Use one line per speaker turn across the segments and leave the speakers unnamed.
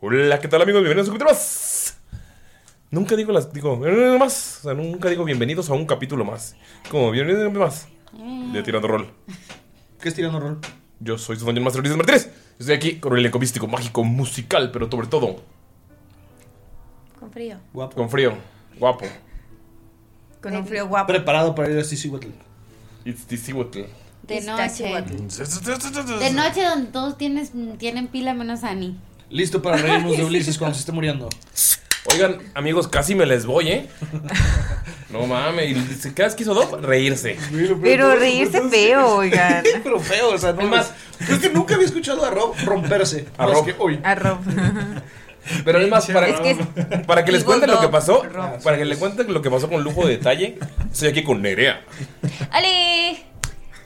Hola, ¿qué tal amigos? Bienvenidos a un capítulo más. Nunca digo las. Digo, "Bienvenidos más. O sea, nunca digo bienvenidos a un capítulo más. Como bienvenidos más. De Tirando Rol.
¿Qué es tirando rol?
Yo soy su Dungeon Master Ulises Martínez. Estoy aquí con el elenco místico, mágico, musical, pero sobre todo
Con frío.
Guapo.
con frío, guapo.
Con un frío guapo.
Preparado para ir a Sisihuatl.
It's the Seawatl.
De
Pistache.
noche. De noche donde todos tienes, tienen pila menos Ani.
Listo para reírnos de Ulises cuando se esté muriendo.
Oigan, amigos, casi me les voy, ¿eh? No mames. ¿Y se- ¿Qué es que hizo Doc? Reírse.
Pero reírse feo, oigan.
Pero feo, o sea, no más. Creo que nunca había escuchado a Rob romperse.
A
más
Rob.
que hoy.
Arroz.
Pero es más, para,
Es que es-
para que les
Evil
cuenten lo que
Doc.
pasó, para que les cuenten lo que pasó con lujo de detalle, estoy aquí con Nerea.
¡Ale!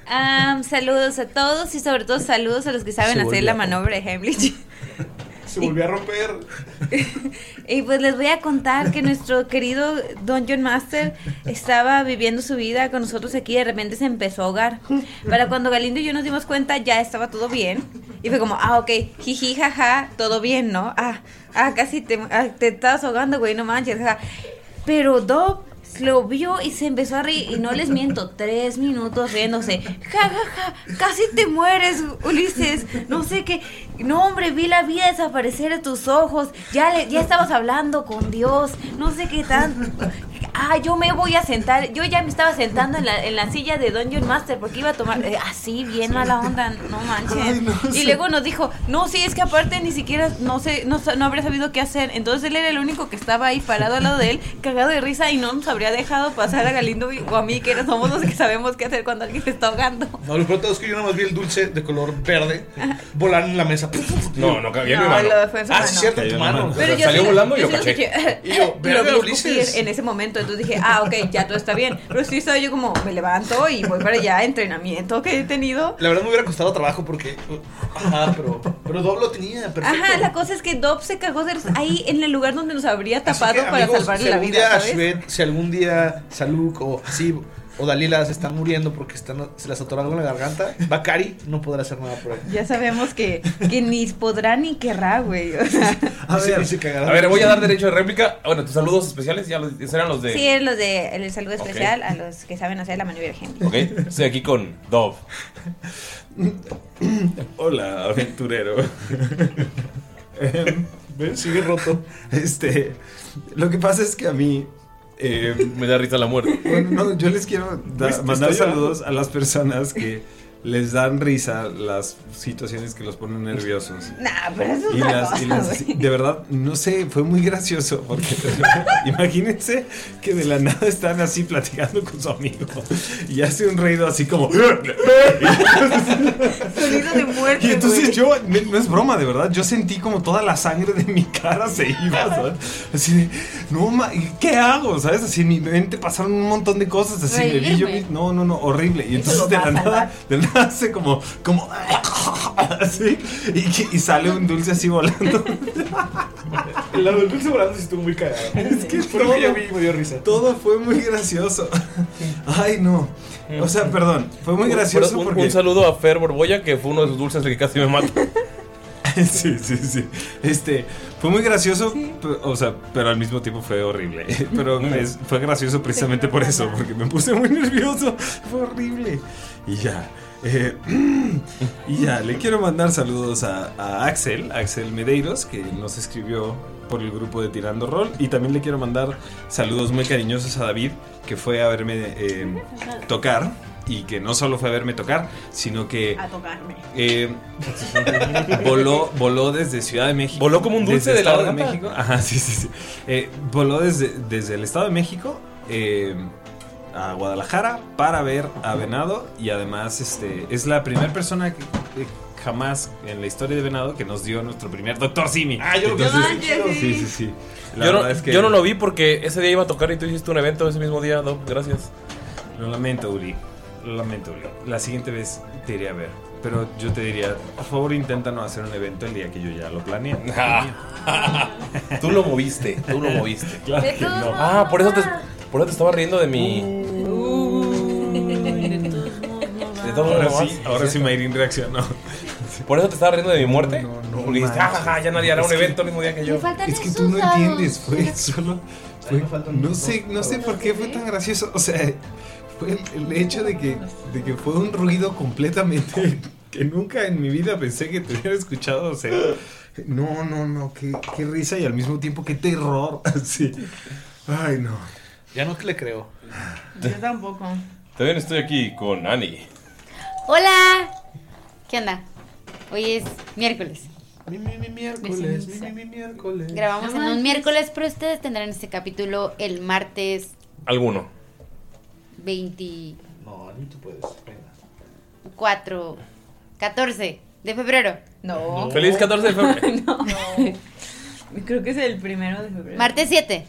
Am, saludos a todos y sobre todo saludos a los que saben
Se
hacer
volvió
la
a-
manobra de Heimlich.
Se volvió a romper.
Y pues les voy a contar que nuestro querido Dungeon Master estaba viviendo su vida con nosotros aquí y de repente se empezó a ahogar. Para cuando Galindo y yo nos dimos cuenta ya estaba todo bien. Y fue como, ah, ok, jiji, jaja, todo bien, ¿no? Ah, ah casi te, ah, te estabas ahogando, güey, no manches. jaja". Pero Dob lo vio y se empezó a reír. Y no les miento, tres minutos riéndose. Ja, ja, ja, casi te mueres, Ulises. No sé qué. No, hombre, vi la vida desaparecer de tus ojos. Ya, le- ya estabas hablando con Dios. No sé qué tan. Ah, yo me voy a sentar. Yo ya me estaba sentando en la, en la silla de Dungeon Master porque iba a tomar. eh, así, bien mala onda. No manches. y luego nos dijo: No, sí, es que aparte ni siquiera. No sé, no, sa- no habría sabido qué hacer. Entonces él era el único que estaba ahí parado al lado de él, cagado de risa y no nos habría dejado pasar a Galindo y- o a mí, que era- somos los que sabemos qué hacer cuando alguien se está ahogando.
No, lo pronto es que yo nada más vi el dulce de color verde volar en la mesa.
No, no cabía en mi
No,
mano.
lo fue en su
Ah, sí,
mano.
cierto, en tu mano.
Pero- salió volando y lo
sí
caché.
escuché.
Y yo,
Lo
"Verga,
vi
Ulises".
escupir en ese momento, entonces dije, ah, ok, ya todo está bien. Pero sí estaba yo como, me levanto y voy para allá, entrenamiento que he tenido.
La verdad me hubiera costado trabajo porque. Ajá, pero. Pero Dob lo tenía, perfecto.
Ajá, la cosa es que Dob se cagó de risa ahí en el lugar donde nos habría
Así
tapado
que,
para
amigos,
salvarle
si
la
algún
vida,
día
¿sabes?
Ashvet, si algún día Saluk o así o Dalila se están muriendo porque están, se las atoró algo en la garganta, Bakari no podrá hacer nada por ahí.
Ya sabemos que, que ni podrá ni querrá, güey. o sea.
A ver, se cagará.
A ver, voy a dar derecho de réplica. Bueno, tus saludos especiales ya los, esos eran los de.
Sí, es lo de el saludo
Ok.
especial a los que saben hacer la maniobra gente.
Ok, estoy aquí con Dove.
Hola, aventurero. Em,
Ven, Sigue roto.
este, lo que pasa es que a mí, em,
Me da risa la muerte.
bueno, no, yo les quiero da-
Pues, te
mandar
estoy
saludos a las personas que les dan risa las situaciones que los ponen nerviosos.
Nah, pero eso es
Y
otra
las- y
cosa,
las-
güey.
de verdad, no sé, fue muy gracioso. Porque imagínense que de la nada están así platicando con su amigo y hace un reído así como.
Sonido de muerte.
Y entonces yo, me- no es broma, de verdad, yo sentí como toda la sangre de mi cara se iba, ¿sabes? Así de, no, ma, ¿y ¿qué hago? ¿Sabes? Así en mi mente pasaron un montón de cosas, así me vi, yo vi,
Reírme.
no, no, no, horrible. Y entonces de la nada, de la nada hace como, como, así, y, que- y sale un dulce así volando.
La del dulce volando sí estuvo muy cagada. Es que Por lo que yo vi me dio risa.
Todo fue muy gracioso. Ay, no. O sea, perdón, fue muy
Un-
gracioso
un,
porque...
un saludo a Fer Borboya, que fue uno de sus dulces el que casi me mata.
sí, sí, sí. Este, fue muy gracioso, pe- o sea, pero al mismo tiempo fue horrible. Pero es- fue gracioso precisamente por eso, porque me puse muy nervioso. Fue horrible. Y ya. eh, y ya, le quiero mandar saludos a, a Axel, Axel Medeiros, que nos escribió por el grupo de Tirando Roll. Y también le quiero mandar saludos muy cariñosos a David, que fue a verme eh, tocar. Y que no solo fue a verme tocar, sino que
A tocarme.
eh, voló, voló desde Ciudad de México. Voló como
un dulce de la
Estado de
garganta.
México. Ajá, sí, sí, sí. Eh, voló desde, desde el Estado de México eh, a Guadalajara para ver a Venado. Y además, este es la primera persona que. que Jamás en la historia de Venado que nos dio nuestro primer Doctor Simi. Ah,
yo lo vi. No manches,
Sí,
sí.
sí, sí. La
Yo no,
verdad es que-
yo no lo vi porque ese día iba a tocar y tú hiciste un evento ese mismo día, Doc. Gracias.
Lo lamento, Uri. Lo lamento, Uri. La siguiente vez te iré a ver. Pero yo te diría, por favor, intenta no hacer un evento el día que yo ya lo planeé.
Ah. Tú lo moviste, tú lo moviste.
Claro que no.
Ah, por eso te, por eso te estaba riendo de mi. De todo
Ahora
lo demás.
sí, ahora sí Mayrin reaccionó.
Por eso te estaba riendo de mi muerte. Porque
manches.
dijiste, "Ah, ja, ja, ya nadie hará
Es
un
que-
evento el mismo día que yo.
Es que tú no entiendes, fue solo. fue- no sé, no sé por qué fue tan gracioso. O sea, fue el, el hecho de que, de que fue un ruido completamente que nunca en mi vida pensé que te hubiera escuchado. O sea, no, no, no, qué, qué risa y al mismo tiempo qué terror. Así. Ay, no.
Ya no le creo.
Yo tampoco.
También estoy aquí con Ani.
¡Hola! ¿Qué onda? Hoy es miércoles.
Mi, mi, mi miércoles, mi, mi, mi miércoles.
Grabamos en un miércoles, pero ustedes tendrán este capítulo el martes
Alguno.
24,
No, ni tú puedes. Venga.
14 de febrero. No.
Feliz 14 de febrero.
Creo que es el primero de febrero.
Martes 7.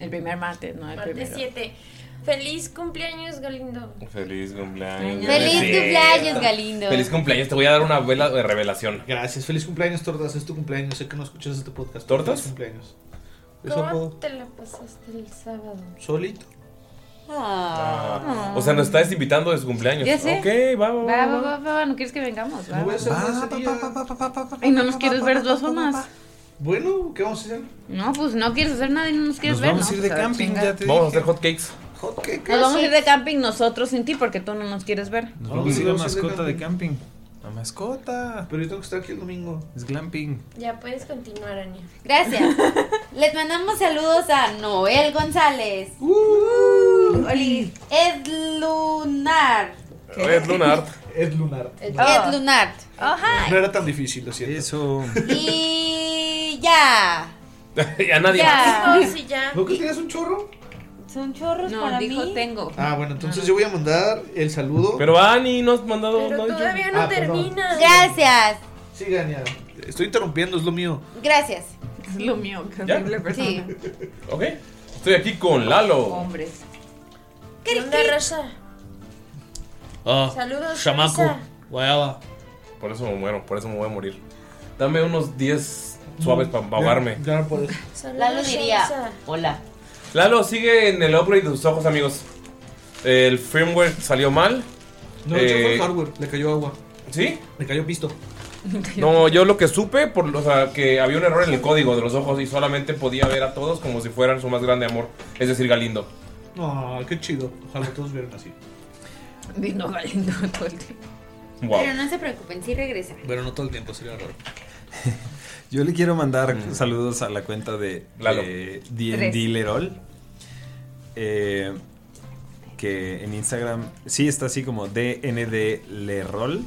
El primer martes, no el
Parte
primero.
7. Feliz cumpleaños, Galindo.
Feliz cumpleaños.
Feliz
Sí.
cumpleaños, Galindo.
Feliz cumpleaños, te voy a dar una vela de revelación.
Gracias, feliz cumpleaños, Tortas. Es tu cumpleaños. Sé que no escuchas este podcast. pero
¿Tortas?
Feliz cumpleaños. Eso
¿Cómo
puedo.
te la pasaste el sábado?
Solito.
Ah.
O sea, nos estás invitando de su cumpleaños.
Ya sé.
Ok, va,
Va,
va, va,
va,
va.
va, va, no quieres que vengamos. Va,
No voy a hacer
Va,
nada ese
va,
día.
va, va, va, va, va, Y no nos quieres ver dos o más.
Bueno, ¿qué vamos a hacer?
No, pues no quieres hacer nada y no nos
Nos
quieres ver.
vamos
¿no?
a ir de
Pues,
camping,
chinga.
ya te
Vamos a hacer hotcakes.
Nos vamos a ir de camping nosotros sin ti porque tú no nos quieres ver.
Nos vamos a ir a
Vamos a hacer
mascota de
de
camping. A mascota.
Pero yo tengo que estar aquí el domingo.
Es glamping.
Ya puedes continuar, Ania.
Gracias. Les mandamos saludos a Noel González. Oli. Ed Lunar.
Red Lunar.
Es lunar.
Oh.
Ed Lunar.
No era tan difícil, lo siento.
Eso.
Y ya.
ya nadie
Ya.
más.
¿No que tienes un chorro?
Son chorros
No,
para
dijo
mí.
tengo.
Ah, bueno, entonces yo voy a mandar el saludo.
Pero Ani no has mandado.
Pero
no, yo-
todavía no
Ah, perdón.
termina.
Gracias.
Sí, Gania. Estoy interrumpiendo, es lo mío.
Gracias.
Es lo mío, qué
¿Ya?
horrible persona.
Ok. Estoy aquí con Lalo.
Hombres.
¿Qué onda, raza?
Ah,
Saludos, chamaco, Luisa.
Guayaba. Por eso me muero, por eso me voy a morir. Dame unos 10 suaves para ahogarme.
Mm, Ya no puedes.
Lalo diría,
Shenza.
hola.
Lalo, sigue en el upgrade de tus ojos, amigos. El firmware salió mal.
No,
Eh,
de hecho fue el hardware, le cayó agua.
¿Sí?
Le cayó pisto.
No, yo lo que supe, por, o sea, que había un error en el código de los ojos y solamente podía ver a todos como si fueran su más grande amor, es decir, Galindo.
No, ah, qué chido. Ojalá todos vieran así.
Vino Galindo todo el tiempo.
Wow.
Pero no se preocupen, sí regresa.
Pero no todo el tiempo, sería raro.
Yo le quiero mandar saludos a la cuenta de
Lalo.
de
Tres.
D&D Lerol. Eh, que en Instagram sí está así como DNDLerol.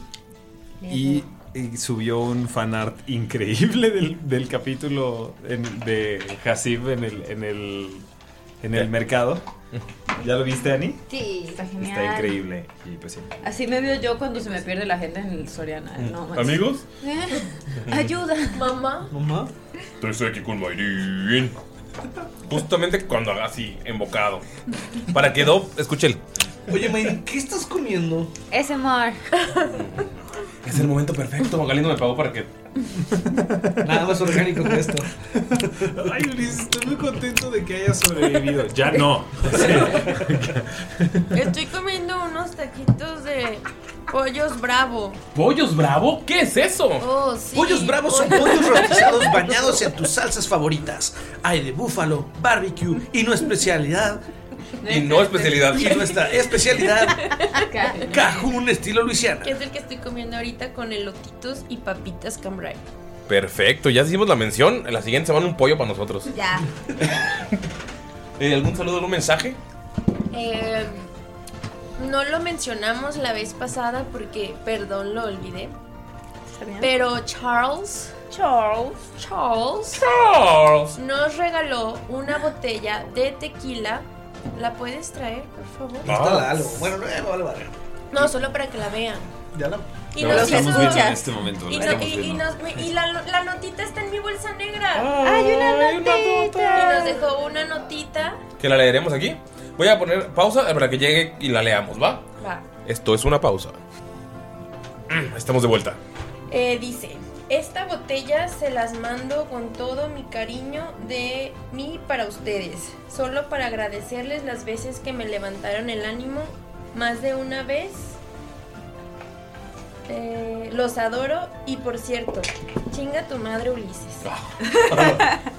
Y, y subió un fanart increíble del, del capítulo en- de Hasib en el, en el, en el mercado. ¿Ya lo viste, Ani?
Sí, está genial.
Está increíble. Y pues sí.
Así me veo yo cuando se me pierde la gente en el Soriana.
Mm.
No, manches.
¿Amigos?
Eh, Ayuda.
Mamá.
Mamá. Estoy aquí con Mayrin. Justamente cuando haga así, embocado. Para que Dob escuche el.
Oye, Mayrin, ¿qué estás comiendo?
Ese amor.
Es el momento perfecto. Magalindo me pagó para que.
Nada más orgánico que esto.
Ay, Luis, estoy muy contento de que haya sobrevivido. Ya no.
Estoy comiendo unos taquitos de pollos bravo.
¿Pollos bravo? ¿Qué es eso?
Oh, sí.
Pollos bravos son pollos rotizados bañados en tus salsas favoritas. Hay de búfalo, barbecue y no especialidad.
Y no especialidad.
Y nuestra especialidad, cajún estilo Luisiana.
Que es el que estoy comiendo ahorita con elotitos y papitas cambrai.
Perfecto, ya hicimos la mención. En la siguiente semana un pollo para nosotros.
Pues,
Ya.
Eh, ¿Algún saludo, algún mensaje?
Eh, no lo mencionamos la vez pasada porque, perdón, lo olvidé. Pero Charles. Charles. Charles.
Charles.
Nos regaló una botella de tequila. ¿La puedes traer, por favor?
No está Lalo.
pues.
Bueno, luego, vale, vale.
No, solo para que la vean.
Ya la.
Y nos hizo-
este
Este
momento.
Y, no- y- y nos- y la, la notita está en mi bolsa negra.
Ay, una notita.
Y nos dejó una notita.
Que la leeremos aquí. Voy a poner pausa para que llegue y la leamos, ¿va?
Va.
Esto es una pausa. Mm, Estamos de vuelta.
Eh, dice, esta botella se las mando con todo mi cariño de mí para ustedes, solo para agradecerles las veces que me levantaron el ánimo, más de una vez. Eh, los adoro y por cierto, chinga tu madre Ulises.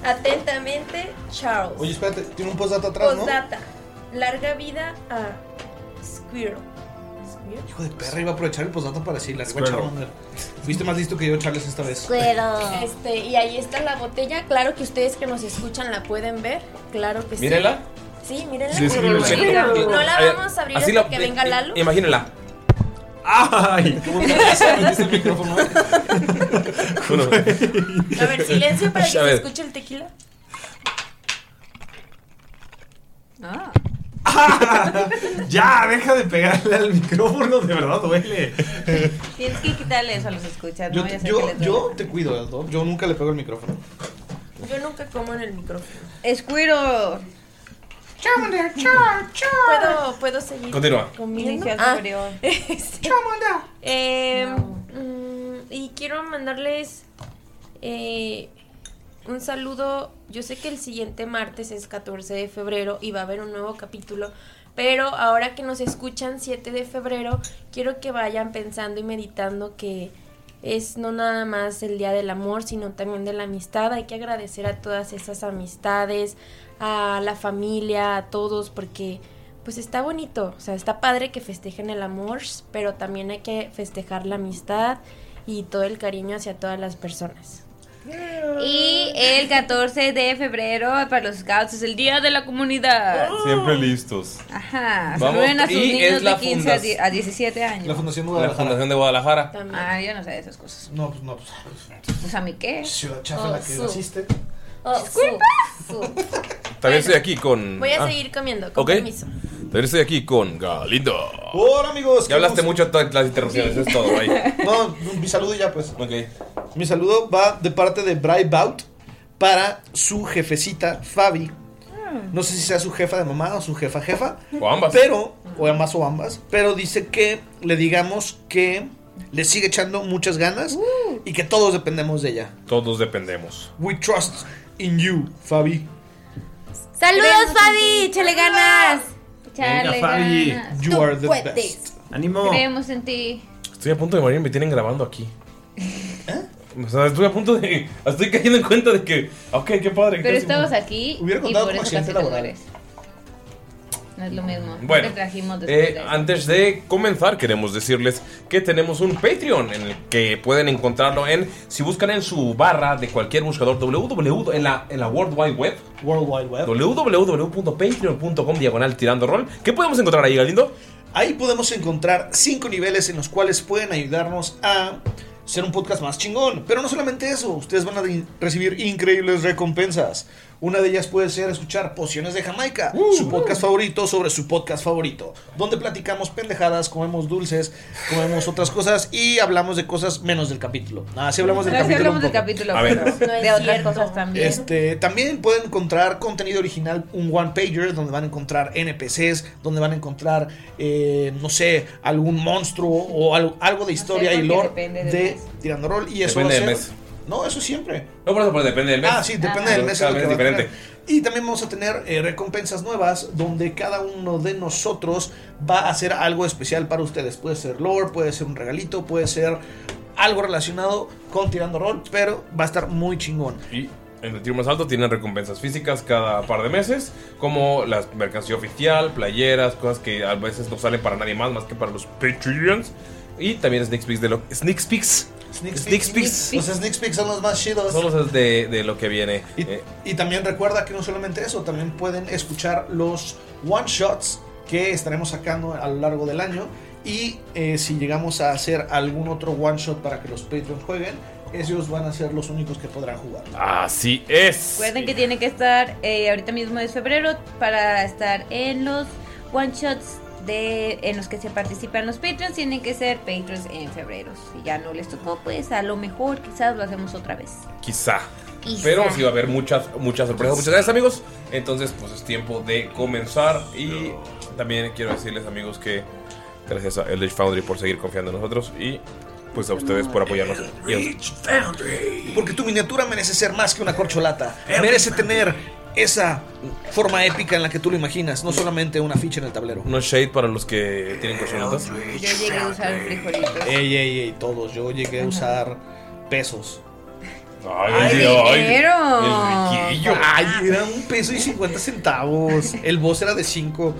Atentamente, Charles.
Oye, espérate, tiene un postdata atrás, ¿no?
Postdata, larga vida a Squirrel. ¿Squirrel?
Hijo de perra, iba a aprovechar el postdata para decirle arriba
Squirrel.
Charmander. Fuiste más listo que yo, Charles, esta vez.
Este, y ahí está la botella. Claro que ustedes que nos escuchan la pueden ver. Claro que sí.
Mírela.
Sí, mírenla.
Sí, sí,
no
sí, sí.
la
Eh,
vamos a abrir
así
hasta
la-
que
eh,
venga
eh,
Lalo.
Imagínenla. ¡Ay! ¿Cómo me el micrófono?
A ver, silencio para que
A
se
ver.
escuche el tequila. Ah.
Ya, deja de pegarle al micrófono, de verdad duele.
Tienes que quitarle eso a los escuchas.
Yo,
no vaya a
te,
ser
yo,
que les duela.
yo te cuido, Aldo. Yo nunca le pego el micrófono.
Yo nunca como en el micrófono.
Escuiro.
Charmander,
char,
char. ¿Puedo, puedo seguir
Continúa.
comiendo?
Dije
Ah.
superior.
Este, eh, mm, y quiero mandarles eh, un saludo. Yo sé que el siguiente martes es 14 de febrero y va a haber un nuevo capítulo. Pero ahora que nos escuchan 7 de febrero, quiero que vayan pensando y meditando que es no nada más el día del amor, sino también de la amistad. Hay que agradecer a todas esas amistades, a la familia, a todos, porque pues está bonito. O sea, está padre que festejen el amor, pero también hay que festejar la amistad y todo el cariño hacia todas las personas.
Y el 14 de febrero para los scouts es el día de la comunidad.
Siempre listos.
Ajá.
Vamos,
Saluden a sus
y
niños
es la
de 15 a, die-
fundas-
a 17 años.
La Fundación
La
Guadalajara.
Fundación de Guadalajara.
Ah, yo no sé de esas cosas.
No, pues no, pues.
Pues a mí qué.
Ciudad chafa en la que
Oh, su.
naciste.
Disculpa.
También estoy aquí con.
Voy a
ah,
seguir comiendo, con
Ok.
permiso.
También estoy aquí con Galindo.
Hola, amigos.
Ya hablaste mucho de todas las interrupciones, es todo, bye.
No, mi saludo y ya pues.
Ok.
Mi saludo va de parte de Bry Bout para su jefecita, Fabi. No sé si sea su jefa de mamá o su jefa jefa.
O ambas.
Pero, o ambas o ambas. Pero dice que le digamos que le sigue echando muchas ganas y que todos dependemos de ella.
Todos dependemos.
We trust in you, Fabi.
Saludos, Fabi. Échale ganas.
Venga,
Échale
Fabi.
ganas.
You
Tú
are the
puedes.
best. Ánimo.
Creemos en ti.
Estoy a punto de morir, me tienen grabando aquí. O sea, estoy a punto de. Estoy cayendo en cuenta de que. Ok, qué padre.
Pero
casi-
estamos aquí.
Hubiera
y
contado
por
como
eso
accidente
casi te
laboral.
mueres. No es lo mismo.
Bueno,
Te trajimos después
Eh,
de-
antes de comenzar, queremos decirles que tenemos un Patreon en el que pueden encontrarlo en, si buscan en su barra de cualquier buscador www, en la, en la World Wide Web,
World Wide Web.
www.patreon.com diagonal tirando rol. ¿Qué podemos encontrar ahí, Galindo?
Ahí podemos encontrar cinco niveles en los cuales pueden ayudarnos a ser un podcast más chingón. Pero no solamente eso, ustedes van a de- recibir increíbles recompensas. Una de ellas puede ser escuchar Pociones de Jamaica,
Uh.
su podcast favorito sobre su podcast favorito, donde platicamos pendejadas, comemos dulces, comemos otras cosas y hablamos de cosas menos del capítulo. Así hablamos del
Ahora Ah, sí
capítulo.
hablamos
un
del
poco.
capítulo.
A ver.
pero de otras cosas también.
Este, también pueden encontrar contenido original, un one pager, donde van a encontrar NPCs, donde van a encontrar, eh, no sé, algún monstruo o al- algo, de historia y
porque
lore
depende
de,
del mes.
Tirando Rol. Y eso
Depende
va a
del
ser- No, eso siempre.
No, por eso, pues, depende del mes.
Ah, sí, depende del mes. es
Cada
lo
mes
que
es
va a
diferente.
tener. Y también vamos a tener eh, recompensas nuevas donde cada uno de nosotros va a hacer algo especial para ustedes. Puede ser lore, puede ser un regalito, puede ser algo relacionado con Tirando Rol, pero va a estar muy chingón.
Y en el tiro más alto tienen recompensas físicas cada par de meses, como la mercancía oficial, playeras, cosas que a veces no salen para nadie más, más que para los Patreons. Y también sneak peeks de lo sneak peeks.
Sneak
Sneak peeks.
Los sneak peeks son los más chidos.
Son los de, de lo que viene. Eh,
Y también recuerda que no solamente eso, también pueden escuchar los one shots que estaremos sacando a lo largo del año. Y eh, si llegamos a hacer algún otro one shot para que los Patreons jueguen, ellos van a ser los únicos que podrán jugar.
así es.
Recuerden que tiene que estar eh, ahorita mismo es febrero para estar en los one shots de en los que se participan los Patreons. Tienen que ser Patreons en febrero. Si ya no les tocó, pues a lo mejor quizás lo hacemos otra vez.
Quizá.
Quizá.
Pero sí va a haber muchas, muchas sorpresas. Muchas gracias, amigos. Entonces, pues es tiempo de comenzar. Y también quiero decirles, amigos, que gracias a Eldritch Foundry por seguir confiando en nosotros y pues a ustedes por apoyarnos. Y a-
Porque tu miniatura merece ser más que una corcholata. Merece tener esa forma épica en la que tú lo imaginas, no solamente una ficha en el tablero.
No shade para los que tienen Eh, cochinatas.
Yo llegué a usar frijolitos.
Ey, ey, ey, todos. Yo llegué a usar pesos.
Ay, sí, ay, dinero. el riquillo.
Ay, era un peso y 50 centavos. El boss era de 5.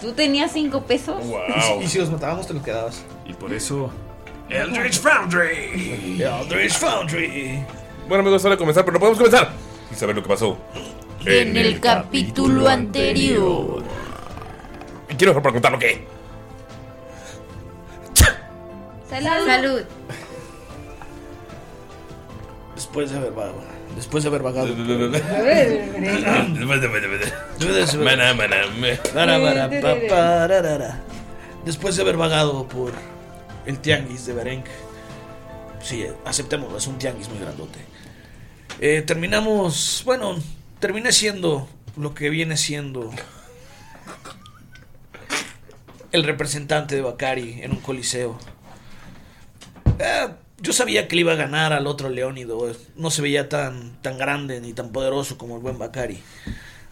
¿Tú tenías cinco pesos?
Y, si los matábamos, te los quedabas.
Y por eso.
Eldritch Foundry. Eldritch Foundry.
eh. Bueno, amigos, ahora comenzar, pero no podemos comenzar y saber lo que pasó.
En el capítulo anterior.
Y quiero dejar para contar lo que.
Salud.
Después de haber vagado. Después de haber vagado.
Maná, maná, me.
Para, para, pa, pa, ra, ra, ra. Después de haber vagado por el tianguis de Berenc, sí, aceptemos, es un tianguis muy grandote. Eh, terminamos, bueno, terminé siendo lo que viene siendo el representante de Bakari en un coliseo. Eh, yo sabía que le iba a ganar al otro Leónido, eh, no se veía tan, tan grande ni tan poderoso como el buen Bakari.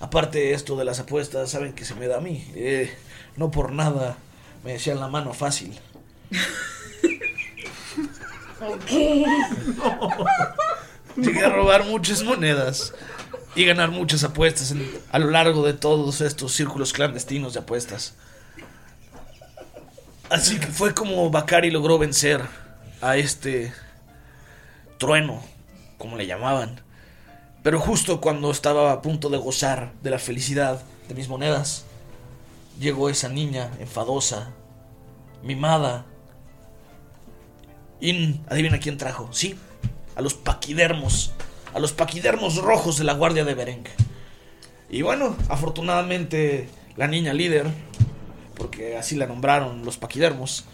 Aparte esto de las apuestas, saben que se me da a mí. Eh, no por nada me decían la mano fácil. Llegué a robar muchas monedas y ganar muchas apuestas en- a lo largo de todos estos círculos clandestinos de apuestas. Así que fue como Bakari logró vencer a este trueno, como le llamaban. Pero justo cuando estaba a punto de gozar de la felicidad de mis monedas, llegó esa niña enfadosa, mimada. Y adivina quién trajo, sí, a los paquidermos, a los paquidermos rojos de la guardia de Bereng. Y bueno, afortunadamente la niña líder, porque así la nombraron los paquidermos,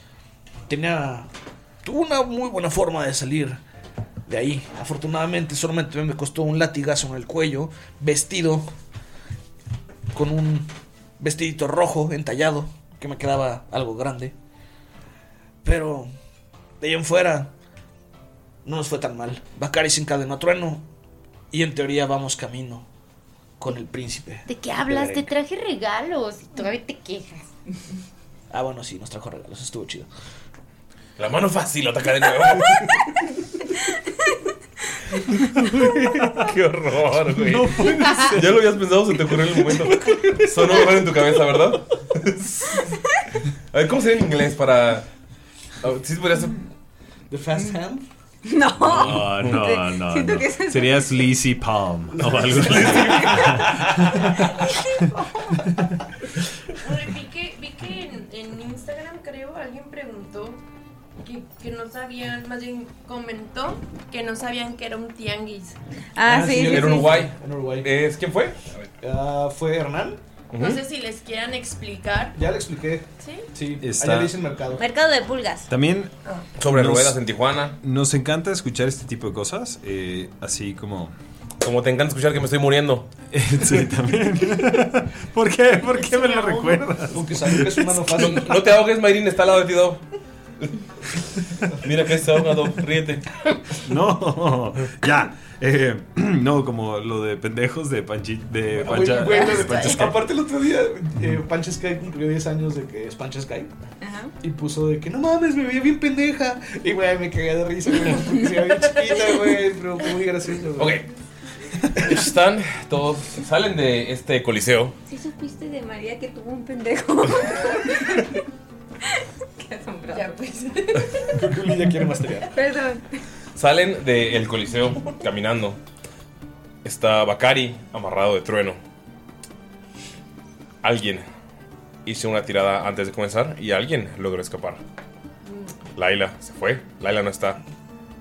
tenía tuvo una muy buena forma de salir de ahí. Afortunadamente solamente me costó un latigazo en el cuello, vestido con un vestidito rojo entallado que me quedaba algo grande. Pero de ahí en fuera no nos fue tan mal. Bacari se encadenó a trueno y en teoría vamos camino con el príncipe.
¿De qué hablas? Te traje regalos y todavía te quejas.
Ah, bueno, sí, nos trajo regalos, estuvo chido.
La mano fácil ataca de nuevo. Qué horror, güey. ya lo habías pensado, se te ocurrió en el momento. Sonó mejor en tu cabeza, ¿verdad? A ver, ¿cómo sería en inglés para. a ver, ¿Sí podría ser?
¿The Fast Hand?
No.
Ah, No, no, no.
Ah, Siento
no.
que es-
Sería Sleazy Palm o algo así.
Oye, vi que, vi que en, en Instagram, creo, alguien preguntó que, que no sabían, más bien comentó que no sabían que era un tianguis. Ah,
Ah,
En Ah, Uruguay.
En Uruguay.
¿Es quién fue?
¿Fue Hernán?
No sé si les quieran explicar.
Ya le expliqué.
¿Sí?
Sí,
Está-
allá le dicen mercado.
Mercado de pulgas.
También
Ah.
Sobre ruedas en Tijuana.
Nos encanta escuchar este tipo de cosas, eh, así como
Como te encanta escuchar que me estoy muriendo.
sí, también. ¿Por qué? ¿Por qué me lo recuerdas?
Porque sabes que es una fácil.
No, no te ahogues, Mayrin, está al lado de ti, Dao. Mira que está ahogado, ríete.
No, ya. eh, no, como lo de pendejos de Panchi, de
Güey,
Pancha,
güey,
de
güey,
Pancha Sky.
Aparte el otro día, eh, Pancha Sky cumplió 10 años de que es Pancha Sky. Y puso de que no mames, me veía bien pendeja. Y güey, me cagué de risa, güey, porque se veía bien chiquita, güey, pero fue muy gracioso.
Ok.
güey.
Están todos, salen de este coliseo.
¿Sí supiste de María que tuvo un pendejo? Qué asombrado. Ya pues.
Creo que Uli ya quiere masterear.
Perdón.
Salen del coliseo caminando. Está Bakari amarrado de trueno. Alguien hizo una tirada antes de comenzar y alguien logró escapar. Laila se fue. Laila no está.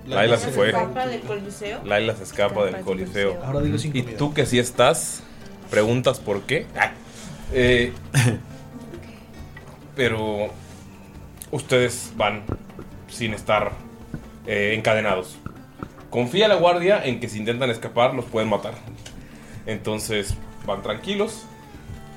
Laila se fue.
Escapa del coliseo.
Laila se escapa del coliseo.
Ahora digo sin
Y
comida.
tú que sí estás, preguntas por qué. Ah. Eh, pero ustedes van sin estar eh, encadenados. Confía la guardia en que si intentan escapar los pueden matar. Entonces van tranquilos,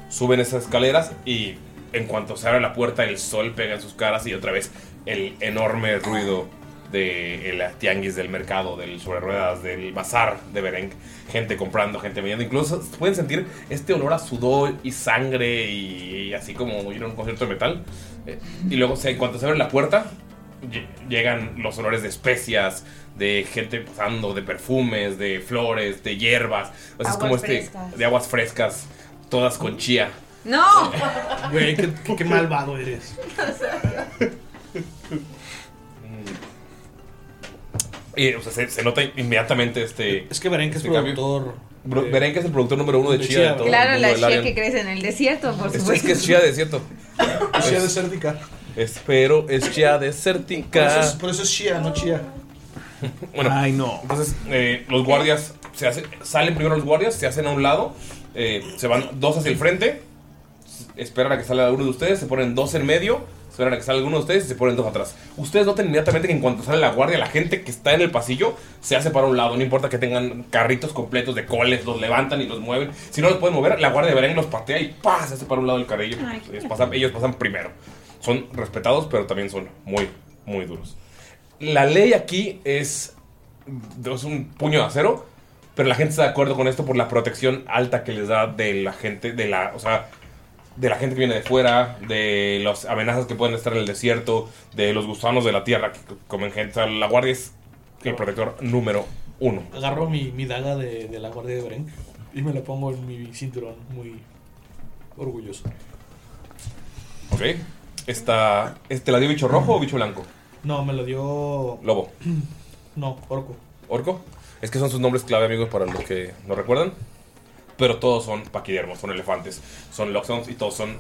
suben esas escaleras y en cuanto se abre la puerta el sol pega en sus caras y otra vez el enorme ruido de el tianguis del mercado, del sobre ruedas, del bazar de Bereng, gente comprando, gente vendiendo, incluso pueden sentir este olor a sudor y sangre y, y así como ir a un concierto de metal. Eh, Y luego, o sea, en cuanto se abre la puerta, lle- llegan los olores de especias, de gente pasando, de perfumes, de flores, de hierbas, o sea, es
Aguas
como este
frescas.
de aguas frescas, todas con chía.
¡No!
Güey, qué, qué- qué malvado eres.
Y, o sea, se, se nota inmediatamente este.
Es que Berenque es
este cambio.
productor.
Bro- Berenque es el productor número uno de,
de
Chia.
Chia.
de todo el
Claro,
mundo
la
del
chía
Alien.
que crece en el desierto, por
Este, Es,
supuesto.
es que es Chia desierto.
Es Chia desértica.
Espero es Chia
Por eso es,
desértica.
por eso es Chia, no Chia.
Bueno, Ay, no. Entonces, eh, los guardias se hacen, salen primero los guardias, se hacen a un lado, eh, se van dos hacia el frente, s- esperan a que salga alguno de ustedes, se ponen dos en medio, esperan a que salga alguno de ustedes y se ponen dos atrás. Ustedes notan inmediatamente que en cuanto sale la guardia, la gente que está en el pasillo se hace para un lado, no importa que tengan carritos completos de coles, los levantan y los mueven. Si no los pueden mover, la guardia de Belén los patea y ¡pah! se hace para un lado el carrillo.
Ay, qué
Ellos pasan- ellos pasan primero. Son respetados, pero también son muy, muy duros. La ley aquí es, es un puño de acero, pero la gente está de acuerdo con esto por la protección alta que les da de la gente, de la, o sea, de la gente que viene de fuera, de las amenazas que pueden estar en el desierto, de los gusanos de la tierra que comen gente. O sea, la guardia es el protector número uno.
Agarro mi, mi daga de, de la guardia de Berenque y me la pongo en mi cinturón, muy orgulloso.
¿Ok? Esta, ¿Este la dio bicho rojo o bicho blanco?
No, me lo dio.
Lobo.
No, orco.
Orco. Es que son sus nombres clave, amigos, para los que no recuerdan. Pero todos son paquidermos, son elefantes, son loxons y todos son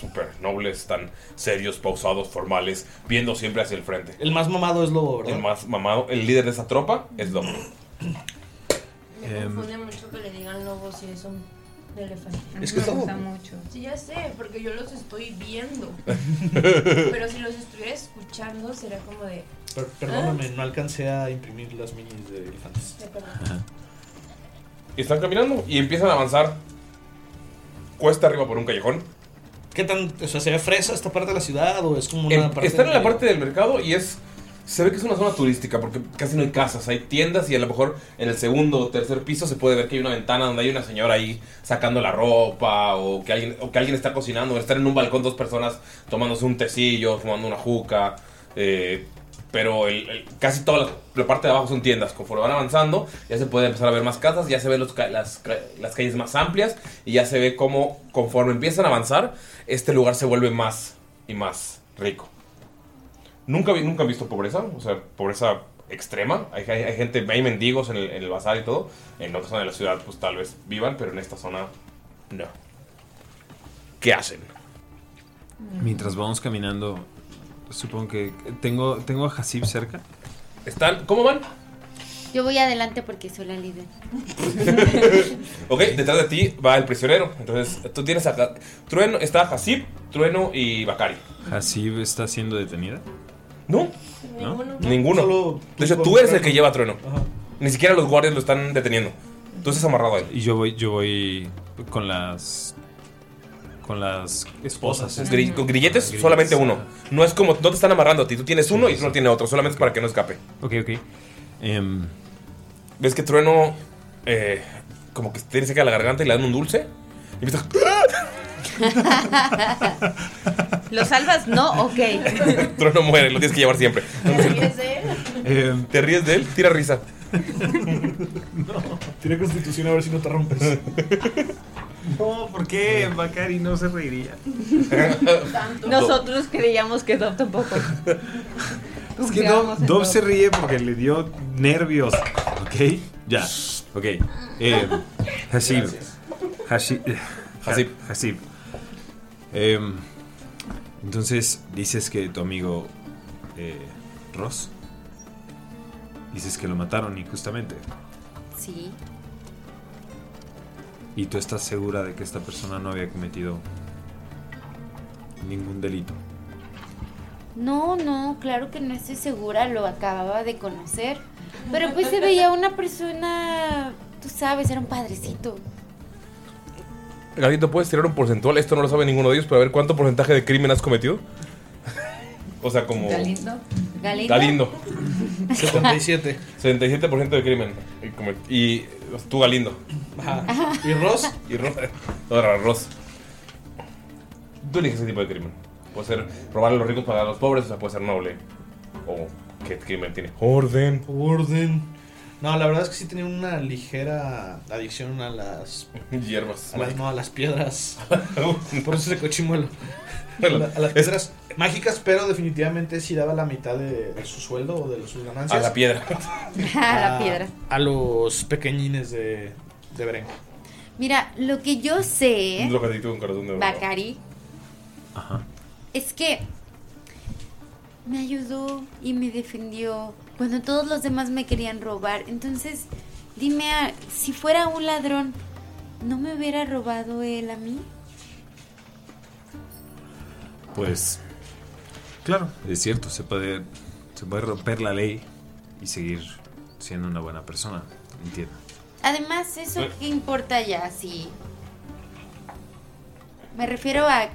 súper nobles, tan serios, pausados, formales, viendo siempre hacia el frente.
El más mamado es lobo, ¿verdad?
El más mamado, el líder de esa tropa es Lobo.
Me
Em,
confunde mucho que le digan lobos si es un elefante.
Es que es
Me
lobo.
gusta
mucho.
Sí, ya sé, porque yo los estoy viendo. Pero si los estuviera escuchando, será como de.
Per- perdóname, no alcancé a imprimir las minis de elefantes.
de perdón.
Y están caminando y empiezan a avanzar cuesta arriba por un callejón.
¿Qué tan. O sea, se ve fresa esta parte de la ciudad o es como una
En-
parte.
están Eh, en la parte del mercado y es. Se ve que es una zona turística porque casi no hay casas, hay tiendas y a lo mejor en el segundo o tercer piso se puede ver que hay una ventana donde hay una señora ahí sacando la ropa o que alguien, o que alguien está cocinando, o están en un balcón dos personas tomándose un tecillo, fumando una juca. eh, pero el- el- casi toda la, la parte de abajo son tiendas. Conforme van avanzando, ya se puede empezar a ver más casas, ya se ven los ca- las, ca- las calles más amplias y ya se ve cómo conforme empiezan a avanzar, este lugar se vuelve más y más rico. Nunca, vi- nunca han visto pobreza, o sea, pobreza extrema. Hay, hay- hay gente, hay mendigos en el, en el bazar y todo. En otra zona de la ciudad, pues tal vez vivan, pero en esta zona, no. ¿Qué hacen?
Mientras vamos caminando, supongo que tengo, tengo a Hasib cerca.
¿Están? ¿Cómo van?
Yo voy adelante porque soy la líder.
Ok, detrás de ti va el prisionero. Entonces, tú tienes acá. Trueno, está Hasib, Trueno y Bakari.
¿Hasib está siendo detenida?
No.
¿No?
Ninguno. de hecho, tú eres el que lleva a Trueno. Ni siquiera los guardias lo están deteniendo. Tú estás amarrado ahí.
Y yo voy, yo voy con las. Con las esposas.
Gri-
estas.
con grilletes,
Ajá,
solamente
grilletes.
uno. No es como, no te están amarrando a ti. Tú tienes uno y Trueno tiene otro, solamente es para que no escape.
Ok, ok.
Em, ¿Ves que Trueno eh, como que tiene seca la garganta y le dan un dulce? Y empieza-
¿Lo salvas? No, ok.
Trueno muere, lo tienes que llevar siempre. Em, ¿Te ríes de él? Tira risa.
Tira constitución a ver si no te rompes.
No, ¿por qué Bacari no se reiría?
Nosotros creíamos que Dob tampoco.
Es que Dob, Dob se ríe porque le dio nervios. ¿Ok? Ya. Ok. Eh, Hasib. Hasib. Hasib. Hasib. Em, entonces, dices que tu amigo eh, Ross. Dices que lo mataron injustamente.
Sí.
¿Y tú estás segura de que esta persona no había cometido ningún delito?
No, no, claro que no estoy segura, lo acababa de conocer. Pero pues se veía una persona, tú sabes, era un padrecito.
Galito, ¿puedes tirar un porcentual? Esto no lo sabe ninguno de ellos, pero a ver cuánto porcentaje de crimen has cometido. o sea, como.
Galindo.
Galindo.
77.
77% de crimen. Y, como- y tú, Galindo.
Ajá. ¿Y Ross?
Y Ross. Ahora, Ross. Tú eliges ese tipo de crimen. Puede ser robar a los ricos para dar a los pobres, o sea, puede ser noble. O qué crimen tiene. Orden.
Orden. No, la verdad es que sí tenía una ligera adicción a las
Hierbas.
A las, no, a las piedras. Por eso se cochimuelo. A,
Bueno,
la- a las
es-
piedras mágicas, pero definitivamente sí daba la mitad de, de su sueldo o de sus ganancias.
A la piedra.
A la piedra.
A los pequeñines de, de Beren.
Mira, lo que yo sé,
Lo que te digo, un corazón de oro.
Bacari,
Ajá.
es que me ayudó y me defendió cuando todos los demás me querían robar. Entonces, dime, a- si fuera un ladrón, ¿no me hubiera robado él a mí?
Pues, claro, es cierto, se puede, se puede romper la ley y seguir siendo una buena persona, entiendo.
Además, ¿eso
Eh.
qué importa ya? Si. Me refiero a.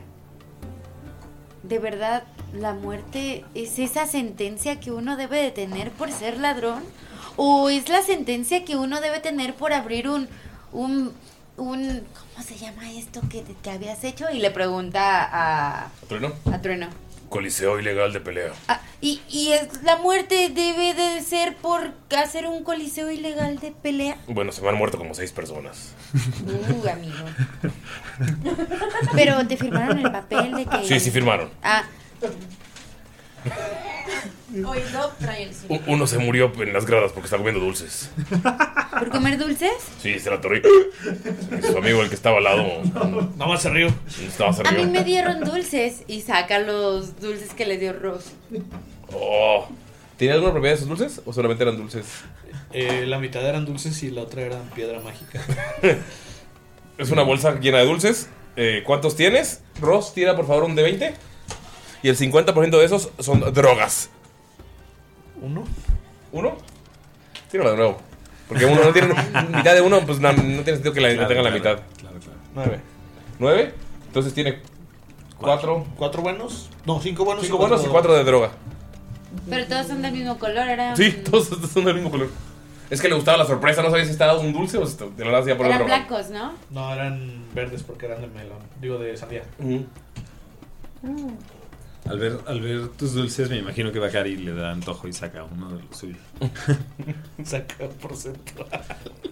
De verdad, la muerte es esa sentencia que uno debe de tener por ser ladrón. O es la sentencia que uno debe tener por abrir un. un. un ¿Cómo se llama esto que, te- que habías hecho? Y le pregunta a.
Trueno.
a Trueno.
Coliseo ilegal de pelea.
Ah, y, y es, la muerte debe de ser por hacer un coliseo ilegal de pelea.
Bueno, se me han muerto como seis personas.
Uh, amigo. Pero te firmaron el papel de que.
Sí, sí firmaron.
Ah,
Hoy Dob trae el suyo.
U- Uno se murió en las gradas porque estaba comiendo dulces.
¿por comer dulces?
Sí, se la torre. Su amigo, el que estaba al lado. Nada más se rió. Estaba se
A mí
rió.
me dieron dulces y saca los dulces que le dio Ross.
Oh. ¿Tenía alguna propiedad de esos dulces o solamente eran dulces?
Eh, la mitad eran dulces y la otra eran piedra mágica.
Es una bolsa llena de dulces. Eh, ¿Cuántos tienes? Ross, tira por favor un de 20. Y el 50% de esos son drogas.
¿Uno?
¿Uno? Tíralo de nuevo. Porque uno no tiene mitad de uno, pues na- no, tiene sentido que la,
Claro,
tengan la
claro,
mitad.
claro, claro.
Nueve. ¿Nueve? Entonces tiene cuatro.
¿Cuatro buenos? No, cinco buenos.
Cinco buenos y cuatro de droga.
Pero todos son del mismo color, era.
Sí, todos estos son del mismo color. Es que le gustaba la sorpresa, no sabía si estaba un dulce o si te lo hacía por
Eran
otro.
blancos, ¿no?
No,
Mm.
eran verdes porque eran de melón. Digo, de sandía.
Al ver, al ver tus dulces, me imagino que Bakari le da antojo y saca uno de los suyos.
Saca porcentual.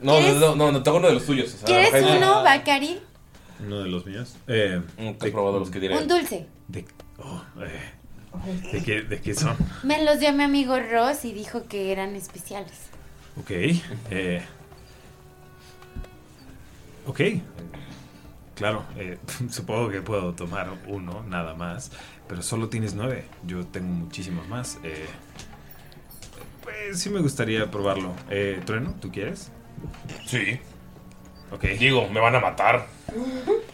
No, no, no, no, no, tengo uno de los tuyos. o sea,
¿Quieres
Jaime-
uno, Bacari?
Ah, ¿Uno de los míos? Eh,
Nunca he probado los que tiene.
Un dulce.
De, oh, eh, ¿de, qué, ¿De qué son?
Me los dio mi amigo Ross y dijo que eran especiales.
Ok. eh, ok. eh, Claro, eh, supongo que puedo tomar uno, nada más. Pero solo tienes nueve. Yo tengo muchísimos más. eh, pues sí me gustaría probarlo. Eh, Trueno, ¿tú quieres?
Sí.
Ok.
Digo, me van a matar.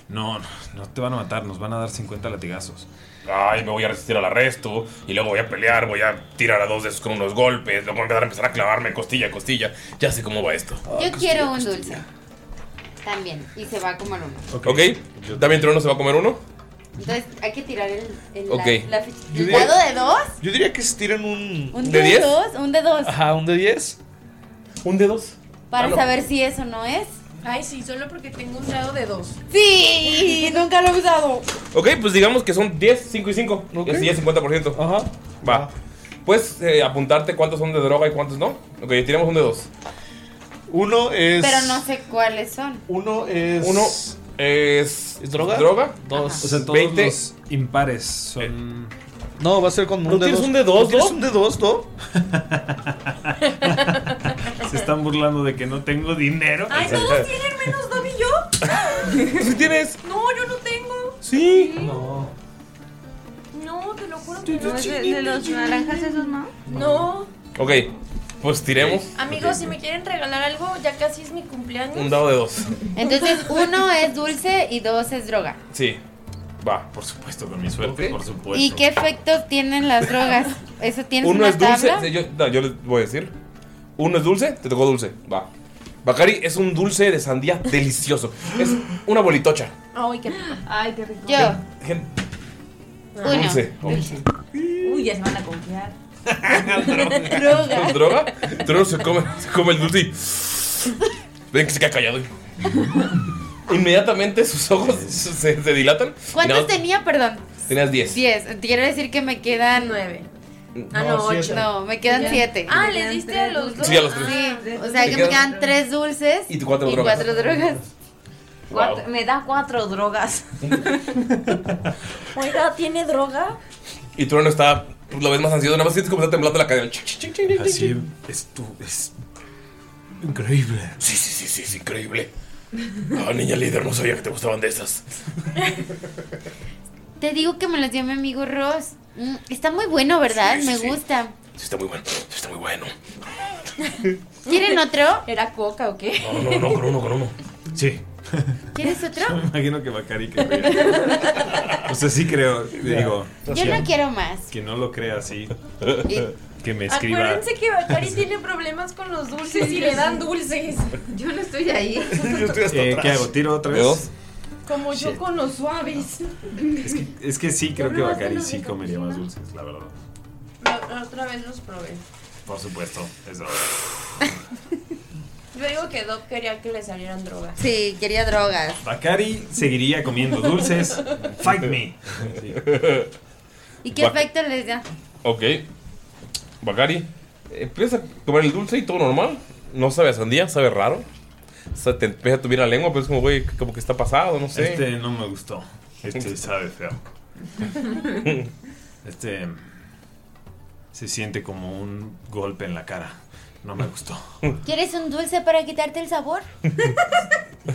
No, no, no te van a matar. Nos van a dar 50 latigazos.
Ay, me voy a resistir al arresto y luego voy a pelear, voy a tirar a dos de esos con unos golpes, luego me van a empezar a clavarme costilla a costilla. Ya sé cómo va esto.
Ah,
Yo quiero
pues
un dulce. También. Y se va como el uno.
Ok, ¿también Trueno se va a comer uno?
Entonces hay que tirar el, el- la-
Ok.
la, ficha.
Yo
¿El
diría-
dado de dos?
Yo diría que se tiran un.
¿Un de, dos? Un de dos.
Ajá, un de 10.
¿Un de Ah, 2?
Para saber si eso no es.
Ay, sí, solo porque tengo un dado de dos.
¡Sí! Nunca lo he usado.
Ok, pues digamos que son 10, 5 y 5. Y así ya 50%.
Ajá.
Va. Puedes eh, apuntarte cuántos son de droga y cuántos no. Ok, tiramos un de dos.
Uno es.
Pero no sé cuáles son.
Uno es.
Uno es.
droga?
Droga.
Dos.
O sea, todos
20.
los impares son.
No, va a ser con
¿No
un de
tienes
dos.
un de dos,
¿No ¿Tienes
Do?
un de dos, Do?
Se están burlando de que no tengo dinero.
¿Ah? Ay, todos tienen menos Dobby y yo.
¿Sí tienes?
No, yo no tengo.
Sí. No.
No, te lo juro
¿No
que no.
es de, de los naranjas esos, no?
No.
Ok, pues tiremos
Amigos, si me quieren regalar algo, ya casi es mi cumpleaños.
un dado de dos.
Entonces uno es dulce y dos es droga.
Sí. Va.
Por supuesto, con mi suerte, por supuesto.
¿Y qué efectos tienen las drogas? ¿Eso tienes
Uno
una
es dulce.
tabla?
sí, Yo, no, yo les voy a decir. Uno es dulce, te tocó dulce. Va. Bacari es un dulce de sandía delicioso. Es una bolitocha.
Ay, qué rico.
Ay, qué rico.
Yo.
Gen-
Uno.
Dulce.
Uy, ya se van a confiar.
¿Con droga? Trueno se come, se come el dulce y. Ven que se queda callado. Inmediatamente sus ojos se, se dilatan. y
¿Cuántos
nada más
tenía? Perdón.
Tenías 10.
Diez. Quiero decir que me quedan nueve.
Ah, no, No, siete. ocho.
No, me quedan
Ya.
siete.
Ah, ¿les diste a los dos?
Sí, a los tres.
Sí, o
Te
sea que me
quedan-
quedan tres dulces
Y cuatro
y
drogas.
cuatro drogas.
Cuatro-
me da cuatro drogas.
Oiga, ¿tiene droga?
Y Trueno está. Lo ves más ansioso. Nada más sientes como está temblando la cadera.
Así es tú, es increíble.
Sí, sí, sí, sí, es increíble. Ah, niña líder, no sabía que te gustaban de esas.
Te digo que me los dio mi amigo Ross. Mm, está muy bueno, ¿verdad?
Sí, sí,
me
sí.
gusta.
Sí, está muy bueno. Sí, está muy bueno.
¿Quieren otro? ¿Era coca o qué?
No, no, no, con uno, con uno.
Sí.
¿Quieres otro?
Yo me imagino que Bacari querría. o sea, sí creo, digo.
Yo no quiero más.
Que no lo crea así. que me escriba.
Acuérdense que Bakari tiene problemas con los dulces y le dan dulces. Yo no estoy ahí.
Eh, ¿Qué hago? ¿Tiro otra vez?
Como
Shit.
yo con los suaves.
Es que, es que sí, creo que
Yo no, yo
Bacari
no
sí
me
comería más dulces, la verdad.
La- Otra vez los probé.
Por supuesto, eso.
Yo digo que Doc quería que le salieran drogas.
Sí, quería drogas.
Bacari seguiría comiendo dulces. Fight me.
¿Y qué
Va-
efecto les da?
Ok. Bacari, empieza a comer el dulce y todo normal. No sabe a sandía, sabe raro. O sea, te empieza a tubir la lengua, pero es como, güey, como que está pasado, no sé.
Este no me gustó. Este sabe feo. Este se siente como un golpe en la cara. No me gustó.
¿Quieres un dulce para quitarte el sabor?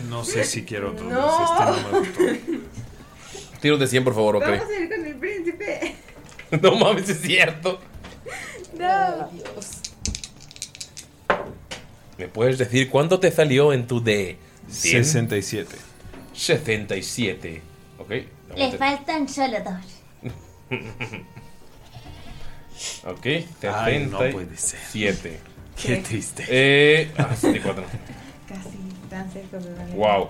No sé si quiero otro
No.
dulce. Este no me gustó.
Tiro de 100, por favor, ok.
a ir con el príncipe.
no mames, es cierto.
No. Dios.
¿Me puedes decir cuánto te salió en tu de 100?
67.
67. Ok.
Le faltan solo dos.
Ok,
Ay,
77.
no puede ser. Qué
Qué
triste.
Eh, ah, 74.
Casi tan cerca de la
wow.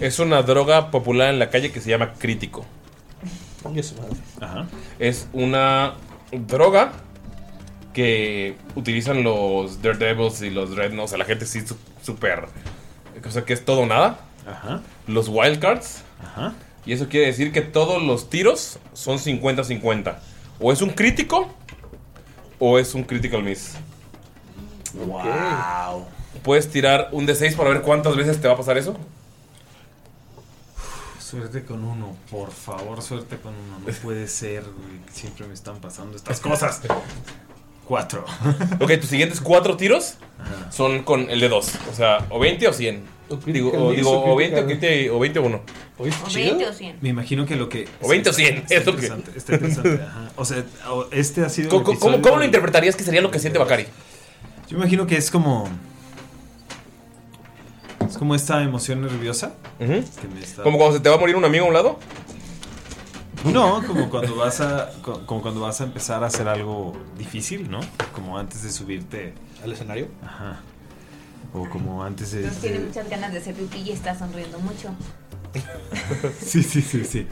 Es una droga popular en la calle que se llama crítico.
Ajá.
Es una droga que utilizan los Daredevils y los Dreadnoughts. O sea, la gente sí su- súper. O sea, que es todo o nada.
Ajá.
Los Wildcards.
Ajá.
Y eso quiere decir que todos los tiros son 50-50. O es un crítico o es un critical miss.
Wow.
Puedes tirar un D6 para ver cuántas veces te va a pasar eso.
Suerte con uno, por favor, suerte con uno. No puede ser, güey. Siempre me están pasando estas cosas. Cuatro.
Ok, tus siguientes cuatro tiros son con el de dos. O sea, o 20 o 100. Digo, o,
miss,
digo,
o
o 20 o
critical.
20 o 20 o 1.
O
20 o 100.
Me imagino que lo que.
O 20 o 100,
Está
es lo que-
interesante, está interesante, ajá. O sea, o- este ha sido. el
¿Cómo, cómo-
episodio-
cómo lo interpretarías que sería lo que siente Bakari?
Yo imagino que es como. Es como esta emoción nerviosa. que me está-
¿Como cuando se te va a morir un amigo a un lado?
No, como cuando vas a co- como cuando vas a empezar a hacer algo difícil, ¿no? Como antes de subirte
al escenario.
Ajá. O como antes de,
Entonces tiene
de-
muchas ganas de hacer pipí y está sonriendo mucho.
Sí, sí, sí, sí.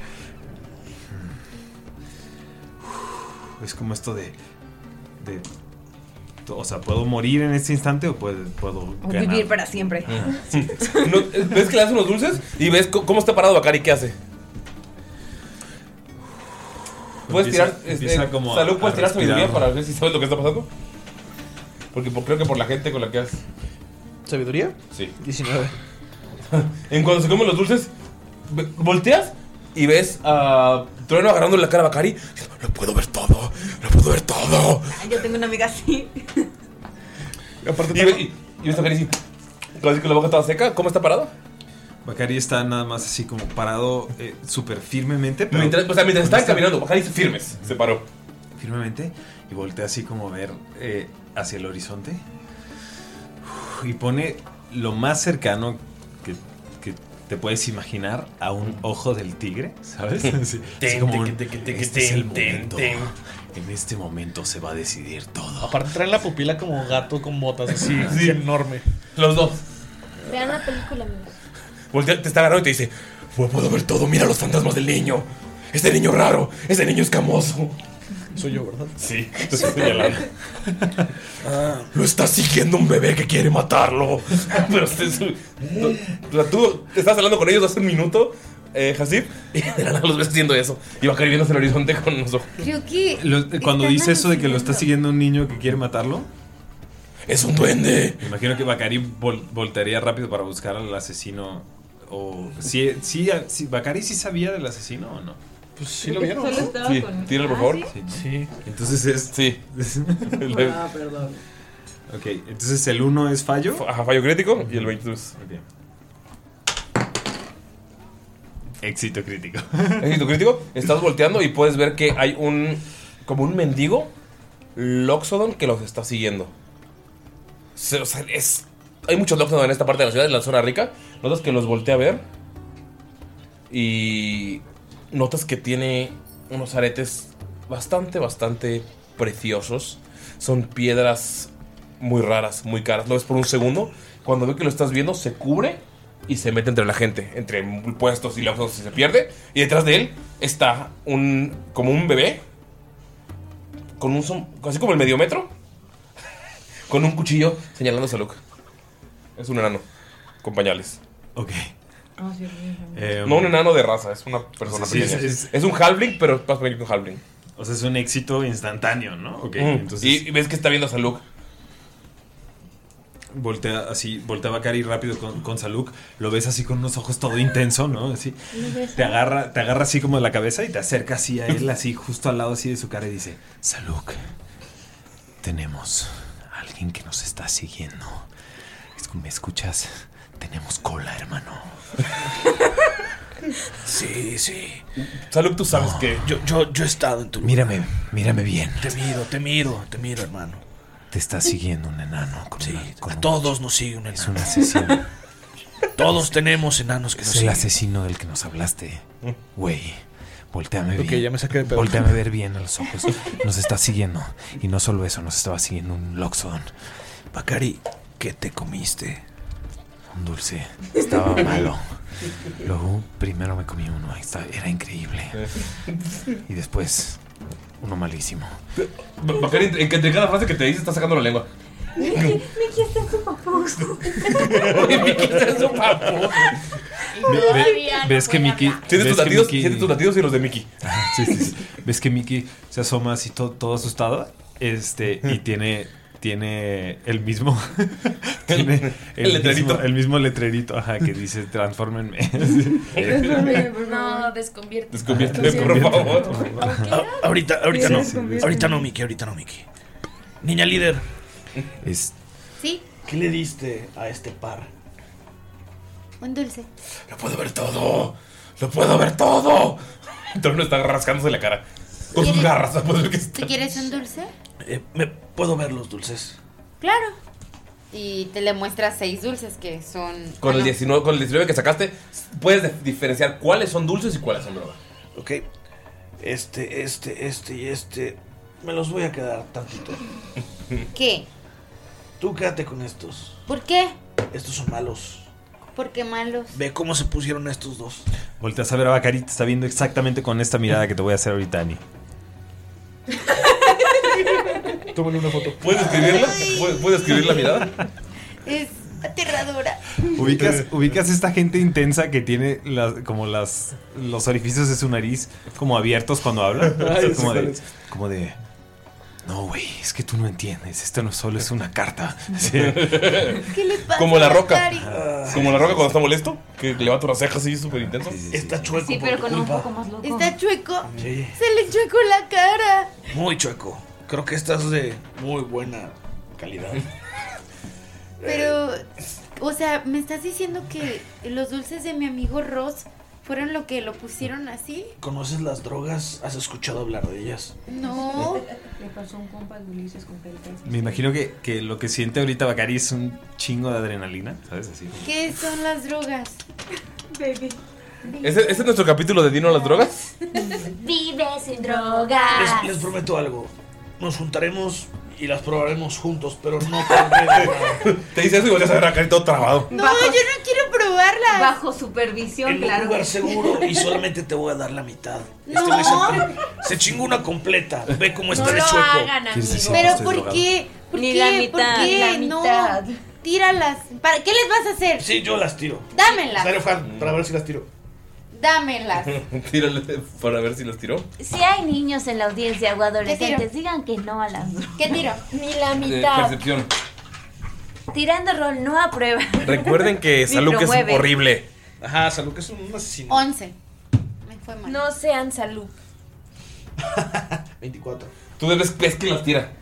Es como esto de de o sea, puedo morir en este instante o puedo puedo
O
ganar?
vivir para siempre.
Ajá.
No, ¿Ves que le das unos dulces? Y ves co- cómo está parado Bakari, ¿qué hace? Puedes
Empieza-
tirar. este,
empieza como a-
salud, puedes
a
tirar sabiduría
respirar.
para ver si sabes lo que está pasando. Porque por- creo que por la gente con la que has.
¿Sabiduría?
Sí.
19.
En cuanto se comen los dulces, ve- volteas y ves a Trueno agarrando la cara a Bakari. Lo puedo ver todo, lo puedo ver todo.
Ay, Yo tengo una amiga así.
Y, ve- y- y ves a Bakari así, casi con la boca toda seca. ¿Cómo está parado?
Bacari está nada más así como parado eh, súper firmemente. pero-
Mientras- o sea, mientras
cuando
estaban caminando, Bacari hizo firmes, se paró.
Firmemente y voltea así como a ver eh, hacia el horizonte. Uf, Y pone lo más cercano que, que te puedes imaginar a un ojo del tigre, ¿sabes? Así- así como un, "Este es el momento". En este momento se va a decidir todo.
Aparte traen la pupila como gato con botas así,
Sí.
así enorme.
Los dos.
Vean la película, amigos.
Voltea, te está agarrando y te dice: "Pu- Puedo ver todo, mira los fantasmas del niño. Este niño raro, ese niño escamoso.
Soy yo, ¿verdad? Ah.
Sí, te estoy señalando. Lo está siguiendo un bebé que quiere matarlo. Pero usted es un- tú, o sea, tú estás hablando con ellos hace un minuto, eh, Hasib, y de la nada los ves haciendo eso. Y va viendo hacia el horizonte con los ojos.
Creo que.
Lo- eh, cuando dice eso de que lo está siguiendo un niño que quiere matarlo.
Es un duende.
Me imagino que Bacari vol- voltearía rápido para buscar al asesino. O si sí, sí, Bacari sí sabía del asesino o no.
Pues sí
lo vieron, Solo ¿no? estaba Sí, con- tíralo, por Ah, favor. ¿sí?
Sí. Entonces es.
Sí. Ah,
ok,
perdón.
entonces el 1 es fallo.
Ajá, fallo crítico y el 22.
Éxito crítico.
Éxito crítico. Estás volteando y puedes ver que hay un. como un mendigo Loxodon que los está siguiendo. Se- o sea, es- hay muchos Loxodon en esta parte de la ciudad, en la zona rica. Notas que los voltea a ver. Y. Notas que tiene unos aretes bastante, bastante preciosos. Son piedras muy raras, muy caras. Lo ves por un segundo. Cuando ve que lo estás viendo, se cubre y se mete entre la gente, entre puestos y lazos y se pierde. Y detrás de él está un como un bebé con un som- así como el medio metro con un cuchillo señalándose a Luke. Es un enano con pañales.
Ok.
Eh, no un enano de raza, es una persona
Sí,
pequeña.
es- es-
Es, un halfling, pero más pequeño que un halfling.
O sea, es un éxito instantáneo, ¿no? Ok,
Mm,
entonces
y, y ves que está viendo a Saluk.
voltea así, voltea Bacari rápido con, con Saluk. Lo ves así con unos ojos todo intenso, ¿no? Así. Te agarra, te agarra así como de la cabeza y te acerca así a él, así justo al lado así de su cara y dice, Saluk, tenemos a alguien que nos está siguiendo. Es- ¿Me escuchas? Tenemos cola, hermano.
Sí, sí.
Salud, tú sabes
que. Yo, yo, yo he estado en tu lugar.
Mírame, mírame bien.
Te miro, te miro, te miro, hermano.
Te está siguiendo un enano. Con
Sí, a todos nos sigue un enano.
Es un asesino.
Todos tenemos enanos que nos
Es el
siguen.
asesino del que nos hablaste. Güey, volteame
Mm. Ok,
bien.
ya me saqué de pedo.
Volteame a ver bien a los ojos. Nos está siguiendo. Y no solo eso, nos estaba siguiendo un Loxodon.
Bacari, ¿qué te comiste?
Un dulce. Estaba malo. Luego, primero me comí uno. ahí está, Era increíble.
Eh.
Y después, uno malísimo.
Ba- Bacari, entre- entre cada frase que te dice está sacando la lengua.
este
Miki, Miki está en su papuso.
Mickey está en su papuso.
Ve- ve- ves que Mickey.
Siente tus
ves que
latidos,
Mickey-
siente tus latidos y los de Mickey.
Ah, sí, sí, sí. Ves que Mickey se asoma así todo, todo asustada. Este, y tiene. Tiene el mismo. tiene
El letrerito.
mismo- el mismo letrerito, ajá, que dice: Transfórmenme.
No, desconvierte.
Desconviérteme, por favor.
A- ahorita, ahorita no.
Sí, sí, sí.
Ahorita no, Miki, ahorita no, Miki. Niña líder.
Es...
Sí.
¿Qué le diste a este par?
Un dulce.
Lo puedo ver todo. Lo puedo ver todo. Torno está rascándose la cara. Con sus garras. ¿puedes ver que está-
¿Tú quieres un dulce?
Eh, ¿Me puedo ver los dulces?
Claro. Y te le muestras seis dulces que son.
Con el, 19, con el 19 que sacaste, puedes de- diferenciar cuáles son dulces y cuáles son droga.
Ok. Este, este, este y este. Me los voy a quedar tantito.
¿Qué?
Tú quédate con estos.
¿Por qué?
Estos son malos.
Porque malos.
Ve cómo se pusieron estos dos.
Volteas a ver a Bacari, te está viendo exactamente con esta mirada que te voy a hacer ahorita, Ani.
Tómale una foto.
¿Puedes escribirla? ¿Puedes, puedes escribir la mirada?
Es aterradora.
Ubicas, ubicas esta gente intensa que tiene las, como las, los orificios de su nariz como abiertos cuando habla. O sea,
Ay, sí,
como,
cuál
de,
es.
como de, no, güey, es que tú no entiendes. Esto no solo es una carta. Sí.
¿Qué le pasa?
Como la roca.
Dari?
Como la roca cuando está molesto, que levanta una ceja así súper intenso.
Está chueco.
Sí, pero con un poco más loco. Está chueco.
Sí.
Se le chueco la cara.
Muy chueco. Creo que estas de muy buena calidad.
Pero, o sea, me estás diciendo que los dulces de mi amigo Ross fueron lo que lo pusieron así.
¿Conoces las drogas? ¿Has escuchado hablar de ellas?
No.
Le pasó un compa de Ulises con pelotón.
Me imagino que, que lo que siente ahorita Bacari es un chingo de adrenalina, ¿sabes? Así.
¿Qué son las drogas? Bebé.
¿Ese, ese es nuestro capítulo de Dino a las drogas?
Vive sin
Les,
drogas.
les prometo algo. Nos juntaremos y las probaremos juntos, pero no prometo.
Te dice eso y volteas a ver a Bacari todo trabado.
No, yo no quiero probarlas.
Bajo supervisión,
en
claro.
un lugar seguro y solamente te voy a dar la mitad.
No.
Este güey se, se chingó una completa. Ve cómo está de chueco.
Pero
este
¿por qué? ¿Por
Ni
qué?
la mitad,
¿Por qué?
la mitad.
No. Tíralas. ¿Para qué les vas a hacer?
Sí, yo las tiro.
Dámelas.
Dale, Juan, para ver si las tiro.
Dámelas.
Tírale para ver si los tiró.
Si hay niños en la audiencia o adolescentes, digan que no a las drogas.
¿Qué tiro?
Ni la
Eh,
pues,
mitad.
percepción.
Tirando rol no aprueba.
Recuerden que
Ni
Saluk es
promueve.
horrible.
Ajá, Saluk es un asesino.
11.
No sean salud.
24.
Tú debes ves que las tira.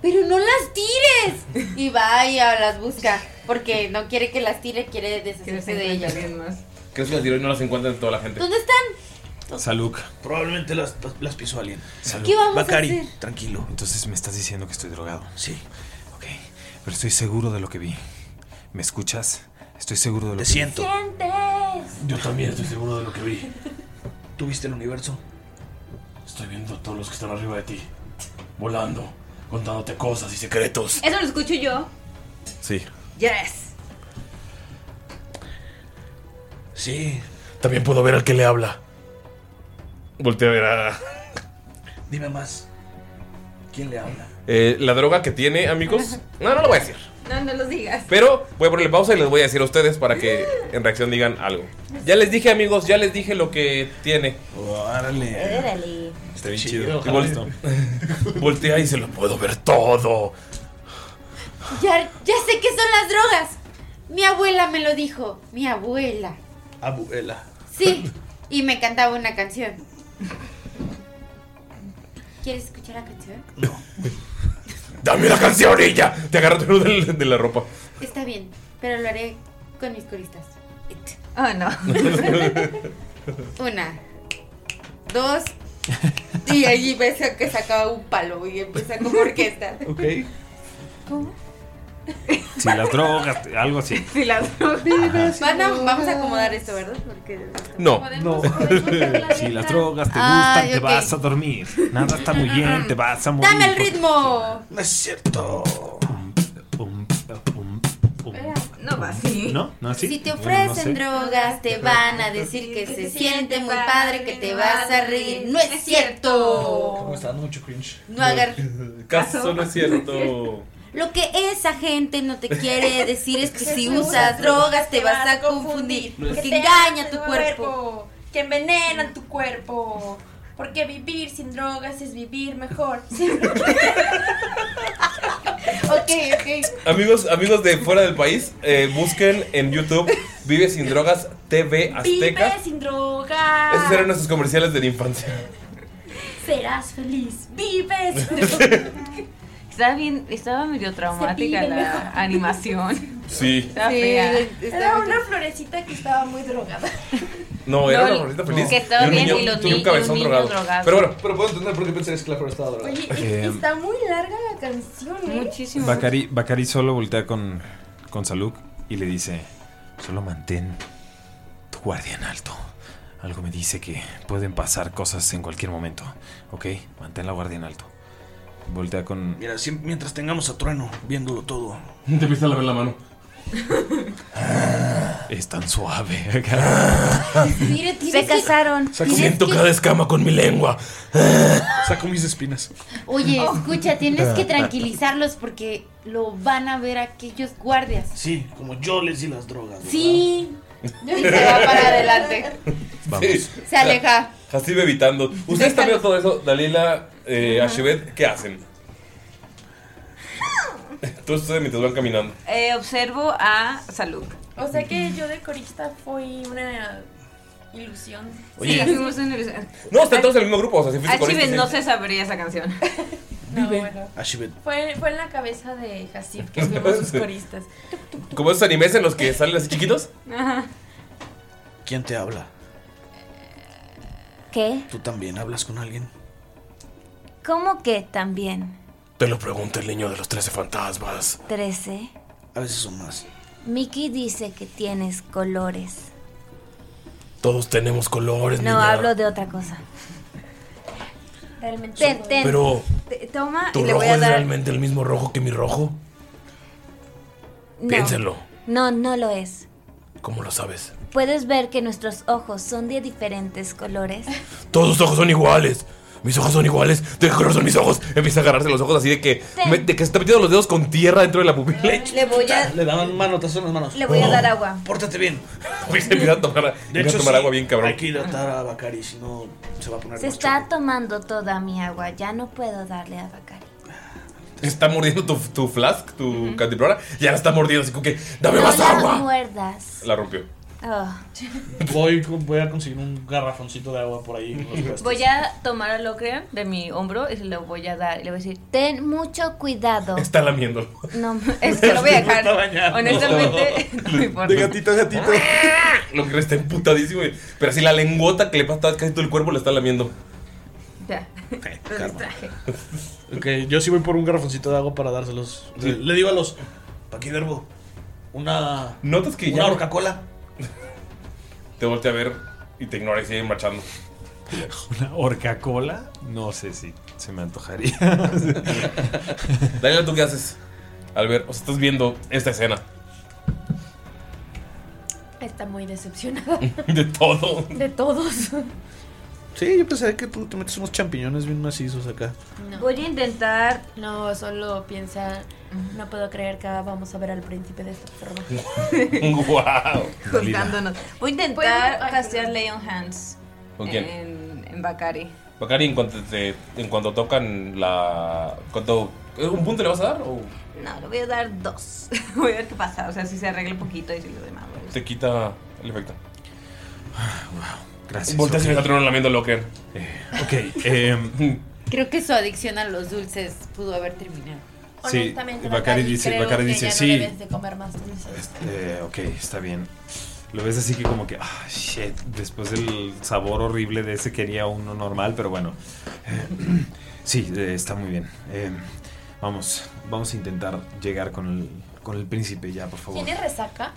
Pero no las tires. Y vaya, las busca. Porque no quiere que las tire, quiere deshacerse de ellas.
Crees que las tiró y no las encuentran toda la gente.
¿Dónde están?
Saluk.
Probablemente las, las pisó alguien.
Saluk.
¿Qué vamos a Bacari, hacer?
tranquilo.
Entonces me estás diciendo que estoy drogado.
Sí.
Ok, pero estoy seguro de lo que vi. ¿Me escuchas? Estoy seguro de lo
Te
que
siento.
vi.
Sientes.
Yo también estoy seguro de lo que vi.
¿Tú viste el universo?
Estoy viendo a todos los que están arriba de ti. Volando, contándote cosas y secretos.
Eso lo escucho yo.
Sí.
Yes.
Sí.
También puedo ver al que le habla.
Voltea a ver a.
Dime más. ¿Quién le habla?
Eh, la droga que tiene, amigos. No, no lo voy a decir.
No, no los digas.
Pero voy a ponerle pausa y les voy a decir a ustedes para que en reacción digan algo. Ya les dije, amigos, ya les dije lo que tiene.
Órale.
Órale.
Está bien
chido.
chido.
Y vol- voltea y se lo puedo ver todo.
Ya, ya sé qué son las drogas. Mi abuela me lo dijo. Mi abuela.
Abuela.
Sí. Y me cantaba una canción. ¿Quieres escuchar la canción?
Dame la canción y ya. Te agarra todo de, de la ropa.
Está bien, pero lo haré con mis coristas.
Oh, no.
Una, dos. Y allí ves a que sacaba un palo y empieza como orquesta.
Ok.
¿Cómo?
Sí, las drogas, algo así.
Sí, las drogas. Van a- vamos a acomodar esto, ¿verdad? Porque.
No.
Podemos-
Si las drogas te
Ay,
gustan, te
ok.
vas a dormir. Nada está muy bien, te vas a morir.
¡Dame el ritmo!
No es cierto.
No va así.
¿No? ¿No así?
Si te
Bueno,
ofrecen
no sé.
drogas, te van a decir que se siente muy padre, que te vas a reír. ¡No es cierto!
Oh. Me está dando mucho cringe.
No hagas
Caso no es cierto.
Lo que esa gente no te quiere decir es que
Que
si usas drogas te vas a confundir. Porque engaña tu cuerpo.
Que envenenan tu cuerpo. Porque vivir sin drogas es vivir mejor. ok, ok.
Amigos, amigos de fuera del país, eh, busquen en YouTube Vive sin drogas TV Azteca.
Vive sin drogas.
Esos eran nuestros comerciales de la infancia.
Serás feliz. Vive sin
Estaba bien, estaba medio traumática
Se vive
la
mejor.
animación.
Sí.
Estaba fea.
Era una florecita que estaba muy drogada.
No, era
No,
una
li-
gorrita
no.
feliz.
Que estaba
Y un
bien
niño-
y los
y un
ni- y
cabezón
un niño
drogado.
drogado.
Pero bueno,
Pero puedo entender por qué pensarías que la flor estaba drogada.
Oye,
Eh,
está muy larga la canción, ¿eh? Muchísimo.
Bacari, Bacari solo voltea con, con Saluk y le dice: Solo mantén tu guardia en alto. Algo me dice que pueden pasar cosas en cualquier momento. Ok, mantén la guardia en alto. Voltea con.
Mira, si- mientras tengamos a Trueno viéndolo todo.
Debiste lavar la mano. Es tan suave. acá.
Se casaron.
Siento cada escama con mi lengua.
Saco mis espinas.
Oye, escucha, tienes que tranquilizarlos porque lo van a ver aquellos guardias.
Sí, como yo les di las drogas. ¿verdad?
Sí.
Y se va para adelante.
Vamos.
Se aleja.
Hasib evitando. Ustedes están viendo todo eso, Dalila, eh, Ashibet, ¿qué hacen? Todos ustedes mientras van caminando.
Eh, observo a Salud.
O sea que yo de corista fui una ilusión.
Oye.
Sí, fuimos una ilusión.
No, están todos en el mismo grupo, o sea, si fuiste
A
corista,
Chives
sí.
no se sabría esa canción.
No, bueno.
Ashibet.
Fue, fue en la cabeza de Hasib que fuimos sus coristas.
Como esos animes en los que salen así chiquitos.
Ajá.
¿Quién te habla?
¿Qué?
¿Tú también hablas con alguien?
¿Cómo que también?
Te lo pregunta el niño de los 13 fantasmas.
13.
A veces son más.
Mickey dice que tienes colores.
Todos tenemos colores,
No,
niña.
hablo de otra cosa.
Realmente.
Ten, ten.
Pero-
Te- Toma
¿Tu
y le
rojo
voy a
es
dar.
realmente el mismo rojo que mi rojo?
No.
Piénsenlo.
No, no lo es.
¿Cómo lo sabes?
Puedes ver que nuestros ojos son de diferentes colores.
Todos tus ojos son iguales. Mis ojos son iguales. ¿De qué color son mis ojos?
Empieza a agarrarse los ojos así de que, me- de que se está metiendo los dedos con tierra dentro de la pupila. y
Le voy a,
Le daban manotazo en las manos. Oh.
le voy a dar agua.
Pórtate bien.
se empieza a tomar,
De
empieza
hecho,
a tomar
sí,
agua bien cabrón.
Hay que hidratar a Bakari, si no se va a poner
Se
más
está tomando toda mi agua. Ya no puedo darle a Bacari.
Está mordiendo tu, tu flask, tu cantimplora, y ahora está mordiendo así como que, dame
No
más
la
agua.
muerdas.
La rompió.
Oh.
choco. Voy, con- voy a conseguir un garrafoncito de agua por ahí. en los puestos.
Voy a tomar a Locrean de mi hombro y se lo voy a dar. Y le voy a decir,
Ten mucho cuidado.
Está lamiéndolo.
No,
es que lo voy a dejar.
Está bañando.
Honestamente,
De gatito a gatito. Lo que está emputadísimo. y- Pero así la lenguota que le pasa casi todo el cuerpo le está lamiendo.
ya. Lo
karma.
distraje.
Ok, yo sí voy por un garrafoncito de agua para dárselos. Le, le digo a los Paquiderbo, una.
Notas que
Una
ya-
Orca-Cola.
Te voltea a ver y te ignora y sigue marchando.
¿Una orca cola? No sé si se me antojaría.
Daniela, ¿tú qué haces? Al ver, o sea, estás viendo esta escena
Está muy decepcionada.
de todo.
De todos.
Sí, yo pensé que tú te metes unos champiñones bien macizos acá.
Voy a intentar. No, solo piensa. No puedo creer que vamos a ver al príncipe de esta forma.
¡Guau!
Juzgándonos. Voy a
Puedo-
intentar
ay,
castear
perdón.
Leon Hands.
¿Con quién?
Eh. En, en Bakari.
Bacari, en cuanto, te- en cuanto tocan la. cuando- ¿Un punto le vas a dar? ¿O
No, le voy a dar dos. voy a ver qué pasa. O sea, si se arregla un poquito y si lo demás. güey.
te quita el efecto?
Gracias.
Volteas y
ok. Eh,
ves a Trono lamiendo lo que.
Ok, em,
Creo que su adicción a los dulces pudo haber terminado.
sí, Bacari dice, Bacari dice, sí,
de comer más dulces.
Eh, ok, está bien. Lo ves así que como que, ah, shit, después del sabor horrible de ese quería uno normal, pero bueno. Eh, sí, eh, está muy bien. Eh, vamos, vamos a intentar llegar con el, con el príncipe ya, por favor.
¿Tiene resaca?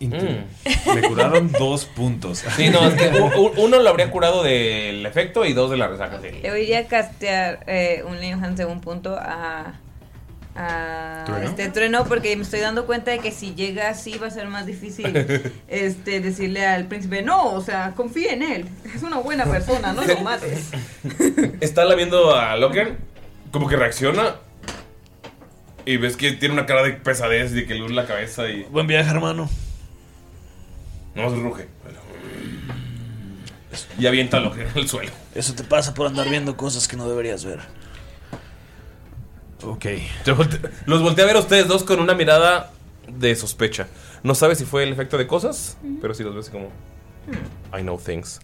Inten- Me curaron dos puntos.
Mm. Sí, no, es que u- u- uno lo habría curado del efecto y dos de la resaca. sí.
Le voy a castear eh, un Leon Hands de un punto a. a
¿Trueno?
este trueno porque me estoy dando cuenta de que si llega así va a ser más difícil este decirle al príncipe no o sea confía en él es una buena persona no lo mates
Está lamiendo a Locker, como que reacciona Y ves que tiene una cara de pesadez de que le duele la cabeza y.
Buen viaje, hermano.
No se ruge. Y aviéntalo en el suelo.
Eso te pasa por andar viendo cosas que no deberías ver.
Ok. Los volteé a ver a ustedes dos con una mirada de sospecha. No sabes si fue el efecto de cosas, pero sí los ves como. I know things.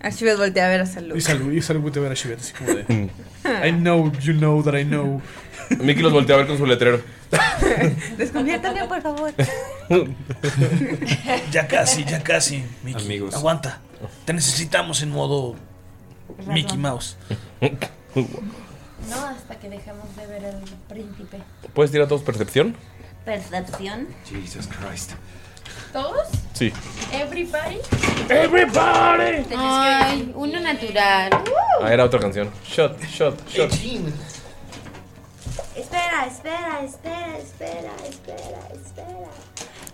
Archibald voltea a ver a Salud.
Y salud, y salud te ver a Shibet, así como de. I know, you know that I know.
Mm. Mickey los voltea a ver con su letrero.
Desconviértale, por favor.
Ya casi, ya casi, Mickey.
Amigos.
Aguanta. Te necesitamos en modo Mickey Mouse.
No, hasta que dejemos de ver al príncipe.
¿Puedes tirar todos percepción?
¿Percepción?
Jesus Christ.
¿Todos?
Sí.
¿Everybody?
¡Everybody!
Ay, uno natural.
Uh,
Ah, era otra canción. Shot, shot, shot.
Espera, Ah, espera, espera, espera, espera, espera.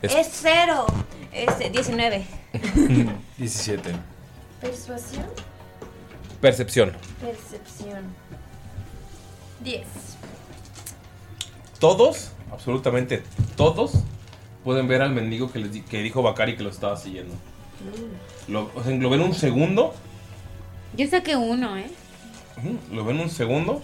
Es-
Es cero. Este, 19.
17.
Persuasión,
Percepción.
percepción. 10.
Todos, absolutamente todos, pueden ver al mendigo que, les di- que dijo Bakari que lo estaba siguiendo. Lo, o sea, lo ven un segundo.
Yo saqué uno, ¿eh?
Lo ven un segundo.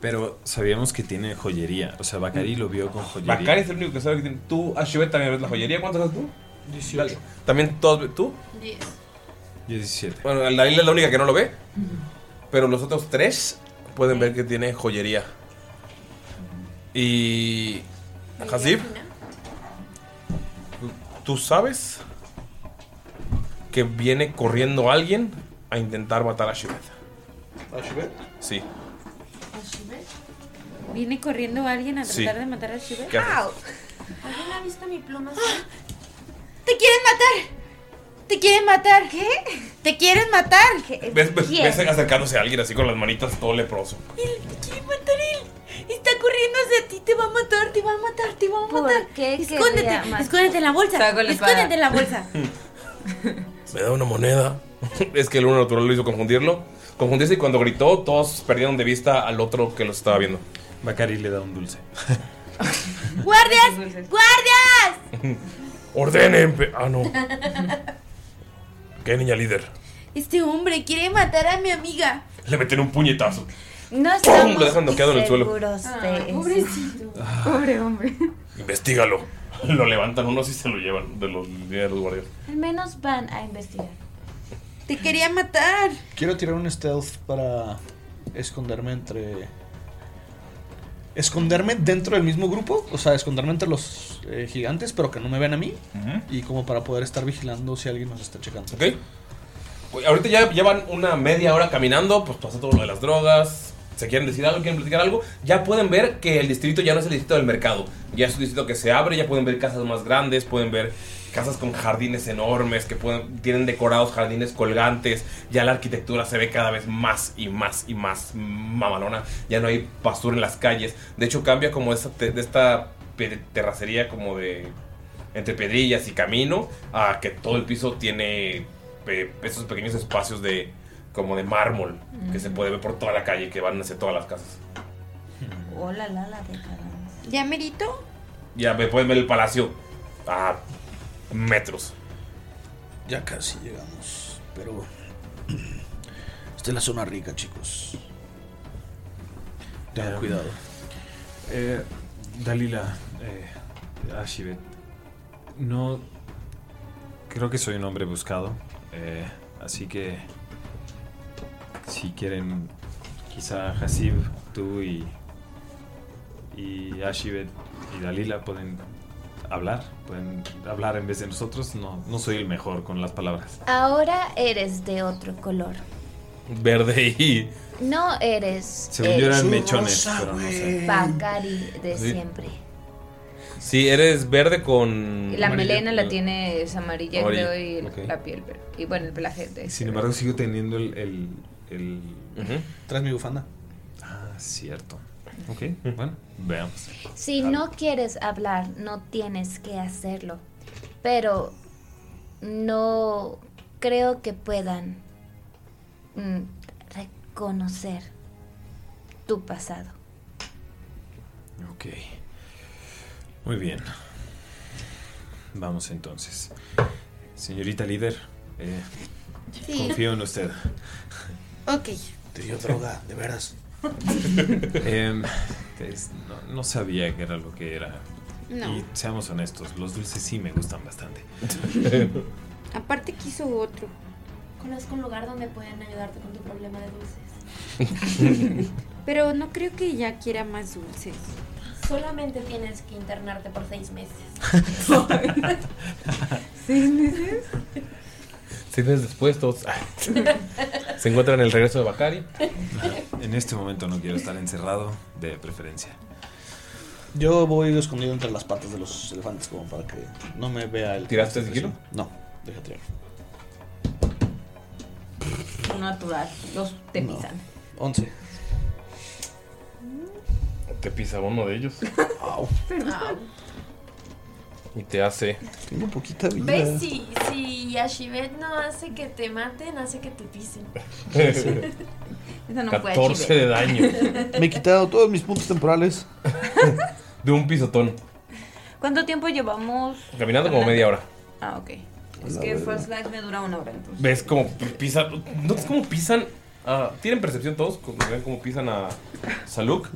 Pero sabíamos que tiene joyería. O sea, Bacari lo vio con joyería.
Bakari es el único que sabe que tiene. Tú, Ashibet, también ves la joyería. ¿Cuántas ves tú? 18. También todos. ve- ¿Tú?
10.
17.
Bueno, la isla es la única que no lo ve. Pero los otros tres pueden ver que tiene joyería. Y. Hasib, tú sabes que viene corriendo alguien a intentar matar a Shivet.
¿A Shibet?
Sí.
¿Viene corriendo alguien a
Sí.
tratar de matar a Shiver?
¿Qué haces?
¡Au!
¿Alguien ha visto mi pluma?
¡Te quieren matar! ¡Te quieren matar! ¿Qué? ¡Te quieren matar! ¿Qué?
¿Ves, ves-
¿Quién?
ves acercándose a alguien así con las manitas todo leproso.
quiere matar él! ¡Está corriendo hacia ti! ¡Te va a matar! ¡Te va a matar! ¡Te va a matar!
qué quería
¡Escóndete!
matar?
¡Escóndete en la bolsa!
Saco la espada.
¡Escóndete en la bolsa!
Me da una moneda. es que el uno natural lo hizo confundirlo. Confundirse y cuando gritó, todos perdieron de vista al otro que los estaba viendo.
Bakari le da un dulce.
¡Guardias! ¡Guardias!
Ordenen. pe- Ah, no. Qué niña líder.
Este hombre quiere matar a mi amiga.
Le meten un puñetazo.
No
estamos Lo dejan noqueado en el suelo.
seguros de eso.
pobrecito.
Pobre hombre.
Investígalo. Lo levantan unos y se lo llevan de los de los guardias.
Al menos van a investigar.
Te quería matar.
Quiero tirar un stealth para esconderme entre. Esconderme dentro del mismo grupo, o sea, esconderme entre los eh, gigantes, pero que no me vean a mí. Y como para poder estar vigilando si alguien nos está checando.
Ok. Oye, Ahorita ya llevan una media hora caminando, pues pasó todo lo de las drogas. ¿Se quieren decir algo? ¿Quieren platicar algo? Ya pueden ver que el distrito ya no es el distrito del mercado. Ya es un distrito que se abre, ya pueden ver casas más grandes, pueden ver casas con jardines enormes, que pueden, tienen decorados jardines colgantes. Ya la arquitectura se ve cada vez más y más y más mamalona. Ya no hay basura en las calles. De hecho, cambia como esta, te- de esta pe- terracería como de entre pedrillas y camino a que todo el piso tiene eh, esos pequeños espacios de como de mármol que se puede ver por toda la calle que van hacia todas las casas.
Hola, la, la de ¿Ya merito?
Ya me pueden ver el palacio a metros.
Ya casi llegamos, pero. Esta es la zona rica, chicos. Tengan
Eh,
cuidado.
Eh, Dalila, eh, Ashibet, no creo que soy un hombre buscado, eh, así que si quieren, quizá Hasib, tú y, y Ashibet y Dalila pueden hablar, pueden hablar en vez de nosotros, no, no soy el mejor con las palabras.
Ahora eres de otro color.
Verde y...
No eres.
Según yo
el
eran mechones, pero no sé.
Bacari de
Sí.
siempre.
Sí, eres verde con...
La melena la tiene es amarilla,
Amarilla,
creo, y
ok.
la piel, pero. Y bueno, el pelaje de.
Sin embargo, sigo teniendo el... el, el-
Traes mi bufanda.
Ah, cierto. Ok, bueno, veamos.
Si no quieres hablar, no tienes que hacerlo. Pero no creo que puedan mm, reconocer tu pasado.
Ok. Muy bien. Vamos entonces. Señorita líder, eh,
Sí.
confío en usted.
Ok.
Te
dio droga, de veras.
Em, no, no sabía que era lo que era.
No.
Y seamos honestos, los dulces sí me gustan bastante.
Aparte quiso otro. Conozco un lugar donde pueden ayudarte con tu problema de dulces.
Pero no creo que ya quiera más dulces.
Solamente tienes que internarte por seis meses.
¿Seis meses?
Seis meses después, todos ah, se encuentran en el regreso de Bakari.
En este momento no quiero estar encerrado, de preferencia.
Yo voy escondido entre las patas de los elefantes como para que no me vea el...
¿Tiraste de kilo?
No, deja tirar.
Natural. Los te
No.
pisan.
11.
Mm. Te pisa uno de ellos
Perdón.
y te hace.
Tengo poquita
¿Ves? Si, si Yashibet no hace que te maten, hace que te pisen.
Esa no fue
14 de daño.
Me he quitado todos mis puntos temporales.
De un pisotón.
¿Cuánto tiempo llevamos?
Caminando como media hora.
Ah, ok. Es
La
que
verga.
First Life me dura una hora entonces.
¿Ves cómo pisan? ¿Notas cómo pisan? a- ¿Tienen percepción todos? ¿Cómo- ¿Ven cómo pisan a Saluk?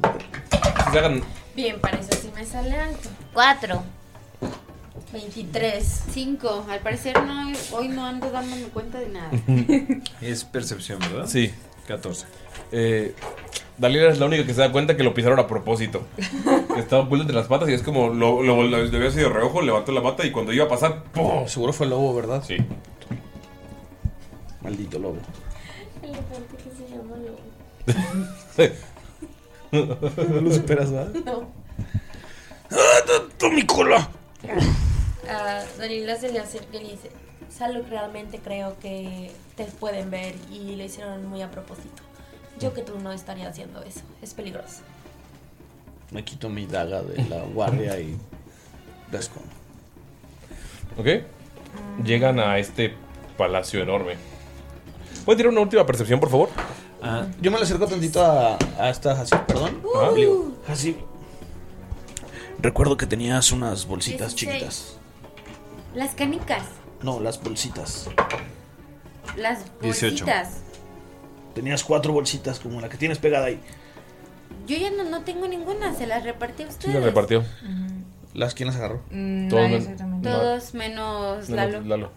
Si se hagan
Bien, para eso sí me sale alto.
Cuatro.
23.
5. Al parecer no, hoy no ando dándome cuenta de nada.
Es percepción, ¿verdad?
Sí.
14.
Eh, Dalila es la única que se da cuenta que lo pisaron a propósito. Que Estaba oculto entre las patas y es como lo, lo, lo, le había sido reojo, levantó la pata y cuando iba a pasar, ¡pum!
Seguro fue el lobo, ¿verdad?
Sí.
Maldito lobo.
Elefante que se llama lobo.
No lo esperas, ¿verdad?
No.
¡Tú mi cola!
A Dalila se le acerca y le dice: Salud, realmente creo que te pueden ver y lo hicieron muy a propósito. Yo que tú no estaría haciendo eso. Es peligroso.
Me quito mi daga de la guardia y... Desco.
¿Ok? Llegan a este palacio enorme. ¿Pueden tirar una última percepción, por favor?
Ah, yo me le acerco tantito a, a esta así, perdón.
Ajá.
Y le Ah, digo, Hasib, Recuerdo que tenías unas bolsitas
16.
chiquitas.
Las canicas.
No, las bolsitas.
Las
18.
bolsitas.
Tenías cuatro bolsitas como la que tienes pegada ahí.
Yo ya no, no tengo ninguna, se las repartí a ustedes.
¿Las quién las agarró?
Mm,
Todos
nadie
men-
exactamente. Todos menos Pues, Lalo.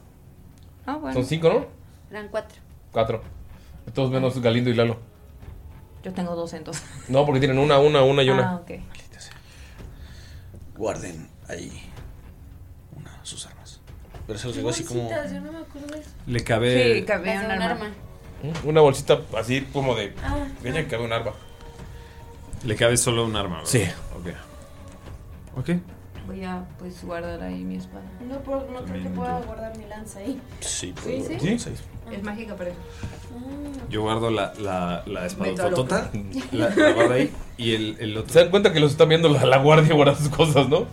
Ah, bueno.
Son cinco, ¿no?
Eran cuatro.
Cuatro. Todos menos Galindo y Lalo.
Yo tengo dos entonces.
No, porque tienen una, una, una y
Ah,
una.
ok.
Guarden ahí una, sus armas. Pero se los digo así como...
Bolsitas, Yo no me acuerdo de eso.
Le cabe...
Las de un arma.
Mm, Una bolsita así como de...
Ah.
Ella que cabe un arma.
Le cabe solo un arma, ¿verdad?
Sí.
Ok.
Voy a pues guardar ahí mi espada.
No, por- no creo que pueda guardar mi lanza ahí.
Sí,
¿Sí?
puedo
¿Sí?
guardar seis.
Es mágica, pero.
Yo guardo la, la, la
Vete a lo
espadototota,
que-
la, la guardo ahí y el, el otro...
Se dan cuenta que los están viendo la, la guardia guardar sus cosas, ¿no?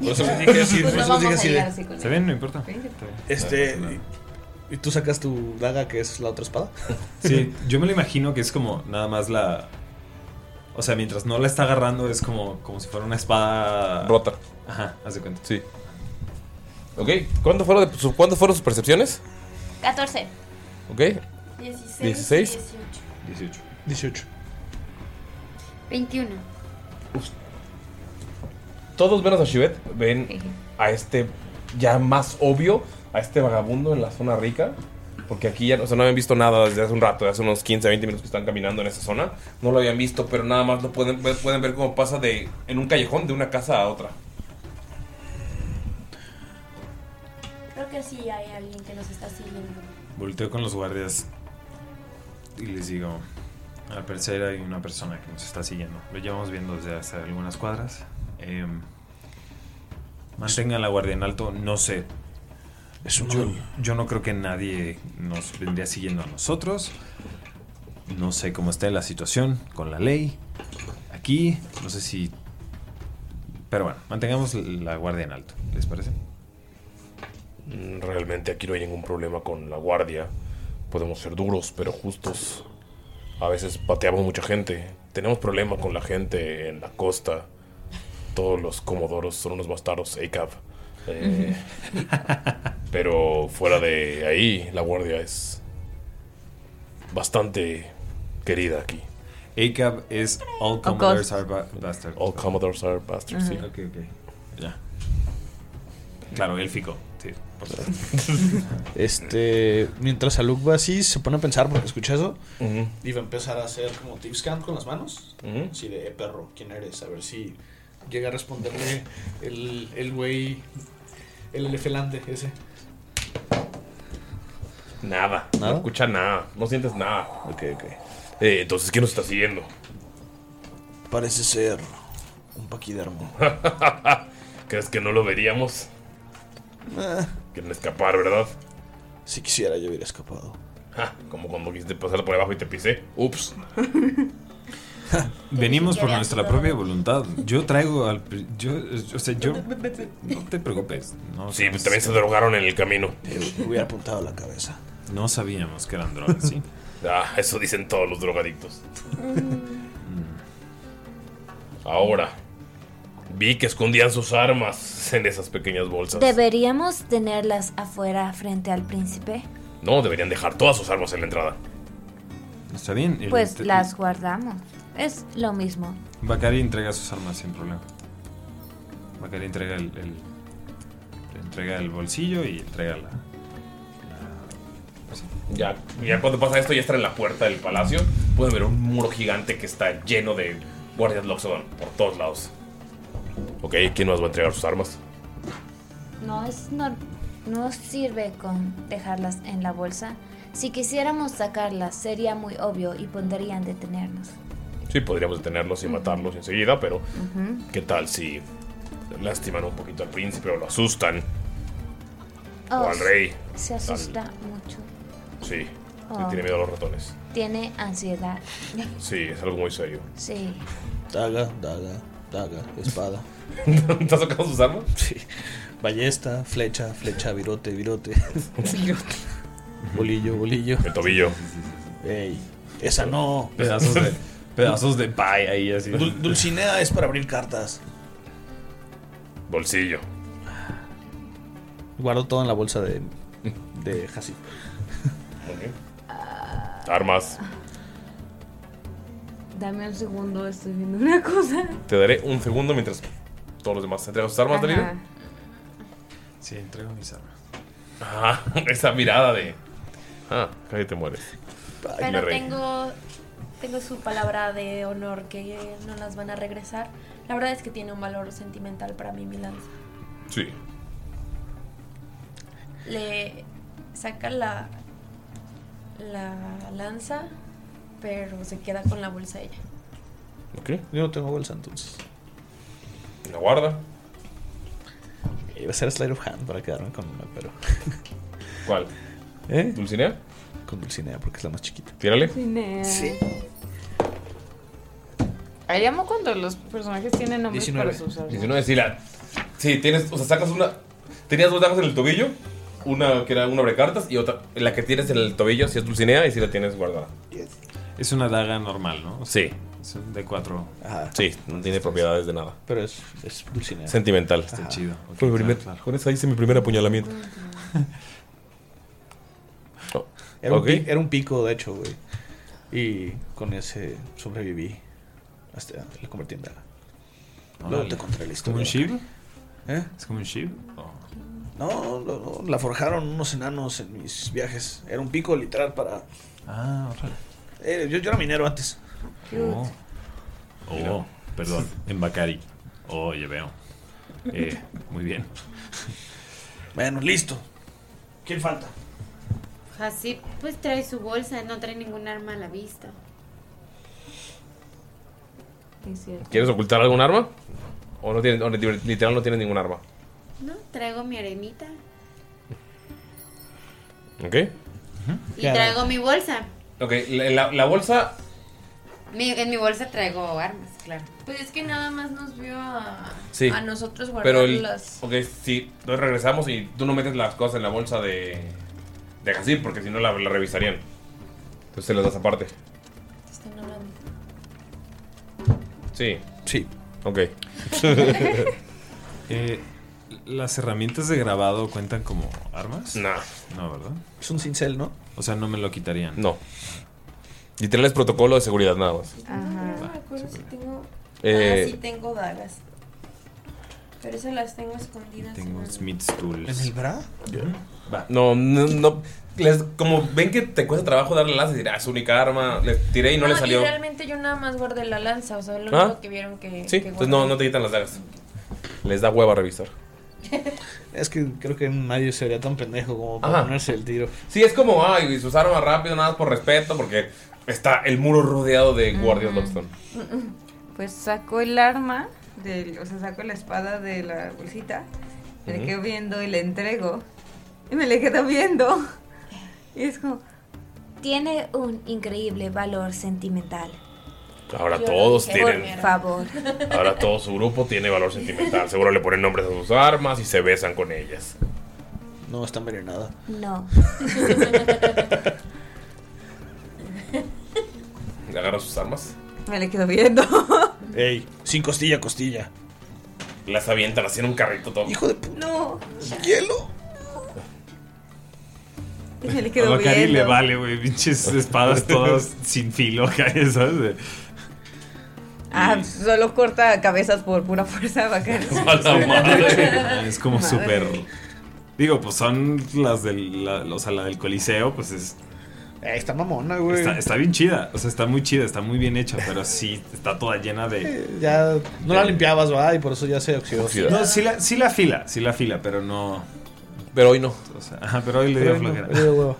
Por eso les dije así,
Pues
por
no
eso les dije
vamos a
así
llegar
de-
así con
¿Está
él.
bien? No importa.
Ok.
Está bien.
Este...
No pasa nada.
y- ¿Y tú sacas tu daga que es la otra espada?
Sí, yo me lo imagino que es como nada más la... O sea, mientras no la está agarrando es como, como si fuera una espada...
Rota.
Ajá, haz de cuenta.
Sí. Ok, ¿cuánto fueron, de- su- cuánto fueron sus percepciones?
14.
Ok.
16.
16.
18.
18.
21.
Todos menos a Shivet ven a este ya más obvio, a este vagabundo en la zona rica. Porque aquí ya no- o sea, no habían visto nada desde hace un rato, hace unos 15, 20 minutos que están caminando en esa zona. No lo habían visto, pero nada más lo pueden, ver- pueden ver cómo pasa de, en un callejón de una casa a otra.
Creo que sí hay alguien que nos está siguiendo.
Volteo con los guardias y les digo, al parecer hay una persona que nos está siguiendo. Lo llevamos viendo desde hace algunas cuadras. Em, mantengan la guardia en alto, no sé. yo, yo no creo que nadie nos vendría siguiendo a nosotros. No sé cómo está la situación con la ley. Aquí, no sé si... Pero bueno, mantengamos la guardia en alto, ¿les parece?
Mm, Realmente aquí no hay ningún problema con la guardia. Podemos ser duros, pero justos. A veces pateamos mucha gente. Tenemos problema con la gente en la costa. todos los comodoros son unos bastardos ACAP. Eh, pero fuera de ahí, la guardia es bastante querida aquí.
ACAB es All Commodores Are ba- Bastards.
All Commodores Are Bastards, sí.
Ujú. Ok, ok. Ya. Claro, élfico. Sí, por supuesto.
Este, mientras Aluk va así, se pone a pensar porque escucha eso.
Ujú.
Y va a empezar a hacer como tip scan con las manos. Así de, eh, perro, ¿quién eres? A ver si llega a responderle el el güey, el elefelante ese.
Nada,
¿Nada?
no escucha nada, no sientes nada. Ok, ok. entonces, ¿quién nos está siguiendo?
Parece ser un paquidermo.
¿Crees que no lo veríamos?
Eh,
Quieren escapar, ¿verdad?
si quisiera, yo hubiera escapado.
Ja, como cuando quisiste pasar por abajo y te pisé. Ups.
Venimos por nuestra propia voluntad. Yo traigo al. pri- Yo, eh, o sea, yo. No te preocupes. No
Sí,
sabes-
pues también se drogaron en el camino.
Me hubiera apuntado la cabeza.
No sabíamos que eran drogas, sí.
Ah, eso dicen todos los drogadictos. Ahora, vi que escondían sus armas en esas pequeñas bolsas.
¿Deberíamos tenerlas afuera frente al príncipe?
No, deberían dejar todas sus armas en la entrada.
Está bien. el-
Pues las guardamos. Es lo mismo.
Bakari entrega sus armas sin problema. Bakari entrega el, el- entrega el bolsillo y entrega la.
Ya, ya cuando pasa esto, ya están en la puerta del palacio.
Pueden ver un muro gigante que está lleno de guardias Loxodon por todos lados. Ok, ¿quién más va a entregar sus armas?
No es no, no sirve con dejarlas en la bolsa. Si quisiéramos sacarlas sería muy obvio y podrían detenernos.
Sí, podríamos detenerlos y matarlos enseguida, pero ¿qué tal si lastiman un poquito al príncipe o lo asustan? o al
se-
rey.
Se
Al-
asusta mucho.
Sí, sí,
Ah.
Oh.
tiene miedo a los ratones.
Tiene ansiedad.
Sí, es algo muy serio.
Sí.
Daga, daga, daga, espada.
¿Estás sacando sus armas?
Sí. Ballesta, flecha, flecha, virote, virote.
Virote.
Bolillo, bolillo.
El tobillo.
Ey, esa no.
Pedazos de- pedazos de pie ahí así.
Dul- Dulcinea es para abrir cartas.
Bolsillo.
Guardo todo en la bolsa de, de
Mm.
Hasib.
Ah. Armas.
Dame un segundo, estoy viendo una cosa.
Te daré un segundo mientras todos los demás entregan sus armas,
Ajá.
Dalila.
Sí, entrego mis armas.
Ah, esa mirada de. Ah, cállate, te mueres. Ay, me
Pero
reí.
tengo, tengo su palabra de honor que no las van a regresar. La verdad es que tiene un valor sentimental para mí mi lanza.
Sí.
Le saca la, la lanza, pero se queda con la bolsa ella.
Ok.
Yo no tengo bolsa entonces.
La guarda.
Iba a ser Slide of Hand para quedarme con una, pero.
¿Cuál?
¿Eh?
¿Dulcinea?
Con Dulcinea, porque es la más chiquita.
Tírale.
Sí. Ahí amo cuando los personajes tienen nombres para sus armas.
19, sí, la. Sí, tienes. O sea, sacas una. Tenías dos dagas en el tobillo. Una que era una abre cartas y otra. La que tienes en el tobillo, si es Dulcinea y si la tienes guardada.
Es una daga normal, ¿no?
Sí.
Es un D4.
Sí, no tiene propiedades de nada.
Pero es, es Dulcinea.
Sentimental.
Está
Ah,
chido. Ok,
Fue mi
claro,
primer-
claro.
Con esa hice mi primer apuñalamiento.
Oh,
Era,
Ok.
un, pi- era un pico, de hecho, güey. Y con ese sobreviví. Hasta la convertí en daga. Luego
Órale.
te contaré la
¿Es
historia.
como un shiv?
¿Eh?
¿Es como un shiv?
Oh.
No, no, no, la forjaron unos enanos en mis viajes. Era un pico literal para.
Ah, órale.
Eh, yo, yo era minero antes.
Oh. Oh, perdón, en Bakari. Oh, ya veo. Eh, muy bien.
Bueno, listo. ¿Quién falta?
Así pues trae su bolsa, no trae ningún arma a la vista.
Es cierto.
¿Quieres ocultar algún arma? ¿O no tienes. o literal no tienes ningún arma?
No, traigo mi arenita
¿Ok?
y traigo mi bolsa.
Ok, la, la- la bolsa.
Mi- en mi bolsa traigo armas, claro.
Pues es que nada más nos vio a,
Sí.
a nosotros
Pero el-
guardarlas.
Ok, sí, entonces regresamos y tú no metes las cosas en la bolsa de. De Hasib, porque si no la, la revisarían. Entonces se las das aparte.
Te están hablando.
Sí.
Sí.
Ok.
Eh, ¿Las herramientas de grabado cuentan como armas?
No.
No, ¿verdad?
Es un cincel, ¿no?
O sea, no me lo quitarían.
No. Literal es protocolo de seguridad nada más.
Ajá. Pues No me acuerdo si tengo.
Eh,
Ah, sí tengo dagas. Pero esas las tengo escondidas.
Tengo Smith's Tools.
¿En el bra?
Va. No, no, no. Les- como ven que te cuesta trabajo darle las y decir, ah, es su única arma. Le tiré y no, le salió.
realmente yo nada más guardé la lanza, o sea, lo
¿Ah?
único que vieron que.
Sí,
que
entonces no, no te quitan las dagas. Les da hueva revisar.
Es que creo que nadie sería tan pendejo como para
Ajá.
ponerse el tiro.
Sí, es como, ay, y sus armas rápido, nada más por respeto, porque está el muro rodeado de guardias Lockstone.
Pues sacó el arma, del, o sea, sacó la espada de la bolsita, me le
Ujú.
quedo viendo y le entrego. Y me le quedo viendo. Y es como,
Tiene un increíble valor sentimental.
Ahora todos tienen.
Por favor.
Ahora todo su grupo tiene valor sentimental. Seguro le ponen nombres a sus armas y se besan con ellas.
No está envenenada.
No.
Le agarra sus armas.
me le quedo viendo.
Ey, sin costilla, costilla.
Las avientan así en un carrito todo. Hijo
de
No.
¿Hielo?
Y me le
A
quedo
Bacari
viendo.
le vale, güey. Pinches espadas todas sin filo, acá, ¿sabes? De-
Ah, solo corta cabezas por pura fuerza, bacán.
Es como
Madre.
súper. Digo, pues son las del. La, o sea, la del Coliseo, pues es.
Eh, está mamona, güey.
Está, está bien chida. O sea, está muy chida, está muy bien hecha, pero sí está toda llena de.
Ya no la limpiabas, va, y por eso ya se oxidó.
No,
Ah,
sí la, sí la fila, sí la fila, pero no.
Pero hoy no.
O sea, ajá, pero hoy le dio
Pero hoy no,
flojera.
hoy dio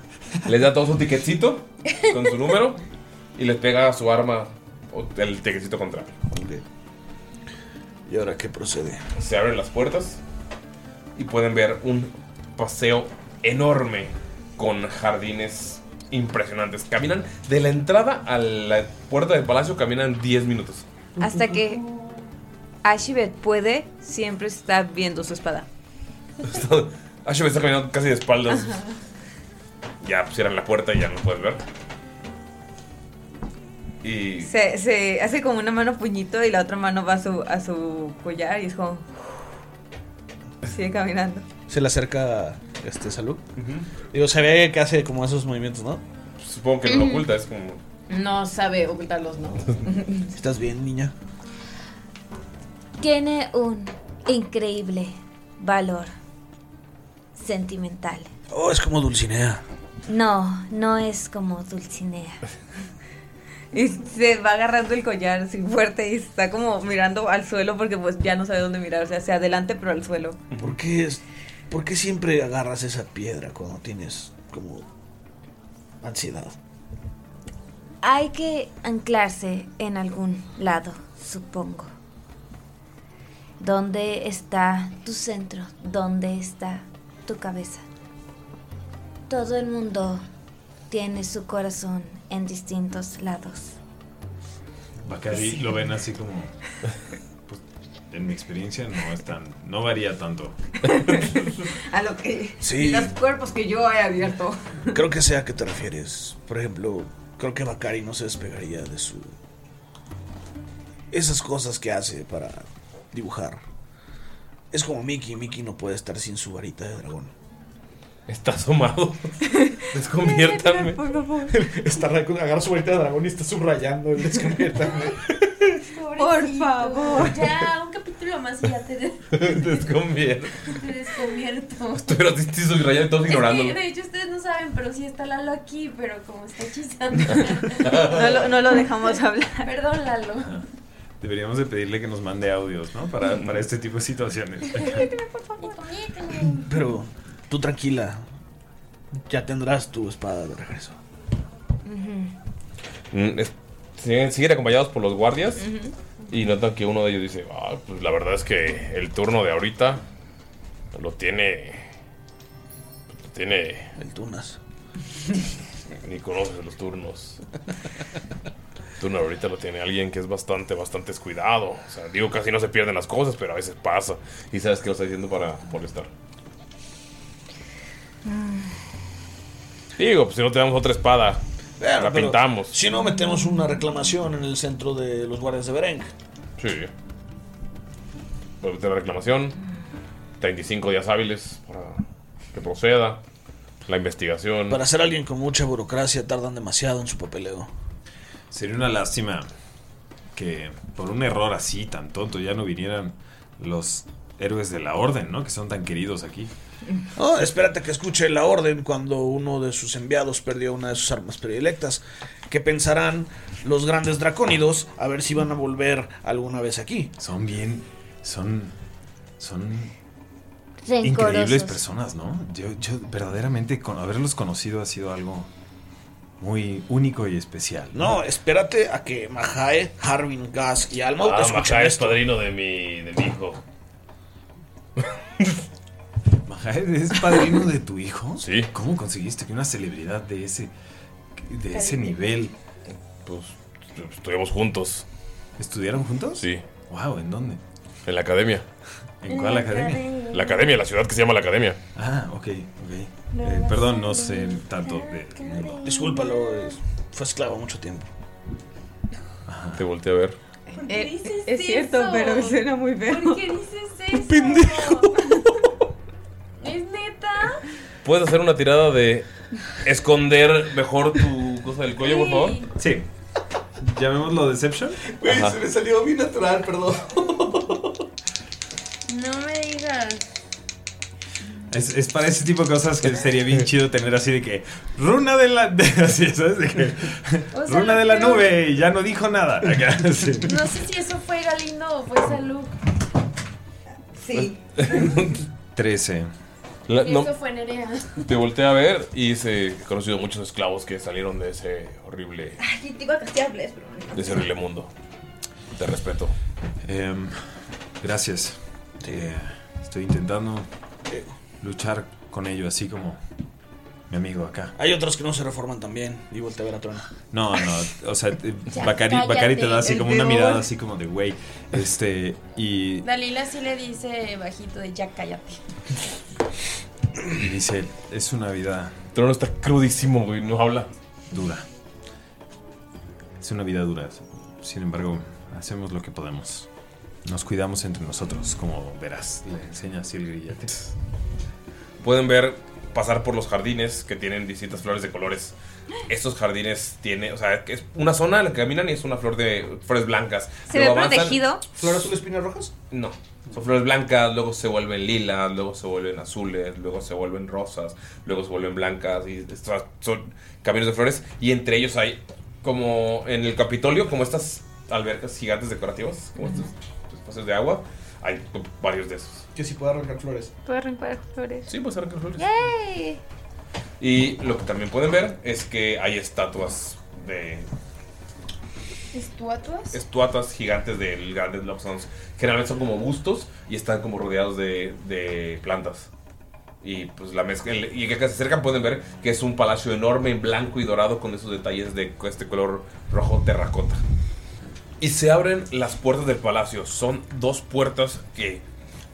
Les da todo su tiquetcito con su número y les pega su arma o el tiquetcito contrario.
¿Y ahora qué procede?
Se abren las puertas y pueden ver un paseo enorme con jardines impresionantes. Caminan de la entrada a la puerta del palacio, caminan 10 minutos.
Hasta que Ashibet puede, siempre está viendo su espada.
Ash me está caminando casi de espaldas.
Ajá.
Ya pusieron la puerta y ya no puedes ver. Y
Se, se hace como una mano puñito y la otra mano va a su, a su collar y es como... Sigue caminando.
Se le acerca este salud. Digo, se ve que hace como esos movimientos, ¿no?
Pues Supongo que no lo oculta, es como.
No sabe ocultarlos, ¿no?
¿Estás bien, niña?
Tiene un increíble valor sentimental.
Oh, es como Dulcinea.
No, no es como Dulcinea.
Y se va agarrando el collar así fuerte y está como mirando al suelo porque pues ya no sabe dónde mirar. O sea, hacia adelante pero al suelo.
¿Por qué, es, ¿Por qué siempre agarras esa piedra cuando tienes como ansiedad?
Hay que anclarse en algún lado, supongo. ¿Dónde está tu centro? ¿Dónde está tu cabeza? Todo el mundo tiene su corazón en distintos lados.
Bacari
Sí.
lo ven así como. pues, en mi experiencia no es tan. No varía tanto.
A lo que.
Sí.
Los cuerpos que yo he abierto.
Creo que sea a qué te refieres. Por ejemplo, creo que Bakari no se despegaría de su. Esas cosas que hace para dibujar. Es como Mickey. Mickey no puede estar sin su varita de dragón.
Está asomado. Desconviértame.
Por favor. Está ra- agarra su varita de dragón y está subrayando el desconviértame.
Pobrecito,
favor.
Ya, un capítulo más y ya te, de-
Desconvierte.
te desconvierto.
Pero te estoy rayando y todos
Es que,
ignorándolo.
de hecho, ustedes no saben, pero sí está Lalo aquí, pero como está hechizando.
No lo, no lo dejamos hablar.
Perdón, Lalo.
Deberíamos de pedirle que nos mande audios, ¿no? Para, para este tipo de situaciones.
Pero tú tranquila. Ya tendrás tu espada de regreso.
Mm, es- siguen, siguen acompañados por los guardias
Ujú.
y notan que uno de ellos dice, "Ah, pues la verdad es que el turno de ahorita lo tiene... Lo tiene...
El Tunas.
Ni conoces los turnos. Turno ahorita lo tiene alguien que es bastante, bastante descuidado.
O sea, digo, casi no se pierden las cosas, pero a veces pasa. Y sabes que lo está diciendo para molestar. Digo, pues si no tenemos otra espada, la
pero
pintamos.
Si no, metemos una reclamación en el centro de los guardias de Bereng.
Sí. Puede meter la reclamación. 35 días hábiles para que proceda. La investigación.
Para ser alguien con mucha burocracia tardan demasiado en su papeleo.
Sería una lástima que por un error así tan tonto ya no vinieran los héroes de la orden, ¿no? Que son tan queridos aquí.
Oh, espérate que escuche la orden cuando uno de sus enviados perdió una de sus armas predilectas. ¿Qué pensarán los grandes dracónidos a ver si van a volver alguna vez aquí?
Son bien, son, son increíbles
Rencorosos.
personas, ¿no? Yo, yo verdaderamente con haberlos conocido ha sido algo muy único y especial.
No, espérate a que Mahae, Harwin, Gas y Alma
Ah,
escuchen
Maja es
esto.
padrino de mi, de mi hijo.
Majaed es padrino de tu hijo. Sí. ¿Cómo conseguiste que una celebridad de ese, de ese nivel?
Pues estuvimos juntos.
¿Estudiaron juntos?
Sí.
Wow, ¿en dónde?
En la academia.
¿En cuál academia?
La academia, la ciudad que se llama la academia.
Ah, ok, ok. Eh, perdón, no sé tanto de mundo.
Discúlpalo, es- fue esclavo mucho tiempo.
Te volteé a ver.
Eh, es cierto, pero suena muy feo.
¿Por qué dices eso? ¿Es neta?
¿Puedes hacer una tirada de esconder mejor tu cosa del cuello, por favor?
Sí. ¿Llamémoslo Deception?
Güey,
Ajá.
se me salió bien natural, perdón.
No me digas.
Es, es para ese tipo de cosas que sería bien chido tener así de que runa de la de- así, ¿sabes? De que,
O sea,
runa de la
pero-
nube y ya no dijo nada. Acá, sí.
No sé si eso fue Galindo o fue Salud. Sí.
13.
La-
Y
no,
Pues, eso fue Nerea.
te volteé a ver y se he conocido muchos esclavos que salieron de ese horrible,
Ay, te iba a castear Bless, pero no.
de ese horrible mundo. Te respeto.
Em, gracias. Eh, estoy intentando eh, luchar con ello, así como mi amigo acá.
Hay otros que no se reforman también. Y voltea a ver a Trona.
No, no, o sea, eh,
Ya
Bacari, Bacari te da así
cállate,
como
el
una
peor.
mirada así como de güey. Este, y,
Dalila sí le dice bajito de ya cállate.
y dice, es una vida
Trono está crudísimo, güey, no habla.
dura. Es una vida dura. Sin embargo, hacemos lo que podemos. Nos cuidamos entre nosotros, como verás. Le enseña así el grillete.
Pueden ver pasar por los jardines que tienen distintas flores de colores. Estos jardines tienen, o sea, que es una zona en la que caminan y es una flor de flores blancas.
¿Se
Luego
ve
avanzan-
protegido?
¿Flor azul, espinas rojas?
No. Son flores blancas, luego se vuelven lilas, luego se vuelven azules, luego se vuelven rosas, luego se vuelven blancas. Y estas son caminos de flores. Y entre ellos hay, como en el Capitolio, como estas albercas gigantes decorativas, como estos espacios de agua. Hay varios de esos.
Que si puedo arrancar flores.
Puedo arrancar flores.
Sí, puedes arrancar flores.
¡Yay!
Y lo que también pueden ver es que hay estatuas de
¿Estatuas?
estatuas gigantes del Grandes Lobsons. Generalmente son como bustos y están como rodeados de, de plantas. Y pues la mezcla. el- Y que se acercan pueden ver que es un palacio enorme en blanco y dorado con esos detalles de este color rojo terracota. Y se abren las puertas del palacio. Son dos puertas que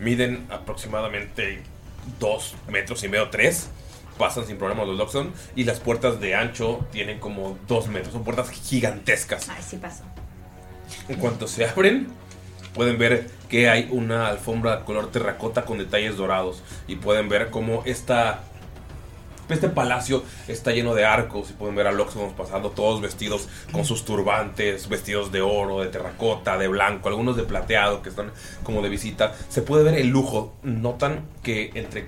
miden aproximadamente dos metros y medio, tres. Pasan sin problemas los Lobson. Y las puertas de ancho tienen como dos metros. Son puertas gigantescas.
Ay, sí pasó.
En cuanto se abren, pueden ver que hay una alfombra color terracota con detalles dorados. Y pueden ver cómo esta, este palacio está lleno de arcos. Y pueden ver a Loxodon pasando todos vestidos con sus turbantes, vestidos de oro, de terracota, de blanco, algunos de plateado que están como de visita. Se puede ver el lujo. Notan que entre...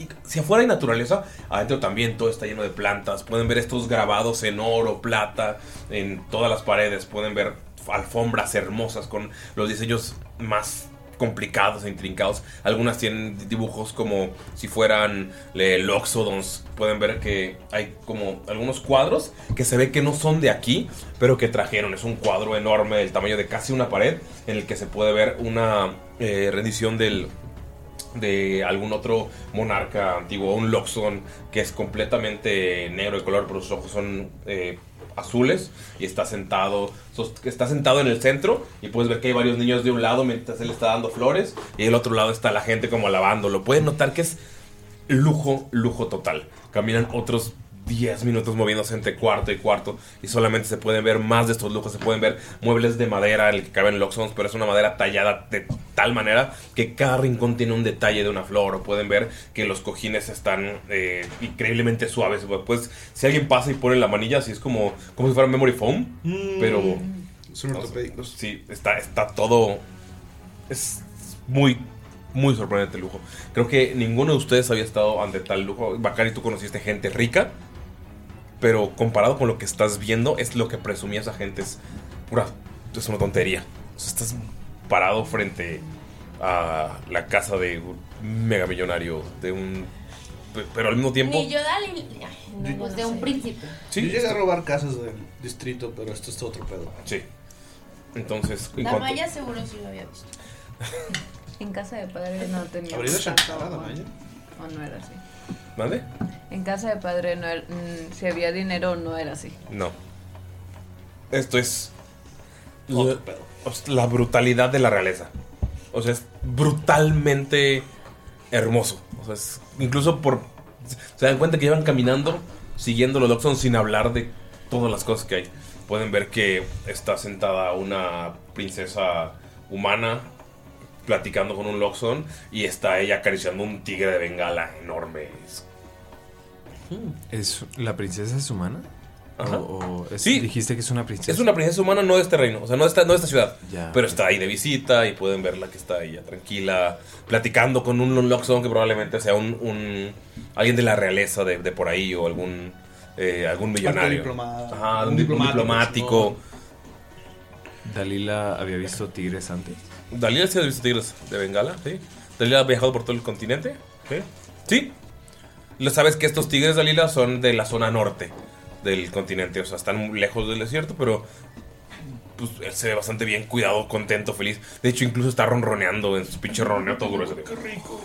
y Si afuera hay naturaleza, adentro también todo está lleno de plantas. Pueden ver estos grabados en oro, plata, en todas las paredes. Pueden ver alfombras hermosas con los diseños más complicados e intrincados. Algunas tienen dibujos como si fueran eh, loxodons. Pueden ver que hay como algunos cuadros que se ve que no son de aquí, pero que trajeron. Es un cuadro enorme del tamaño de casi una pared en el que se puede ver una eh, rendición del de algún otro monarca antiguo, un Loxon que es completamente negro de color, pero sus ojos son eh, azules y está sentado, sos- está sentado en el centro y puedes ver que hay varios niños de un lado mientras él está dando flores y del otro lado está la gente como lavándolo. Pueden notar que es lujo, lujo total. Caminan otros 10 minutos moviéndose entre cuarto y cuarto y solamente se pueden ver más de estos lujos, se pueden ver muebles de madera en el que caben Loxons, pero es una madera tallada de tal manera que cada rincón tiene un detalle de una flor o pueden ver que los cojines están eh, increíblemente suaves. Pues si alguien pasa y pone la manilla, así es como, como si fuera memory foam,
Mm.
pero...
Son
o sea, sí, está, está todo... Es muy, muy sorprendente el lujo. Creo que ninguno de ustedes había estado ante tal lujo. Bacari, tú conociste gente rica, pero comparado con lo que estás viendo, es lo que presumía esa gente. Es, pura- es una tontería. O sea, estás parado frente a la casa de un mega millonario, de un... pe- Pero al mismo tiempo...
Ni yo dale. ay, no, pues, de un príncipe.
Sí.
Yo llegué a robar casas del distrito, pero esto es otro pedo.
Sí. Entonces, en
La
cuanto-
Maya seguro sí lo había visto.
En casa de padre Pues no tenía.
¿Habría ido a Shantara,
¿O
Damaya?
o no era así?
¿Vale?
En casa de padre no era- mm, si había dinero no era así.
No. Esto es. La, os- la brutalidad de la realeza. O sea, es brutalmente hermoso. O sea, es- incluso por. Se dan cuenta que llevan caminando, siguiendo los Loxon sin hablar de todas las cosas que hay. Pueden ver que está sentada una princesa humana platicando con un Loxon y está ella acariciando un tigre de bengala enorme. Es-
¿Es, ¿La princesa es humana?
Ajá.
O, o es-
Sí.
Dijiste que es una princesa.
Es una princesa humana, no de este reino, o sea, no de esta, no de esta ciudad.
Ya.
Pero está ahí de visita y pueden verla que está ella tranquila, platicando con un Loxon que probablemente sea un, un- alguien de la realeza de, de por ahí o algún eh, algún millonario.
diploma-
Ajá,
un
un, diplomático.
diplomático,
¿Dalila había visto tigres antes? Dalila sí había visto tigres de Bengala, sí. Dalila ha viajado por todo el continente, sí. Sí. Lo sabes que estos tigres, Dalila, son de la zona norte del continente, o sea, están muy lejos del desierto, pero pues él se ve bastante bien cuidado, contento, feliz. De hecho, incluso está ronroneando en su pinche ronroneo todo grueso. Qué rico.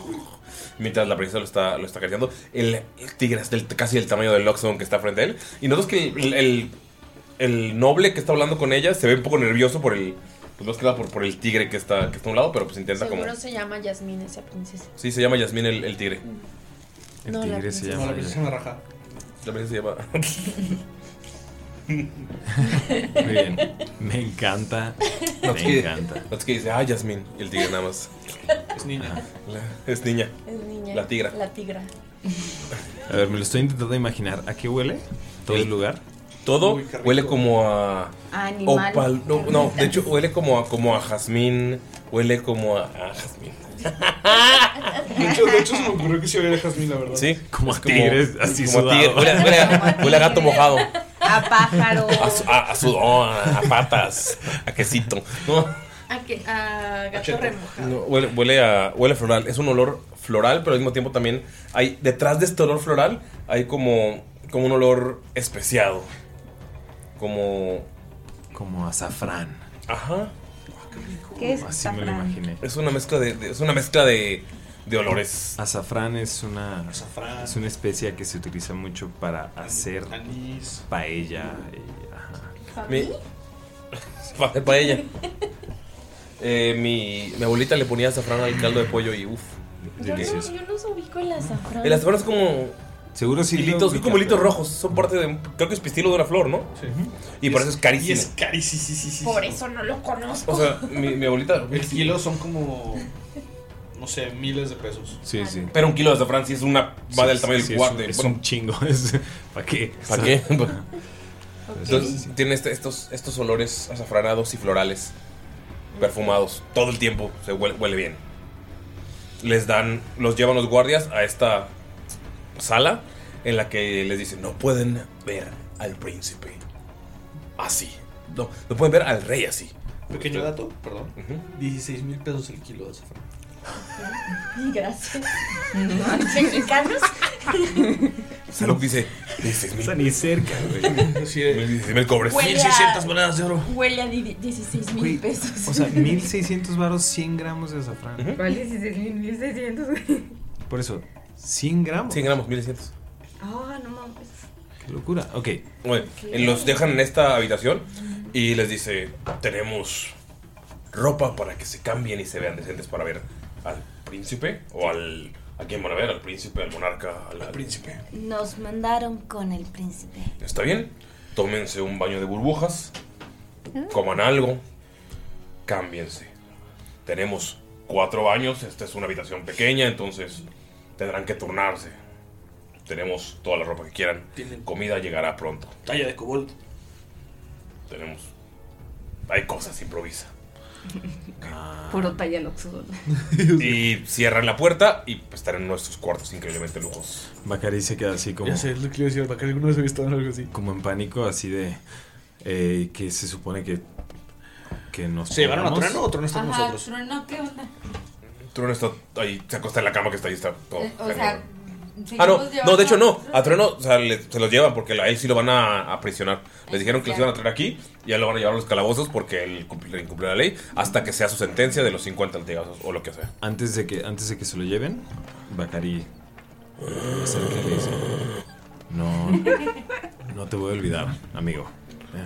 Mientras la princesa lo está, lo está acariciando, el, el tigre es del, casi del tamaño del Oxon que está frente a él. Y notas que el, el- el noble que está hablando con ella se ve un poco nervioso por el. Pues más que nada por, por el tigre que está, que está a un lado, pero pues intenta
Seguro
como.
se llama Yasmín esa princesa.
Sí, se llama Yasmín el, el tigre.
El No, la tigre se princesa. llama
No, la princesa se llama Raja.
La princesa se llama.
Muy bien.
Mm-hmm.
Me encanta. Me
que-
encanta.
Los que dice, ah, Yasmín, y el tigre nada más. Es niña. es niña.
Es niña.
La tigra.
La tigra.
A ver, me lo estoy intentando imaginar. ¿A qué huele todo el lugar?
Todo huele como a.
A animal.
opal- no, no, de hecho huele como a, como a jazmín. Huele como a, a jazmín.
De hecho, de hecho se me ocurrió que si hubiera jazmín, la verdad.
Sí. Como
a tigres, así sudado.
Huele, a- huele a- huele a gato mojado.
A pájaro.
A, su- a- a sudor, a patas, a quesito. No,
A, que, a gato remojado.
no, huele, huele a huele a floral. Es un olor floral, pero al mismo tiempo también hay. Detrás de este olor floral hay como, como un olor especiado. Como.
Como azafrán.
Ajá.
¿Qué es
Así me lo
azafrán?
imaginé.
Es una mezcla de, de- es una mezcla de, de olores.
Azafrán es una es una especia que se utiliza mucho para hacer paella. y- ajá.
Mi- Pa- paella. Eh, mi, mi abuelita le ponía azafrán al caldo de pollo y uff.
Yo no, yo no ubico el azafrán.
El azafrán es como.
Seguro sí.
Hilitos,
ubicas,
como hilitos
pero-
rojos. Son parte de. un- Creo que es pistilo de una flor, ¿no? Sí. Y por eso es carísimo.
Y es carísimo. Sí, sí, sí.
Por eso no lo conozco.
O sea, mi, mi abuelita.
El kilo son como. No sé, miles de pesos.
Sí, sí.
Pero un kilo de azafrán sí es una. Va
Sí,
del
sí,
tamaño
sí,
del
es
cuarto.
un-
pues.
Es,
bueno,
un chingo. es- ¿Para qué?
¿Para qué?
Ajá.
Entonces, tiene este- estos, estos olores azafranados y florales, perfumados, todo el tiempo, se huele, huele bien. Les dan, los llevan los guardias a esta sala en la que les dicen, no pueden ver al príncipe así. No, no pueden ver al rey así.
Pequeño dato, perdón. 16 mil pesos el kilo de azafrán.
Gracias. ¿Mexicanos?
Salud dice, 16 mil.
ni cerca,
güey. 16 mil cobres.
Huele a-
monedas de oro.
Huele a di- 16
Güey,
mil pesos.
O sea, 1600 varos, 100 gramos de azafrán.
¿Cuál 16.600? güey?
Por eso, 100 gramos.
100 gramos, 1600.
Ah, no mames.
Qué locura. Ok.
Bueno, eh, los dejan en esta habitación y les dice, tenemos ropa para que se cambien y se vean decentes para ver al príncipe o al ¿A quién van a ver? ¿Al príncipe? ¿Al monarca? ¿Al,
príncipe?
Nos mandaron con el príncipe.
Está bien. Tómense un baño de burbujas. Coman algo. Cámbiense. Tenemos cuatro baños. Esta es una habitación pequeña, entonces tendrán que turnarse. Tenemos toda la ropa que quieran. Comida llegará pronto.
Talla de kobold.
Tenemos. Hay cosas, improvisa.
Ah.
Puro talla loxodon.
y cierran la puerta y estarán en nuestros cuartos increíblemente lujosos.
Bacari se queda así como.
Ya sé, es lo que iba a decir. Bacari alguna vez había estado en algo así.
Como en pánico, así de. eh, que se supone que. Que nos.
¿Se llevaron a
turnamos.
Trueno o Trueno está con
Ajá, Trueno, ¿qué onda?
Trueno está ahí, se acuesta en la cama que está ahí, está todo.
Eh, O sea,
Oh,
mm,
Ah, no,
seguimos
no, de hecho
llevando-
no. A Trueno o sea, le- se los llevan porque a él sí lo van a, a prisionar. Les dijeron que los iban a traer aquí y ya lo van a llevar a los calabozos porque él cumple, incumple la ley hasta que sea su sentencia de los 50 latigazos o lo que sea.
Antes de que, antes de que se lo lleven, Bacari se acerca y le dice: No, no te voy a olvidar, amigo.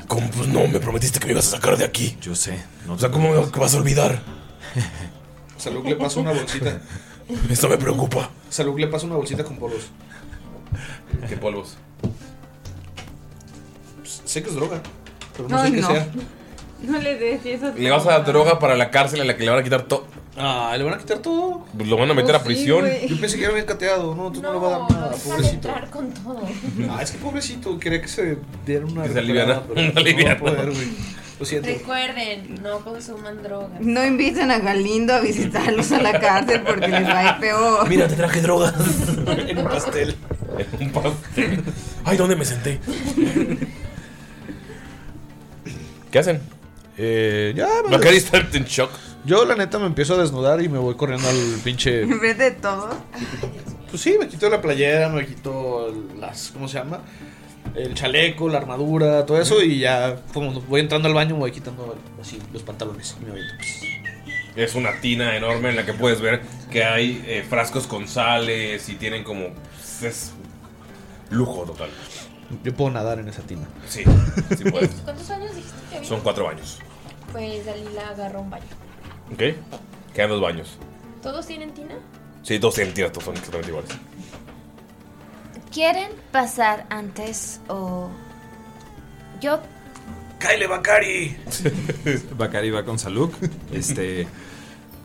¿Cómo? Pues no, me prometiste que me ibas a sacar de aquí.
Yo sé. No
o sea, ¿cómo me vas a olvidar?
Salud le pasa una bolsita.
Esto me preocupa.
Salud le pasa una bolsita con polvos.
¿Qué polvos?
Sé que es droga. Pero no
Ay,
sé qué
no.
sea.
No le des eso.
Le vas a dar droga para la cárcel en la que le van a quitar todo.
Ah, le van a quitar todo.
Pues lo van a meter
Oh,
a
sí,
prisión.
güey.
Yo pensé que era bien cateado. No, tú no, le vas a dar nada, pobrecito.
con todo.
Ah, es que pobrecito. Quería que se diera una.
Que se
recuperada,
aliviara,
pero
una
no va a
aliviana.
poder, güey. Lo siento.
Recuerden, no consuman drogas.
No inviten a Galindo a visitarlos a la cárcel porque les va a ir peor.
Mira, te traje drogas.
en un pastel.
En un pastel.
Ay, ¿dónde me senté?
¿Qué hacen?
Eh, ya, me-
Bacari está en shock.
Yo, la neta, me empiezo a desnudar y me voy corriendo al pinche.
Enfrente de todos.
Pues sí, me quitó la playera, me quitó las. ¿Cómo se llama? El chaleco, la armadura, todo eso. Y ya, como voy entrando al baño, me voy quitando así los pantalones. Y me aviento.
Es una tina enorme en la que puedes ver que hay eh, frascos con sales y tienen como. pues, Es lujo total.
Yo puedo nadar en esa tina.
Sí, sí puedes.
¿Cuántos años dijiste que había?
Son cuatro baños.
Pues Dalila agarró un baño.
¿Ok? Quedan dos baños.
¿Todos tienen tina?
Sí, dos tienen tiras, todos son exactamente iguales.
¿Quieren pasar antes o.? Yo.
¡Kyle Bacari!
Bacari va con Saluk. Este.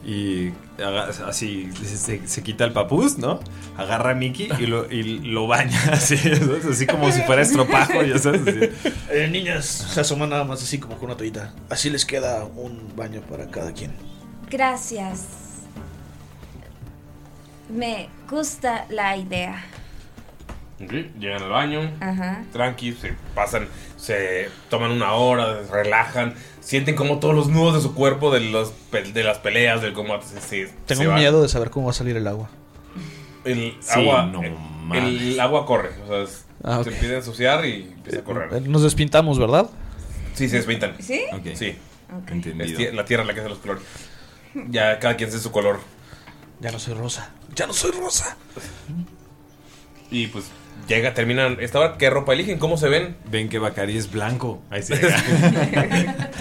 Y haga- así se, se quita el papús, ¿no? Agarra a Mickey y lo, y lo baña así, ¿sabes? así como si fuera estropajo, ya sabes. así.
Eh, niñas, se asoman nada más así como con una toallita. Así les queda un baño para cada quien.
Gracias. Me gusta la idea.
Ok, Llegan al baño,
Ajá.
tranqui, se pasan, se toman una hora, se relajan, sienten como todos los nudos de su cuerpo de, los, pe- de las peleas, del combate. Se, se-
Tengo
se van.
miedo de saber cómo va a salir el agua.
El
Sí,
agua,
no
el-
mames.
el, agua corre, o sea, es-
Ah,
se
ok.
empieza a ensuciar y empieza a correr.
Eh, Nos despintamos, ¿verdad?
Sí, se despintan.
¿Sí?
Ok. Sí.
Ok.
Es tie- la tierra la que hace los colores. Ya cada quien hace su color.
Ya no soy rosa. Ya no soy rosa.
Y pues llega, terminan esta hora. ¿Qué ropa eligen? ¿Cómo se ven?
Ven que Bacari es blanco. Ahí se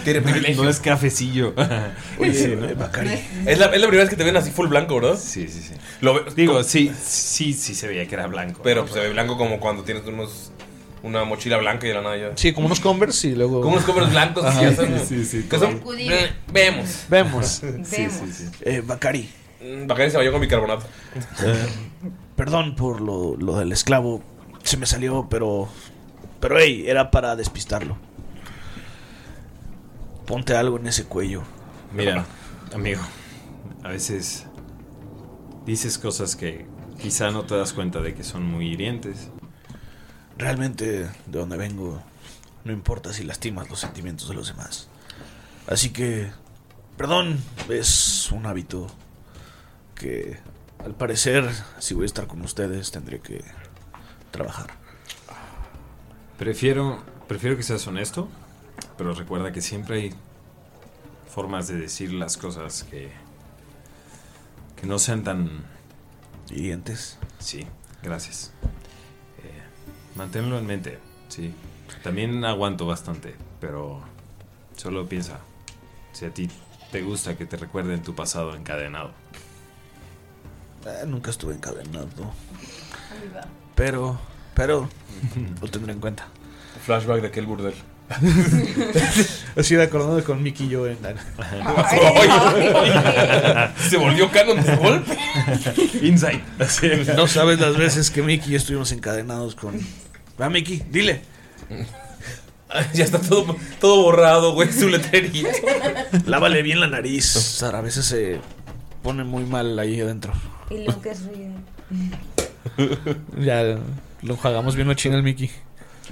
Tiene privilegio.
No es cafecillo.
Oye,
Sí,
eh, Bacari. Es la, es la primera vez que te ven así full blanco, ¿verdad?
Sí, sí, sí.
Digo,
sí, sí, sí se veía que era blanco.
Pero pues, se ve blanco como cuando tienes unos una mochila blanca y de la nada ya.
Sí, como unos Converse y luego.
Como unos cobros blancos
Ajá.
que ya son- que son-
Escudillo.
eh, Vemos.
Vemos.
Sí, sí, sí.
Eh, Bacari.
Mm, Bacari se bañó con bicarbonato.
Eh,
Ah.
Perdón por lo, lo del esclavo. Se me salió, pero. Pero hey, era para despistarlo. Ponte algo en ese cuello.
Mira, amigo, a veces dices cosas que quizá no te das cuenta de que son muy hirientes.
Realmente, de donde vengo, no importa si lastimas los sentimientos de los demás. Así que, perdón, es un hábito que, al parecer, si voy a estar con ustedes, tendré que trabajar.
Prefiero, prefiero que seas honesto, pero recuerda que siempre hay formas de decir las cosas que, que no sean tan...
hirientes.
Sí, gracias. Eh, manténlo en mente, sí. También aguanto bastante, pero solo piensa, si a ti te gusta que te recuerden tu pasado encadenado.
Eh, nunca estuve encadenado. Pero, pero, lo tendré en cuenta.
Flashback de aquel burdel.
Así de acordado con Mickey y yo en.
Se volvió canon de golpe.
Inside. No sabes las veces que Mickey y yo estuvimos encadenados con. Va, Mickey, dile.
Ya está todo, todo borrado, güey, su letrerito.
Lávale bien la nariz. Sara, a veces se pone muy mal ahí adentro.
Y lo que ríe.
Ya lo jagamos bien machín al Mickey.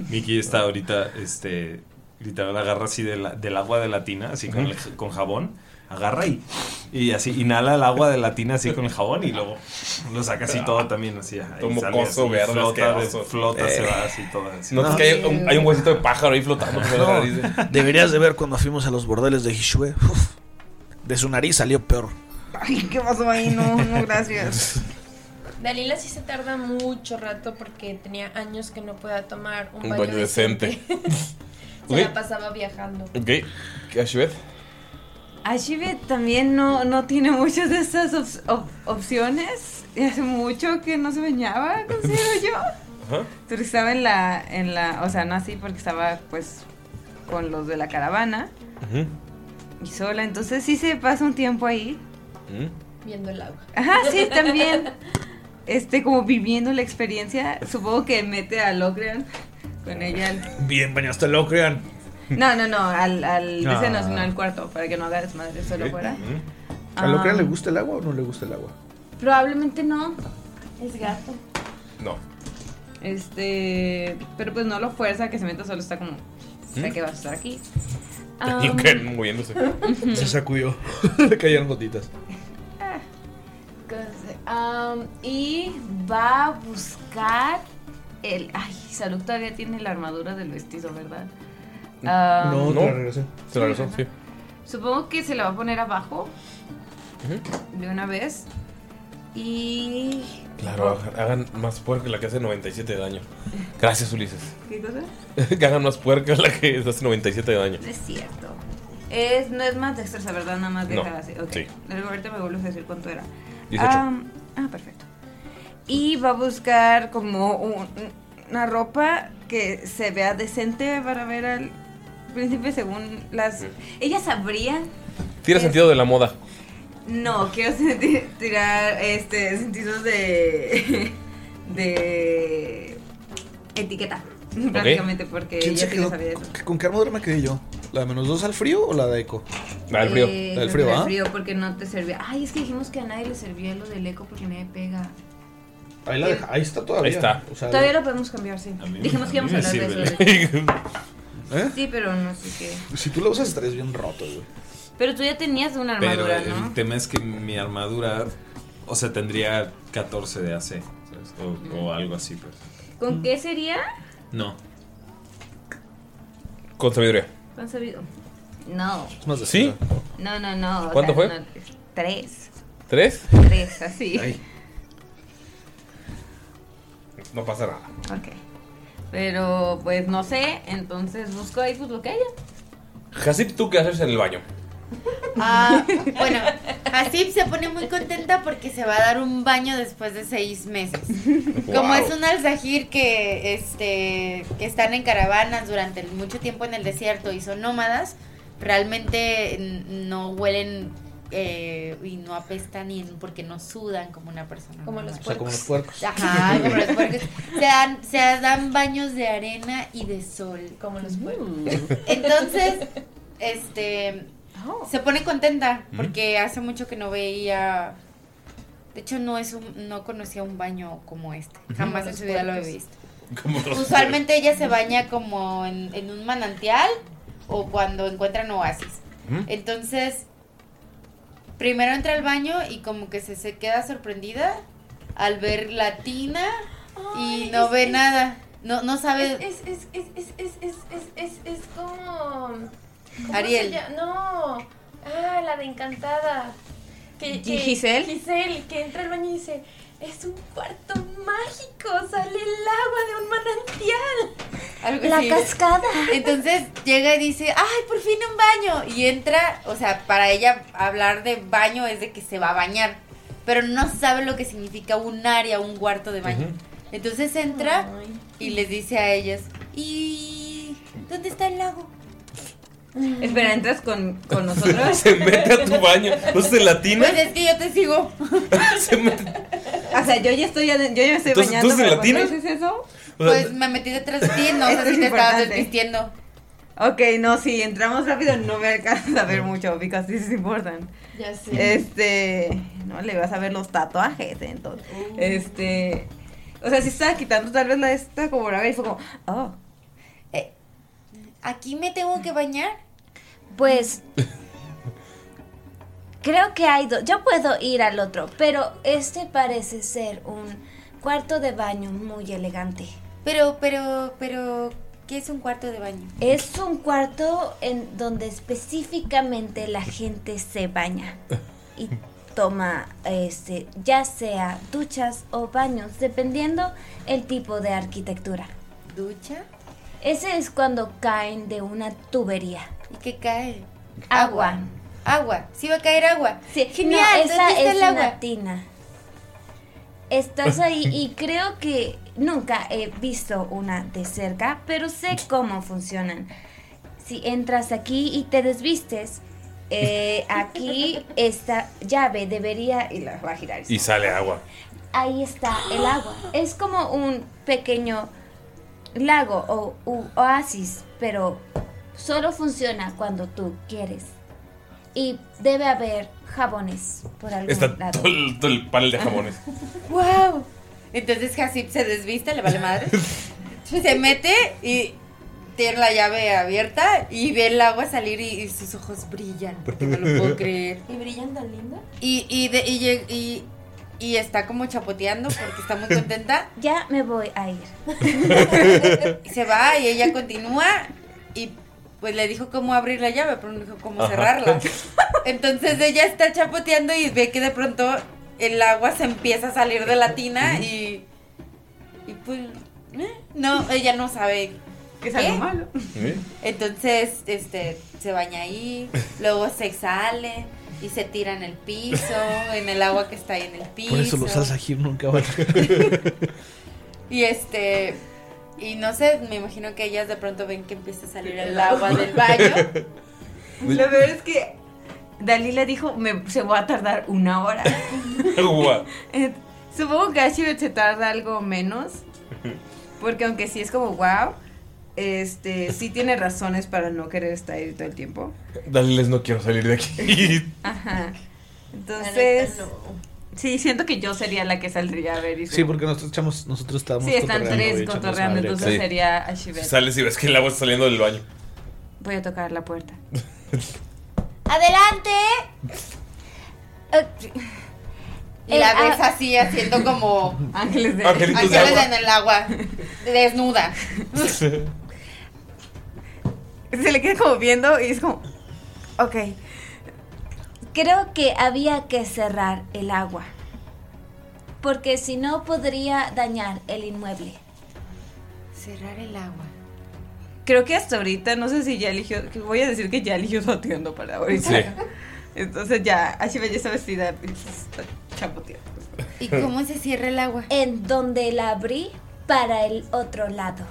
Mickey está ahorita, este, literal agarra así de la- del agua de la tina, así con, el- con jabón, agarra y, y así inhala el agua de la tina así con el jabón y luego lo saca así todo también, así. ahí
Todo
sale
mocoso,
así,
verde,
flota, de-
asqueroso.
flota, se
Eh.
va así todo. así.
No, es que hay un, hay un huesito de pájaro ahí flotando. por la
No,
nariz.
deberías de ver cuando fuimos a los bordeles de Hishue. Uf, de su nariz salió peor.
Ay, ¿qué pasó ahí? No, no, gracias.
Dalila sí se tarda mucho rato porque tenía años que no podía tomar un,
Un
baño,
baño
decente.
decente.
se
Ok.
la pasaba viajando.
Ok. ¿Qué, Ashibet?
Ashibe también no, no tiene muchas de estas op- op- opciones. Y hace mucho que no se bañaba, considero yo. Porque estaba en la, en la, o sea, no así porque estaba pues con los de la caravana
Mm-hmm.
y sola. Entonces sí se pasa un tiempo ahí.
Viendo el agua.
Ajá, sí, también. Este, como viviendo la experiencia, supongo que mete a Logran con ella. al-
Bien bañaste lo crean.
No, no, no, al, al,
Ah.
ese no, no, al cuarto, para que no haga desmadre solo fuera.
¿A lo crean
Ah.
le gusta el agua o no le gusta el agua?
Probablemente no. Es gato.
No.
Este. Pero pues no lo fuerza a que se meta solo, está como. Sé
¿Mm?
que vas a estar aquí. Um,
Y
Am,
que moviéndose.
Se sacudió. le caían gotitas.
Entonces,
um,
am, y va a buscar el. Ay, Salud todavía tiene la armadura del vestido, ¿verdad?
am,
No,
te la regresé.
Te la regresó, sí.
Supongo que se la va a poner abajo de una vez. Y.
Claro, hagan- hagan más puerca la que hace 97 de daño. Gracias, Ulises.
¿Qué cosa?
que hagan más puerca la que hace 97 de daño.
No es cierto. Es, no es más destreza, ¿verdad? Nada más
No,
dejar así. Ok.
sí.
Luego ahorita me vuelves a decir cuánto era.
18.
Am, ah, perfecto. Y va a buscar como un- una ropa que se vea decente para ver al príncipe según las... Ella sabría.
Tira sentido de la moda.
No, quiero sentir- tirar este sentidos de... de... etiqueta. Prácticamente porque
¿Quién
ella
se
tiene
quedó?
sabiduría.
¿Con qué armadura me quedé yo? ¿La de menos dos al frío o la de eco?
La del frío.
Eh,
la del
creo
frío,
que
¿ah?
porque no te servía. Ay, es que dijimos que a nadie le servía lo del eco porque nadie pega.
Ahí, la deja- ahí está todavía.
Ahí está.
O sea,
Todavía lo podemos cambiar, sí. Dijimos que íbamos a hablar de eso. de hecho.
¿Eh?
Sí, pero no sé qué.
Si tú lo usas estarías bien roto, güey.
Pero tú ya tenías una
Pero
armadura, ¿no?
el tema es que mi armadura, o sea, tendría 14 de AC, ¿sabes? O, o algo así, pues.
Mm.
¿Con qué sería?
No.
Con sabiduría.
¿Con sabido? No.
¿Sí?
No, no, no. o sea,
¿Cuánto fue?
no, tres.
¿Tres?
Tres, así.
Ay. No pasa nada.
Ok. Pero pues no sé, entonces busco ahí pues lo que haya.
Hasib, ¿tú qué haces en el baño?
Ah,
bueno.
Así se pone muy contenta porque se va a dar un baño después de seis meses. Como
Guau.
es un alzajir que, este, que están en caravanas durante el- mucho tiempo en el desierto y son nómadas, realmente n- no huelen eh, y no apestan y porque no sudan como una persona. Como
los O sea, como puercos. los puercos.
Ajá, como los puercos. Se dan, se dan baños de arena y de sol. Como los puercos. Entonces, este, se pone contenta porque hace mucho que no veía... De hecho, no es un- no conocía un baño como este. Jamás en su vida lo he visto.
Como los-
Usualmente ella se baña como en, en un manantial o cuando encuentran oasis.
Ujú.
Entonces, primero entra al baño y como que se, se queda sorprendida al ver la tina y no
este.
ve nada. No, no sabe.
Es, es, es, es, es, es, es, es, es como. ¿cómo
Ariel.
se llama? No. Ah, la de Encantada. Que, que-
¿Giselle?
Giselle, que entra al baño y dice: Es un cuarto mágico, sale el agua de un manantial.
Algo
La
así.
cascada.
Entonces llega y dice, ay, por fin un baño. Y entra, o sea, para ella hablar de baño es de que se va a bañar. pero no sabe lo que significa un área, un cuarto de baño. Entonces entra y les dice a ellas, ¿y dónde está el lago?
Espera, ¿entras con, con nosotros?
Se mete a tu baño. ¿No es en latina?
Pues es que yo te sigo.
O sea, yo ya estoy, ade- yo ya me estoy
Entonces,
bañando.
¿tú
pero
eres
cuando
latina?
dices eso?
O sea,
Pues me metí detrás de ti, no sé
Esto es
si te estabas
importante.
desvistiendo.
Ok, no, si entramos rápido no me alcanza a ver mucho, because this is important.
Ya sé.
Este, no le vas a ver los tatuajes, eh, entonces.
Uh.
Este, o sea, si estaba quitando tal vez la esta como la vez, fue como, oh,
¿Aquí me tengo que bañar?
Pues creo que hay dos. Yo puedo ir al otro, pero este parece ser un cuarto de baño muy elegante.
Pero, pero, pero, ¿qué es un cuarto de baño?
Es un cuarto en donde específicamente la gente se baña y toma este ya sea duchas o baños dependiendo el tipo de arquitectura.
¿Ducha?
Ese es cuando caen de una tubería.
¿Y qué cae?
Agua.
Agua. Sí va a caer agua.
Sí.
Genial,
No,
¿dónde
esa
está
es
el agua?
una tina. Estás ahí y creo que nunca he visto una de cerca, pero sé
Mm.
cómo funcionan. Si entras aquí y te desvistes, eh, aquí esta llave debería y la va a girar.
Y sale agua.
Ahí está el agua. Es como un pequeño lago o u- oasis, pero solo funciona cuando tú quieres. Y debe haber jabones por algún
Está
lado.
todo el, todo el panel de jabones.
¡Wow! Entonces Hasib se desviste, le vale madre. se mete y tiene la llave abierta y ve el agua salir y, y sus ojos brillan. Porque no lo puedo creer.
¿Y brillan tan lindo?
Y, y, de- y, lleg- y- y está como chapoteando porque está muy contenta.
Ya me voy a ir.
se va y ella continúa y pues le dijo cómo abrir la llave, pero no dijo cómo
Ajá.
cerrarla. Entonces ella está chapoteando y ve que de pronto el agua se empieza a salir de la tina y, y pues eh, no, ella no sabe
que es algo malo.
Entonces, este, se baña ahí, luego se exhale y se tira en el piso, en el agua que está ahí en el piso.
Por eso los Alzahir nunca van a...
Y este. Y no sé, me imagino que ellas de pronto ven que empieza a salir el agua del baño.
Lo peor es que Dalila dijo, me, se va a tardar una hora.
Agua.
Eh, Supongo que Ashibet se tarda algo menos, porque aunque sí es como wow, este, sí tiene razones para no querer estar ahí todo el tiempo.
Daleles, no quiero salir de aquí.
Ajá. Entonces, sí, siento que yo sería la que saldría a ver. Y
Sí, porque nosotros, echamos, nosotros estábamos
Sí, están
cotorreando y
tres
echando
cotorreando,
desmadre
entonces
acá.
sería Ashibet.
Sales y ves que el agua está saliendo del baño.
Voy a tocar la puerta.
¡Adelante!
Y la
El-
ves
ah.
así, haciendo como.
Ángeles
de- Angelitos de
Ángeles
agua.
en el agua. Desnuda.
Se le queda como viendo y es como, ok.
Creo que había que cerrar el agua. Porque si no podría dañar el inmueble.
Cerrar el agua.
Creo que hasta ahorita, no sé si ya eligió, que voy a decir que ya eligió su atuendo para ahorita.
Sí.
Entonces ya, Ashibet ya está vestida, y está chapoteando.
¿Y
cómo se cierra el agua?
Hmm. En donde la abrí para el otro lado.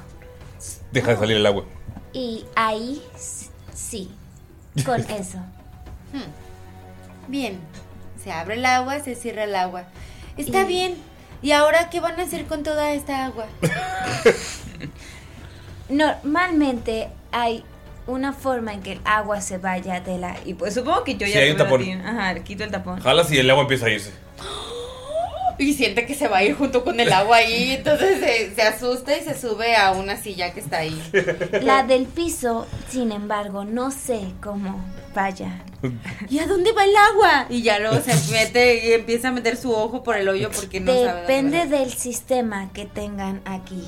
Deja de salir el agua.
Y ahí s- sí. Con eso.
Hmm. Bien. Se abre el agua, se cierra el agua. Está bien. ¿Y ahora qué van a hacer con toda esta agua?
Normalmente hay una forma en que el agua se vaya de la...
Y pues supongo que yo
Sí,
ya
hay un
tuve la
tapón.
tin- Ajá, le quito el tapón.
Jalas y el agua empieza a irse.
Y siente que se va a ir junto con el agua ahí. Entonces se, se asusta y se sube a una silla que está ahí.
La del piso, sin embargo, no sé cómo vaya.
¿Y a dónde va el agua? Y ya luego se mete y empieza a meter su ojo por el hoyo porque no sabe. dónde va.
Depende del sistema que tengan aquí.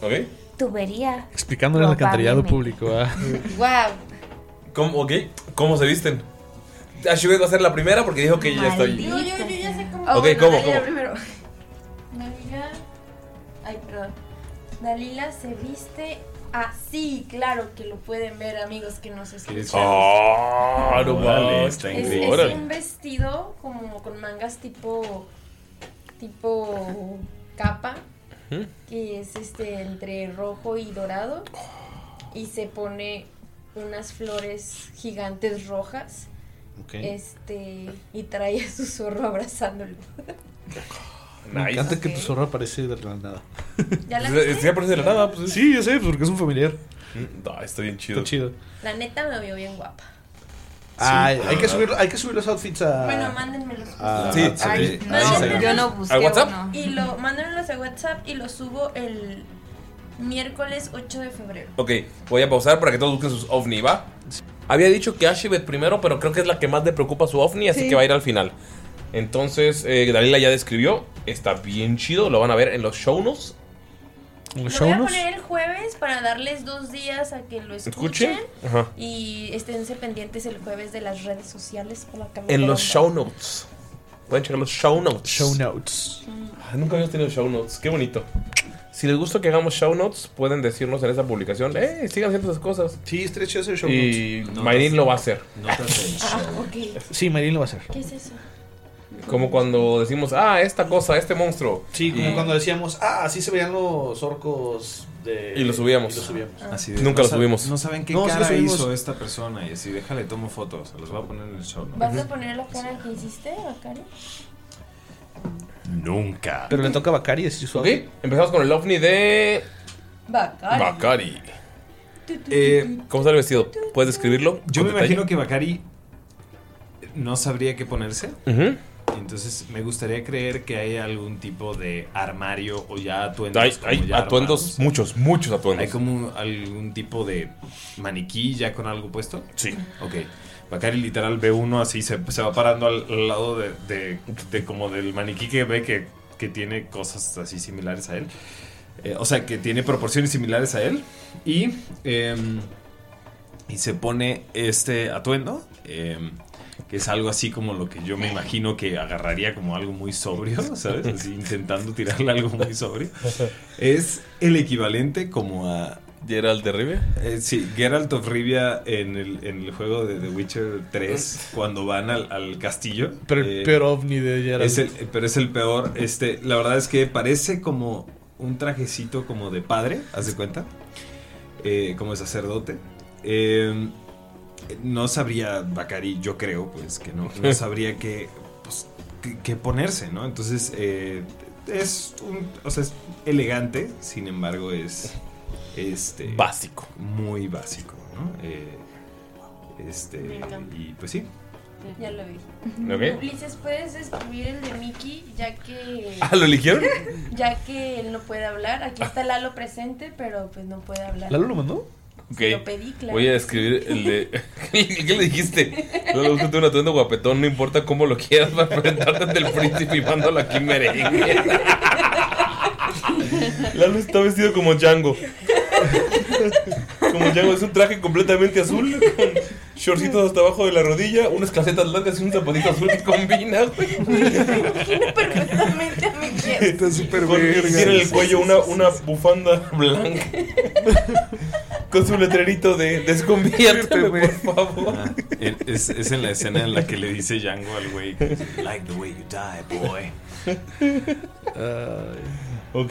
¿Ok?
Tubería.
Explicándole al alcantarillado
Probablemente.
público. ah.
Wow.
¿Cómo, ok? ¿Cómo se visten? Ashibet va a ser la primera porque dijo que ella está ahí.
No, yo, yo ya sé cómo.
Oh,
Ok, ¿cómo, cómo?
primero. Dalila. Ay, perdón. Dalila se viste
Ah, sí, claro que lo pueden ver, amigos que nos escuchan.
Ah, no
Órale,
mames.
está
Es,
increíble.
es
Órale.
un vestido como con mangas tipo tipo capa
Ujú.
que es este entre rojo y dorado y se pone unas flores gigantes rojas
Ok.
este y trae a su zorro abrazándolo
Nice.
Me encanta que tu zorro aparece de la nada.
¿Ya la
Es- viste? es que eh, aparece de la nada, pues.
Sí, yo sé, pues, porque es un familiar.
No, Mm, ah, está bien chido.
Está chido.
la neta me vio bien guapa
Ay, hay, que
Ah.
subir, hay que subir los outfits a.
Bueno, mándenmelos.
a-
Sí,
a-
Ah, sí.
a-
Ah. Ay,
a
no,
Instagram.
yo no busqué ¿Al WhatsApp? uno.
y lo mándenmelos a WhatsApp y lo subo el miércoles 8 de febrero
Ok, voy a pausar para que todos busquen sus ovni, ¿va? Había dicho que Ashibet primero, pero creo que es la que más le preocupa su ovni, así
Sí.
que va a ir al final. Entonces, eh, Dalila ya describió, está bien chido, lo van a ver en los show notes.
¿En
Lo voy a poner el jueves para darles dos días a que lo escuchen.
¿Escuchen? Ajá.
Y esténse pendientes el jueves de las redes sociales. por la cámara
En los
redonda.
show notes. Pueden checar los show notes. Show
notes.
nunca habíamos tenido show notes. Qué bonito. Si les gusta que hagamos show notes, pueden decirnos en esa publicación. ¡Eh! Sigan haciendo esas cosas.
Sí, es chido hacer show
Y
notes.
Mayrin lo va a hacer.
Ah, ok.
Sí, Marín lo va a hacer.
¿Qué es eso?
Como cuando decimos, ah, esta cosa, este monstruo.
Sí, como
Y-
cuando decíamos, ah, así se veían los orcos de.
Y lo subíamos.
y lo subíamos.
Así de,
Nunca
no
lo
sa-
subimos.
No saben qué
No, sí lo
cara
subimos.
hizo esta persona y así, déjale, tomo fotos. Se los voy a poner en el show. ¿no?
¿Vas a poner la cara que hiciste, Bacari?
Nunca.
Pero le toca a Bacari así suave.
Ok, empezamos con el ovni de.
Bacari.
Bakari. Eh, ¿Cómo está el vestido? ¿Puedes describirlo?
Yo
con
me
detalle?
imagino que Bakari no sabría qué ponerse.
Ujú.
Entonces me gustaría creer que hay algún tipo de armario o ya atuendos.
Hay,
como
hay
ya
atuendos,
armados.
muchos, muchos atuendos.
¿Hay como un- algún tipo de maniquí ya con algo puesto?
Sí.
Ok. Bacari literal ve uno así, se, se va parando al, al lado de, de- de como del maniquí que ve que, que tiene cosas así similares a él. Eh, o sea, que tiene proporciones similares a él. Y, em, y se pone este atuendo. em, que es algo así como lo que yo me imagino que agarraría como algo muy sobrio, ¿sabes? Así intentando tirarle algo muy sobrio. Es el equivalente como a... Eh,
¿Geralt de Rivia?
sí, Geralt of Rivia en el, en el juego de The Witcher 3, cuando van al, al castillo.
Pero el
Eh,
peor ovni de Geralt.
es el- pero es el peor. Este, la verdad es que parece como un trajecito como de padre, haz de cuenta. Eh, como de sacerdote. Eh, no sabría, Bacari, yo creo, pues, que no, no sabría qué pues, qué- qué ponerse, ¿no? Entonces, eh, es un. O sea, es elegante, sin embargo, es. Este.
Básico.
Muy básico, ¿no? Eh, este. Y pues sí.
Ya lo vi.
Ok.
Ulises, ¿puedes escribir el de Mickey? Ya que.
Ah, ¿lo eligieron?
Ya que él no puede hablar. Aquí está Lalo presente, pero pues no puede hablar.
¿Lalo lo mandó?
Ok.
Lo pedí, claro.
Voy a describir el de. ¿Qué le dijiste? Luego búscate un atuendo guapetón, no importa cómo lo quieras, para enfrentarte ante el príncipe y mándalo aquí merengue. Lalo está vestido como Django. Como Django, es un traje completamente azul, con shortcitos hasta abajo de la rodilla, unas calcetas largas y un zapatito azul que combina, güey. Está súper
verga.
Tiene en el cuello una, una bufanda blanca. Con su letrerito de desconviérteme, por favor.
Eh, Es, es en la escena en la que le dice Django al güey, like the way you die, boy.
ok.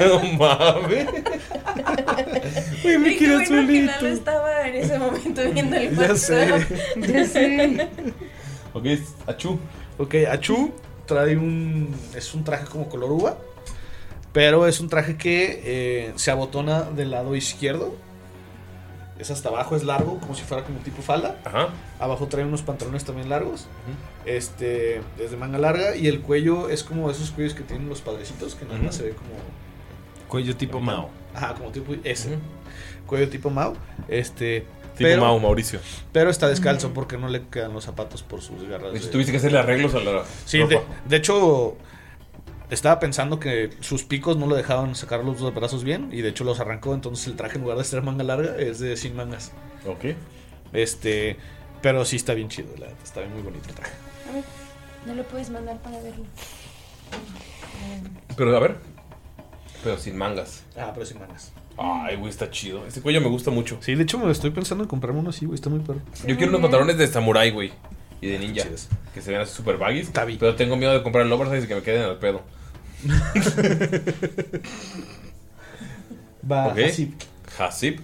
No mames. Güey, me
Y qué
quiero
bueno que
solito.
Lalo estaba en ese momento viendo el
Ya sé,
WhatsApp.
ya sé.
Ok, Achu.
Ok, Achu trae un. Es un traje como color uva. Pero es un traje que eh, se abotona del lado izquierdo. Es hasta abajo, es largo, como si fuera como tipo falda.
Ajá.
Abajo trae unos pantalones también largos. Este, es de manga larga. Y el cuello es como esos cuellos que tienen los padrecitos, que nada más
Ujú.
se ve como.
Cuello tipo Mao.
Ajá, como tipo ese. Cuello tipo Mao. Este.
Tipo Mao, Mauricio.
Pero está descalzo porque no le quedan los zapatos por sus garras. de-
De hecho, Pues, tuviste que hacerle arreglos a la
Sí,
ropa.
de, de hecho, estaba pensando que sus picos no lo dejaban sacar los dos brazos bien y de hecho los arrancó. Entonces el traje en lugar de ser manga larga es de sin mangas.
Ok.
Este, pero sí está bien chido, la neta, está bien muy bonito el traje.
A ver, no lo puedes mandar para verlo.
Pero a ver. Pero sin mangas.
Ah, pero sin mangas.
Ay, güey, está chido. Este cuello me gusta mucho.
Sí, de hecho me estoy pensando en comprarme uno así, güey. Está muy perro.
Yo quiero unos pantalones de samurái, güey. Y de ninja. Que se vean así super baggy. Pero tengo miedo de comprar el oversize y que me queden al pedo.
Va,
Ok.
así.
Hasip.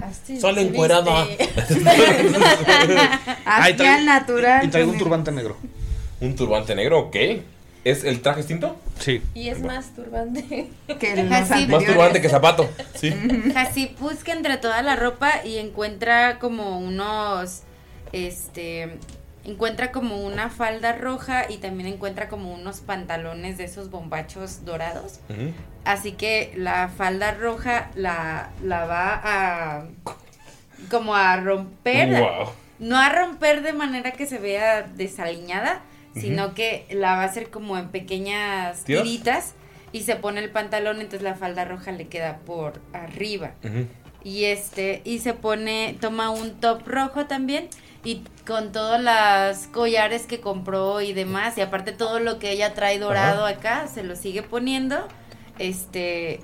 Ah,
Solo encuerada.
Ay,
Así
traigo-
al natural.
y traigo un
con-
turbante negro.
¿Un turbante negro? Ok. ¿Es el traje extinto?
Sí.
Y es más turbante
que
Más turbante que zapato. Sí.
Así busca entre toda la ropa y encuentra como unos, este, encuentra como una falda roja y también encuentra como unos pantalones de esos bombachos dorados. Así que la falda roja la, la va a como a romper.
Wow.
No a romper de manera que se vea desaliñada,
Ujú.
sino que la va a hacer como en pequeñas
¿Tiras?
tiritas y se pone el pantalón, entonces la falda roja le queda por arriba.
Mm-hmm.
Y este, y se pone, toma un top rojo también y con todos los collares que compró y demás, y aparte todo lo que ella trae dorado
Ajá.
acá, se lo sigue poniendo, este,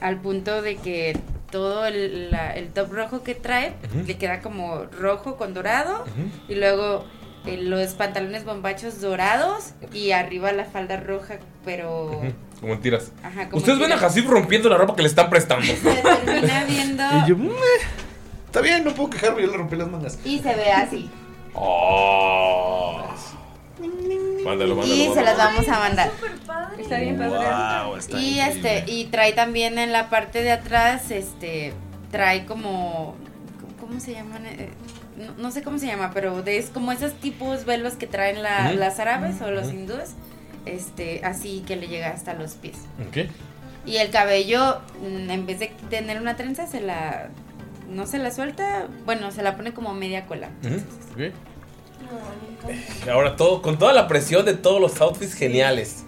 al punto de que todo el, la- el top rojo que trae
Ujú.
le queda como rojo con dorado
Ujú.
y luego eh, los pantalones bombachos dorados y arriba la falda roja, pero
Ujú. Como en tiras.
Ajá, como
Ustedes
en
ven a
tiras.
Hasip rompiendo la ropa que le están prestando.
termina viendo
Y yo, mm, eh, está bien, no puedo quejarme, yo le rompí las mangas.
y se ve así.
Oh. Mándalo, mándalo.
Y se
mándalo.
las vamos a mandar.
Está
bien
Ah,
Wow, está
y
increíble.
este y trae también en la parte de atrás este trae como cómo se llaman Eh, no, no sé cómo se llama pero de- es como esos tipos velos que traen la-
Ujú.
las árabes o los
Ujú.
hindúes este así que le llega hasta los pies
Ok.
y el cabello mm, en vez de tener una trenza se la no se la suelta bueno se la pone como media cola
Ujú. Ok. Ahora todo, con toda la presión de todos los outfits geniales.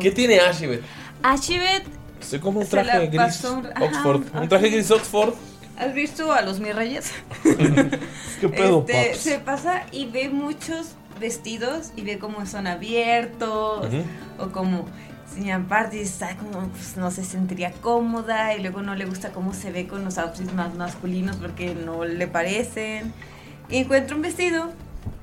¿Qué tiene Ashibet?
Ashibet,
Soy como un
Se
traje
la
gris
pasó un- ajá,
Oxford.
un-
Un traje gris Oxford.
¿has visto a los mis reyes?
¿Qué
Este, se pasa y ve muchos vestidos y ve cómo son abiertos o como señan party está como pues, no se sentiría cómoda y luego no le gusta cómo se ve con los outfits más masculinos porque no le parecen y encuentra un vestido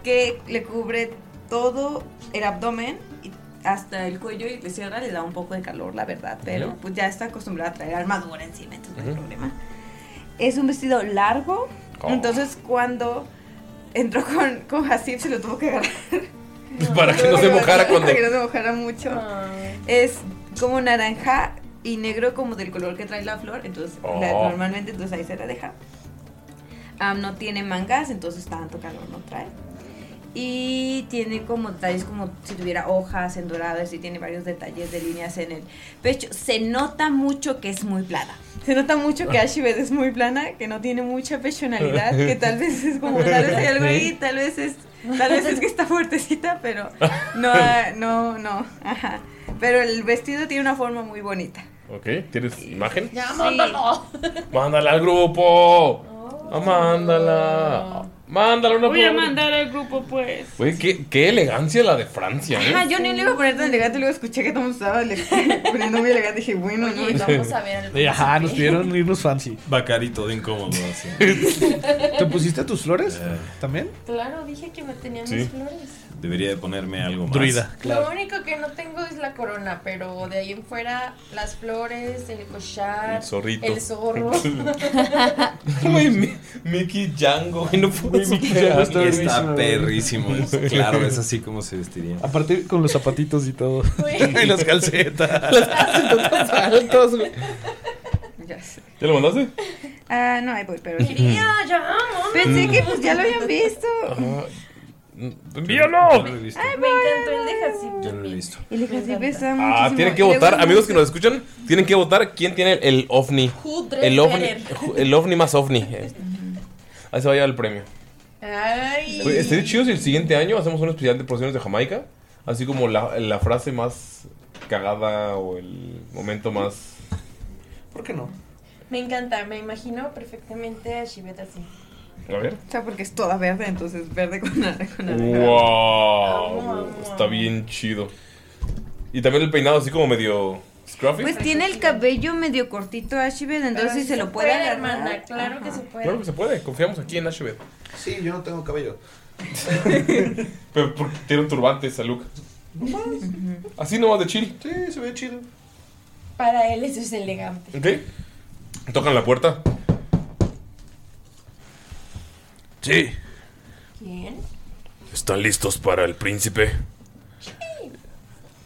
que le cubre todo el abdomen y hasta el cuello y le cierra le da un poco de calor la verdad pero
Ujú.
pues ya está acostumbrada a traer armadura encima entonces no hay problema es un vestido largo.
Oh.
Entonces cuando entró con, con Hasib se lo tuvo que agarrar.
Para que no se mojara cuando.
Para que no se mojara mucho. Es como naranja y negro como del color que trae la flor. Entonces la-
Oh.
normalmente entonces ahí se la deja. Am, no tiene mangas, entonces tanto calor no trae. Y tiene como detalles como si tuviera hojas en dorado, y tiene varios detalles de líneas en el pecho. Se nota mucho que es muy plana. Se nota mucho que Ashibet es muy plana, que no tiene mucha personalidad, que tal vez es como, tal vez hay algo ahí, tal vez es, tal vez es que está fuertecita, pero no, ah, no, no, ajá. Pero el vestido tiene una forma muy bonita.
Ok, ¿tienes imagen?
Sí.
Mándala al grupo.
Oh.
Ah, Mándala. Mándala una
Voy a
por-
mandar al grupo, pues.
Güey, qué, qué elegancia la de Francia, ¿eh?
Ajá, yo ni le iba a poner tan elegante, luego escuché que todo el mundo estaba le- poniendo muy elegante, dije, bueno, no.
vamos a ver al-
Ajá, nos pidieron irnos fancy.
Bacari todo incómodo así.
¿Te pusiste tus flores?
Eh,
¿También?
Claro, dije que me tenía
Sí.
mis flores.
Debería de ponerme algo más.
Druida,
Lo único que no tengo es la corona, pero de ahí en fuera las flores, el collar,
El zorrito.
el zorro.
Güey, Mi- Mickey Django, güey, no puedo superar.
está, perrísimo. eso. Claro, es así como se vestiría.
Aparte con los zapatitos y todo.
Güey.
y las calcetas.
Las
calcetas
altos, güey.
Ya sé.
¿Ya lo mandaste?
Ah, no, ahí voy, pero...
Quería,
ya, Pensé que pues ya lo habían visto.
Ajá. ¡Envíalo!
Ay,
Me encantó el de Hasib.
Ya lo he visto.
El de Hasib está
Ah,
muchísimo.
tienen que
Y luego
votar,
el
amigos que nos escuchan, tienen que votar quién tiene el ovni.
Who dressed
El ovni,
better?
el ovni más ovni. eh. Ahí se va a llevar el premio.
Ay.
Oye, este estaría chido si el siguiente año hacemos un especial de producciones de Jamaica. Así como la, la frase más cagada o el momento más.
¿Por qué no?
Me encanta, me imagino perfectamente a Shibet así.
A ver.
O sea, porque es toda verde, entonces verde con naranja. Con naranja.
¡Wow! Está bien chido. Y también el peinado así como medio. ¿Scruffy?
Pues tiene el cabello medio cortito Ashibel, entonces
sí
si se
se
lo puede
puede,
agarrar.
hermana, claro
que se
Claro que se puede, confiamos aquí en Ashbeth.
Sí, yo no tengo cabello.
Pero porque tiene un turbante, Saluk. Así nomás de chill.
Sí, se ve chido.
Para él eso es elegante.
Ok. Tocan la puerta.
Sí.
¿Quién?
¿Están listos para el príncipe?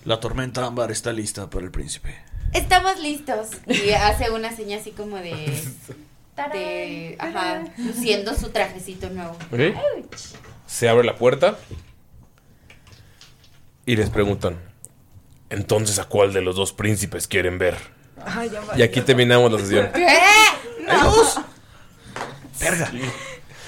La tormenta ámbar está lista para el príncipe.
Estamos listos. Y hace una seña así como de. de ajá, luciendo su trajecito nuevo.
Ok. Se abre la puerta.
Y les preguntan, entonces a cuál de los dos príncipes quieren ver?
Ah,
Ay, ya
Y aquí terminamos la sesión.
No.
Verga.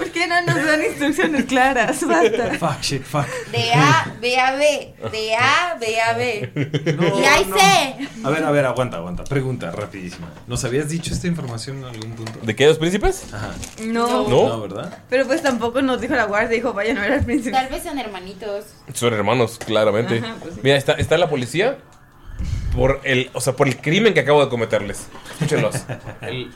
¿Por qué no nos dan instrucciones claras? Basta.
Fuck, shit, fuck.
De A, B, A, B. De A, B, A, B. y ahí C.
A ver, a ver, aguanta, aguanta. Pregunta rapidísima. ¿Nos habías dicho esta información en algún punto?
¿De qué dos príncipes?
Ajá.
Ah,
No.
No.
No, ¿verdad?
Pero pues tampoco nos dijo la guardia, dijo, vayan a ver al príncipe.
Tal vez son hermanitos.
Son hermanos, claramente.
Ajá, pues sí.
Mira, está, está la policía por el, o sea, por el crimen que acabo de cometerles. Escúchenlos. El,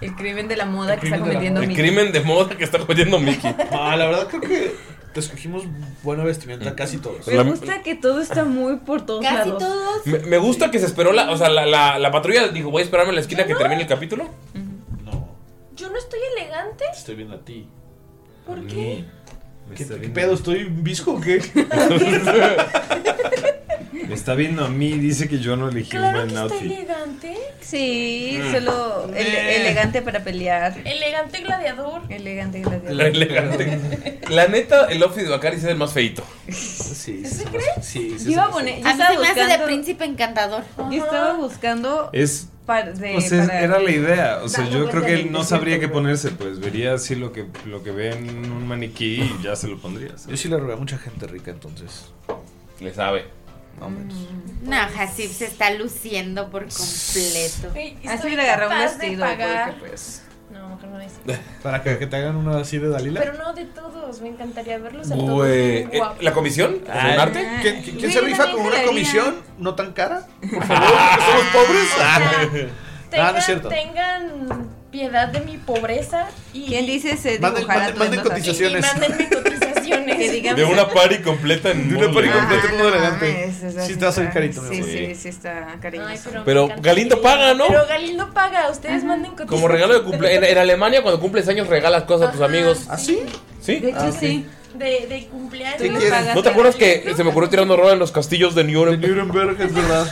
El crimen de la moda que está
crimen de la-
cometiendo
el
mi
crimen de moda que está cometiendo Mickey.
Ah, la verdad creo que te escogimos buena vestimenta casi todos.
Mm. La-
que todo está muy por todos
Casi
lados.
todos.
me, me gusta que se esperó la, o sea, la, la- la patrulla dijo, voy a esperarme en la esquina que termine el capítulo.
¿Yo no estoy elegante?
Estoy viendo a ti.
¿Por qué?
¿Qué, qué pedo? ¿Estoy visco o qué?
Me está viendo a mí y dice que yo no elegí
Claro
un
que
buen
está
outfit.
elegante.
Sí,
Mm.
solo ele-
Eh.
elegante para pelear.
Elegante gladiador.
Elegante gladiador.
La elegante. La neta, el outfit de Bacari es el más feito.
Sí,
sí.
Sí,
Yo iba a poner. Yo
A mí
estaba
se me hace de
buscando.
príncipe encantador.
Yo estaba buscando.
Es.
par- de-
o
pues
sea,
para-
era la idea. O sea,
Dando
yo
vueltas
creo que
de
él no
300
sabría qué ponerse, pues vería así lo que, lo que ve en un maniquí y ya se lo pondría.
Yo sí le robé a mucha gente rica entonces.
Le sabe.
No, Hasib se está luciendo por completo.
Así le agarré un
capaz de
vestido. porque,
pagar.
pues,
No, mejor no es.
Para que, que te hagan una así de Dalila.
Pero no de todos, me encantaría verlos a todos.
Güey, eh,
guapos.
¿La comisión? ¿O sea, ¿Un arte?
¿Quién, quién- quién
Güey,
se rifa
también
con una
jalaría.
comisión no tan cara? Por favor, porque somos pobres.
Tengan,
Ah, no es cierto.
tengan piedad de mi pobreza y.
¿Quién dice se
Manden-
dibujar
manden- manden
atuendos así?
cotizaciones.
Y mándenme cotizaciones.
Que digan-
De una party completa en De una
party completa en modo elegante.
Ah, Eso es así,
Sí, te vas a ver
está-
carito, mi
Sí,
amor.
sí, sí, está cariñoso.
Pero Galindo paga, ¿no?
Pero Galindo paga, ustedes manden cotizaciones.
Como regalo de cumpleaños. En, en Alemania, cuando cumples años, regalas cosas a tus amigos.
¿Ah, sí?
¿Sí?
De hecho, sí. De, de cumpleaños.
¿No te acuerdas que se me ocurrió tirando roba en los castillos de Nuremberg?
Nuremberg, es verdad.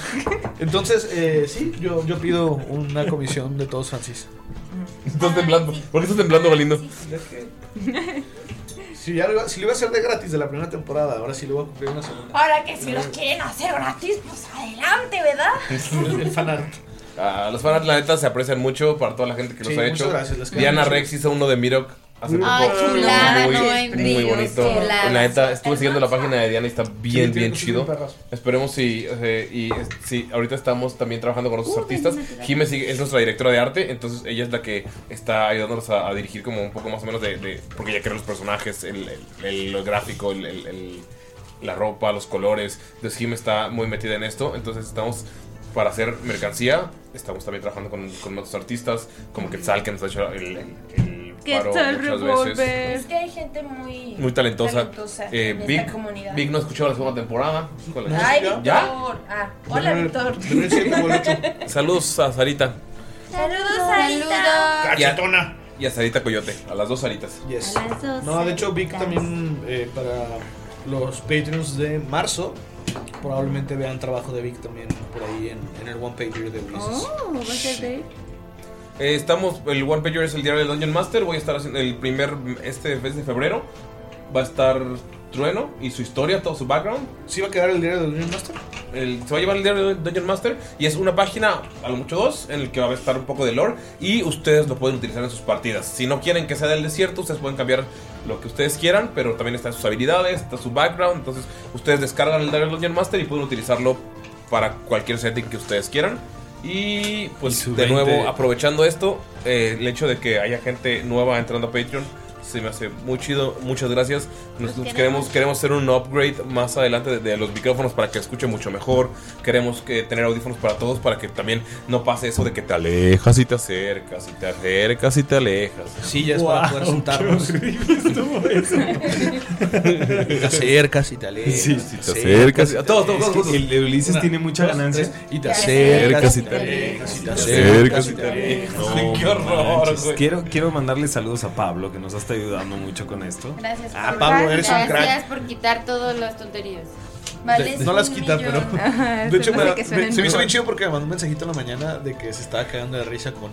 Entonces, eh, sí, yo, yo pido una comisión de todos Francis.
Estás temblando. ¿Por qué estás temblando, Galindo?
Si, ya lo iba, si lo iba a hacer de gratis de la primera temporada, ahora sí lo voy a cumplir una segunda.
Ahora que si los quieren hacer gratis, pues adelante, ¿verdad?
El fanart.
Ah, los fans, la neta, se aprecian mucho para toda la gente que los
Sí,
ha
muchas
hecho.
gracias, les queda
Diana
mucho.
Rex hizo uno de Mirok. Hace poco.
Ay, chulada, no hay
muy, muy
brillos,
bonito.
chulada.
La neta, estuve siguiendo la página de Diana y está
tiene
bien, bien
cosas
chido.
bien perras.
Esperemos si, eh, y eh, si ahorita estamos también trabajando con otros artistas. Jime sigue- es nuestra directora de arte, entonces ella es la que está ayudándonos a, a dirigir como un poco más o menos de, de- porque ella crea los personajes, el, el- el- lo gráfico, el- el- el- la ropa, los colores. Entonces Jime está muy metida en esto, entonces estamos para hacer mercancía. Estamos también trabajando con, con otros artistas, como Quetzal, que nos ha hecho el, el- el paro muchas veces.
Es que hay gente muy.
Muy talentosa. Eh,
en
Vic,
esta comunidad.
Vic no escuchó la segunda temporada. Híjole.
Ay,
¿Ya?
Víctor. Ah, hola, Víctor.
Saludos a Sarita.
Saludos, Sarita.
Y a, y a Sarita Coyote. A las dos Saritas.
Yes.
A las dos
No, de hecho, Vic
salitas.
también eh, para los Patreons de marzo. Probablemente vean trabajo de Vic también por ahí en, en el One Pager de Ulises.
Oh, va a ser de.
Eh, estamos, el One Pager es el diario del Dungeon Master. Voy a estar haciendo el primer, este mes de febrero. Va a estar Trueno y su historia, todo su background.
¿Sí va a quedar el diario del Dungeon Master?
se va a llevar el diario del Dungeon Master y es una página, a lo mucho dos, en el que va a estar un poco de lore y ustedes lo pueden utilizar en sus partidas. Si no quieren que sea del desierto, ustedes pueden cambiar lo que ustedes quieran, pero también están sus habilidades, está su background. Entonces, ustedes descargan el diario del Dungeon Master y pueden utilizarlo para cualquier setting que ustedes quieran. Y pues
Y su
de
20.
nuevo, aprovechando esto, eh, el hecho de que haya gente nueva entrando a Patreon Se me hace muy chido. Muchas gracias.
Los
Nos- nos
queremos.
queremos, queremos hacer un upgrade más adelante de, de los micrófonos para que escuche mucho mejor. Queremos que tener audífonos para todos para que también no pase eso de que te alejas y te acercas y te acercas y te alejas.
Sillas para poder sentarnos. Te acercas y te alejas.
Sí, sí, te acercas y-
y te
todos, todos,
alejas.
todos, todos.
Es que
el de Ulises
tiene mucha
dos,
ganancia.
tres, Y te acercas y te alejas. Y te acercas y te alejas.
No,
Qué horror,
manches.
güey.
Quiero, quiero mandarle saludos a Pablo, que nos está ayudando mucho con esto.
Gracias.
Ah,
por-
Pablo, eres un
Gracias
crack.
por quitar todas las tonterías.
No las quita, pero. De hecho, me- me- se me hizo bien
chido.
chido porque me mandó un mensajito en la mañana de que se estaba cagando de risa con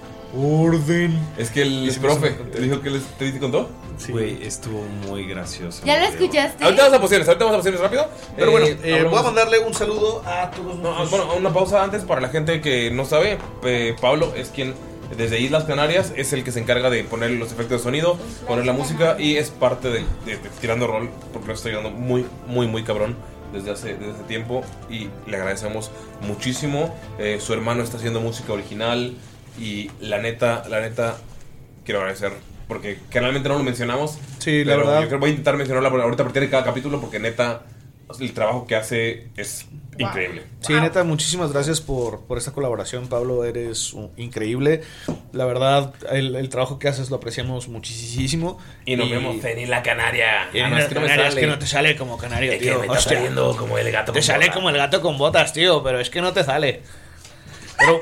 orden.
Es que el profe dijo que les, te, te contó.
Güey, estuvo muy gracioso.
¿Ya la escuchaste?
Ahorita vamos a pociones, ahorita vamos a pociones rápido.
Pero bueno, eh, voy a
mandarle
un saludo a todos
nosotros. bueno, una pausa antes para la gente que no sabe. eh, Pablo es quien desde Islas Canarias es el que se encarga de poner los efectos de sonido, poner la música y es parte de, de- de Tirando Rol porque nos está ayudando muy, muy, muy cabrón desde hace, desde hace tiempo y le agradecemos muchísimo. Eh, su hermano está haciendo música original y la neta, la neta, quiero agradecer. Porque generalmente no lo mencionamos.
Sí, la
pero
verdad.
yo creo- voy a intentar mencionarla por- ahorita a partir de cada capítulo porque neta, el trabajo que hace es increíble.
Sí, neta, muchísimas gracias por, por esta colaboración, Pablo. Eres un- increíble. La verdad, el, el trabajo que haces lo apreciamos muchísimo.
Y nos vemos en Isla Canaria.
Y
Ah,
en Isla
no, es que no me
Canaria, es
sale.
que no te sale como canario,
Es que
tío.
me está
Hostia.
saliendo como el gato
Te
con
sale
botas.
como el gato con botas, tío, pero es que no te sale. Pero.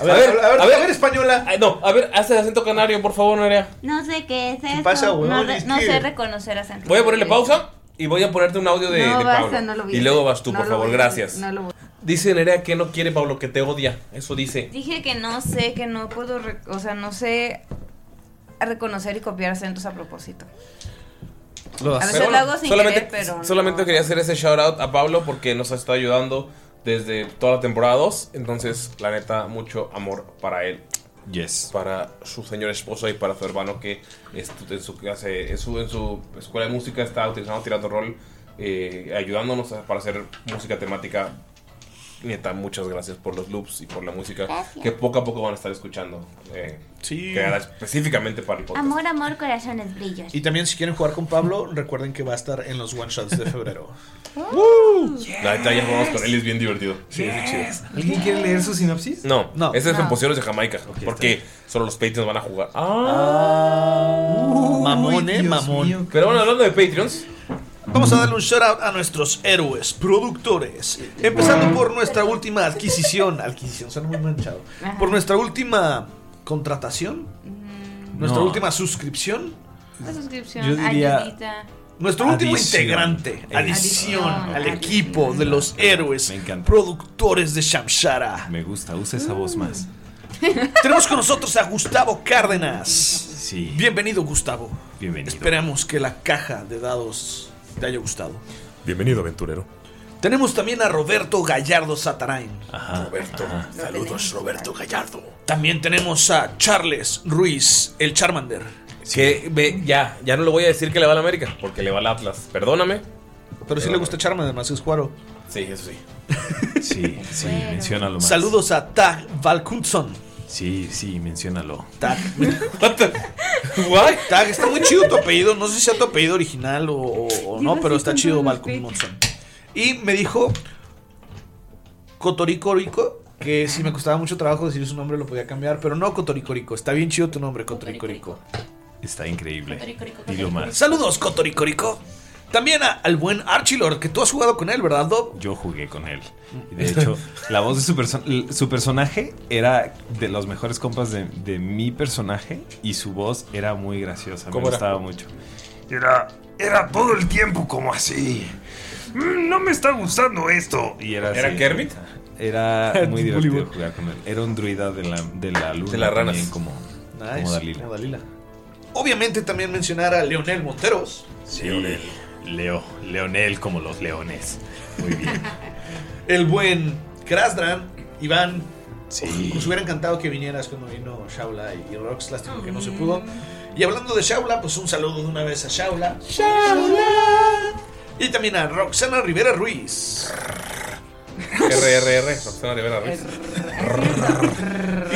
A ver, a ver, a ver, española. no, a ver, haz el acento canario, por favor, Nerea.
No sé qué es eso.
pasa, huevón?
no, re-
Es
no
que-
sé reconocer acento.
Voy a ponerle pausa y voy a ponerte un audio de,
No,
de
basta,
Pablo.
no lo voy a
y luego
hacer.
vas tú,
No
por
lo
favor,
voy a hacer,
gracias.
no lo voy
Dice Nerea que no quiere Pablo, que te odia. Eso dice.
Dije que no sé, que no puedo, re- o sea, no sé reconocer y copiar acentos a propósito.
Lo
A veces lo hago sin
solamente,
querer, pero no.
solamente quería hacer ese shout out a Pablo porque nos está ayudando desde toda la temporada 2. Entonces, la neta, mucho amor para él.
Yes.
Para su señor esposa y para su hermano que estu- en su, clase- en su, en su escuela de música está utilizando Tirando Rol, eh, ayudándonos a- para hacer música temática. Neta, muchas gracias por los loops y por la música
Gracias.
que poco a poco van a estar escuchando. eh,
Sí.
creada específicamente para el podcast.
Amor, amor, corazones, brillos.
Y también, si quieren jugar con Pablo, recuerden que va a estar en los one shots de febrero.
La neta, ya jugamos con él, es bien divertido. Sí, es bien chido.
¿Alguien quiere leer su sinopsis?
No, no. Este es en
No.
Pociones de Jamaica. porque solo los Patreons van a jugar. Ah,
mamón, eh,
Dios
mamón.
Pero bueno, hablando de Patreons.
Vamos a darle un shout out a nuestros héroes, productores. Empezando por nuestra última adquisición. Adquisición, suena muy manchado.
Ajá.
Por nuestra última contratación. Nuestra
No.
última suscripción.
La suscripción,
Yo diría-
ayudita.
Nuestro último
Adición.
integrante. Adición
Adición.
al equipo de los héroes. Productores de Shamshara.
Me gusta, usa esa voz más.
Tenemos con nosotros a Gustavo Cárdenas.
Sí,
Bienvenido, Gustavo.
bienvenido.
Esperamos que la caja de dados te haya gustado.
Bienvenido, aventurero.
Tenemos también a Roberto Gallardo Satarain.
Roberto. Saludos, Roberto Gallardo.
También tenemos a Charles Ruiz, el Charmander.
Que ve, ya, ya no le voy a decir que le va a la América, porque le va al Atlas. Perdóname.
Pero sí le gusta Charmander, más que es Juaro.
Sí, eso sí.
Sí, sí, menciónalo más.
Saludos a Tag Valkunson.
Sí, sí, menciónalo.
Tag. What? Tag, está muy chido tu apellido. No sé si sea tu apellido original o, o- o no,
Digo,
pero
sí,
está
con
chido
todo
Valkunson. Y me dijo Cotoricorico. Que si me costaba mucho trabajo decir su nombre, lo podía cambiar. Pero no, Cotoricorico. Está bien chido tu nombre, Cotoricorico.
Está increíble. Dilo más.
Saludos, Cotoricorico. También a- al buen Archilord, que tú has jugado con él, ¿verdad, Dob?
Yo jugué con él. Y de hecho, la voz de su, perso- su personaje era de los mejores compas de, de mi personaje y su voz era muy graciosa. Me
¿Cómo era?
gustaba mucho.
Era, era todo el tiempo como así. Mm, No me está gustando esto.
Y era,
¿Era
así.
Kermit?
Era muy divertido
Bolívar.
jugar con él. Era un druida de la, de la luna.
De las ranas.
también, Como,
Nice,
como Dalila.
Obviamente también mencionar a Leonel Monteros.
Sí, Leo. Leonel como los leones. Muy bien.
El buen Krasdran, Iván.
Sí.
Nos hubiera encantado que vinieras cuando vino Shaula y Rox, lástima que no se pudo. Y hablando de Shaula, pues un saludo de una vez a Shaula. Y también a Roxana Rivera Ruiz.
RRR, Roxana Rivera Ruiz.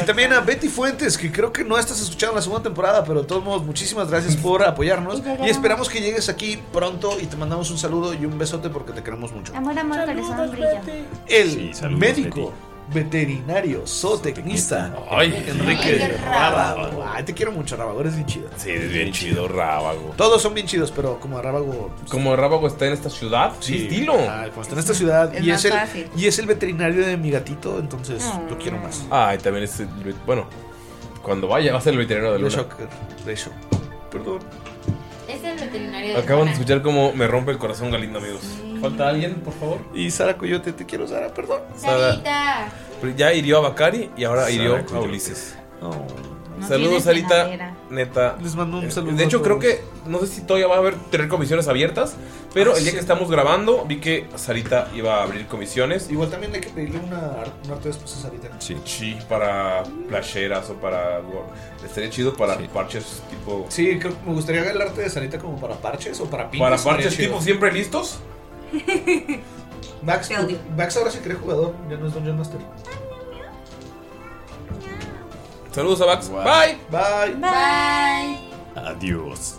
Y también a Betty Fuentes, que creo que no estás escuchando la segunda temporada, pero de todos modos, muchísimas gracias por apoyarnos.
llegaron.
Y esperamos que llegues aquí pronto y te mandamos un saludo y un besote porque te queremos mucho.
Amor, amor, corazón, brillo.
El médico, veterinario, zootecnista,
Ay,
Enrique
Enrique
Rábago. Ay, te quiero mucho, Rábago, eres bien chido.
Sí, es bien chido, Rábago.
Todos son bien chidos, pero como Rábago.
Como Rábago está en esta ciudad, sí, dilo.
Ay, pues está en esta ciudad
Es
y,
más
es el,
fácil. Ah.
y es el veterinario de mi gatito, entonces lo quiero más.
Ay, también es. el vet- Bueno, cuando vaya, va a ser el veterinario de
De
Luna.
de hecho. Perdón.
Es el veterinario de
Acaban de
Juana.
escuchar cómo me rompe el corazón Galindo, amigos. ¿Falta alguien, por favor?
Y Sara Coyote, te quiero, Sara, perdón.
Sarita.
Pero Ya hirió a Bakari y ahora
Sara
hirió a
Coyote.
Ulises.
No tienes
Saludos, Sarita.
llenadera.
Neta. Eh,
Les mando un saludo.
De
a
hecho, creo
todos.
que no sé si todavía va a haber tener comisiones abiertas, pero
Ah,
el día
sí.
que estamos grabando vi que Sarita iba a abrir comisiones.
Igual también hay que pedirle una, ar- un arte después a Sarita.
Sí. para playeras o para. Estaría chido para parches tipo.
Sí, creo que me gustaría el arte de Sarita como para parches o para pintas.
para
estaría
parches
chido.
tipo siempre listos.
Max, Max ahora se cree jugador, ya no es Dungeon Master.
Saludos a Vax. Bye.
Bye.
Bye.
Adiós.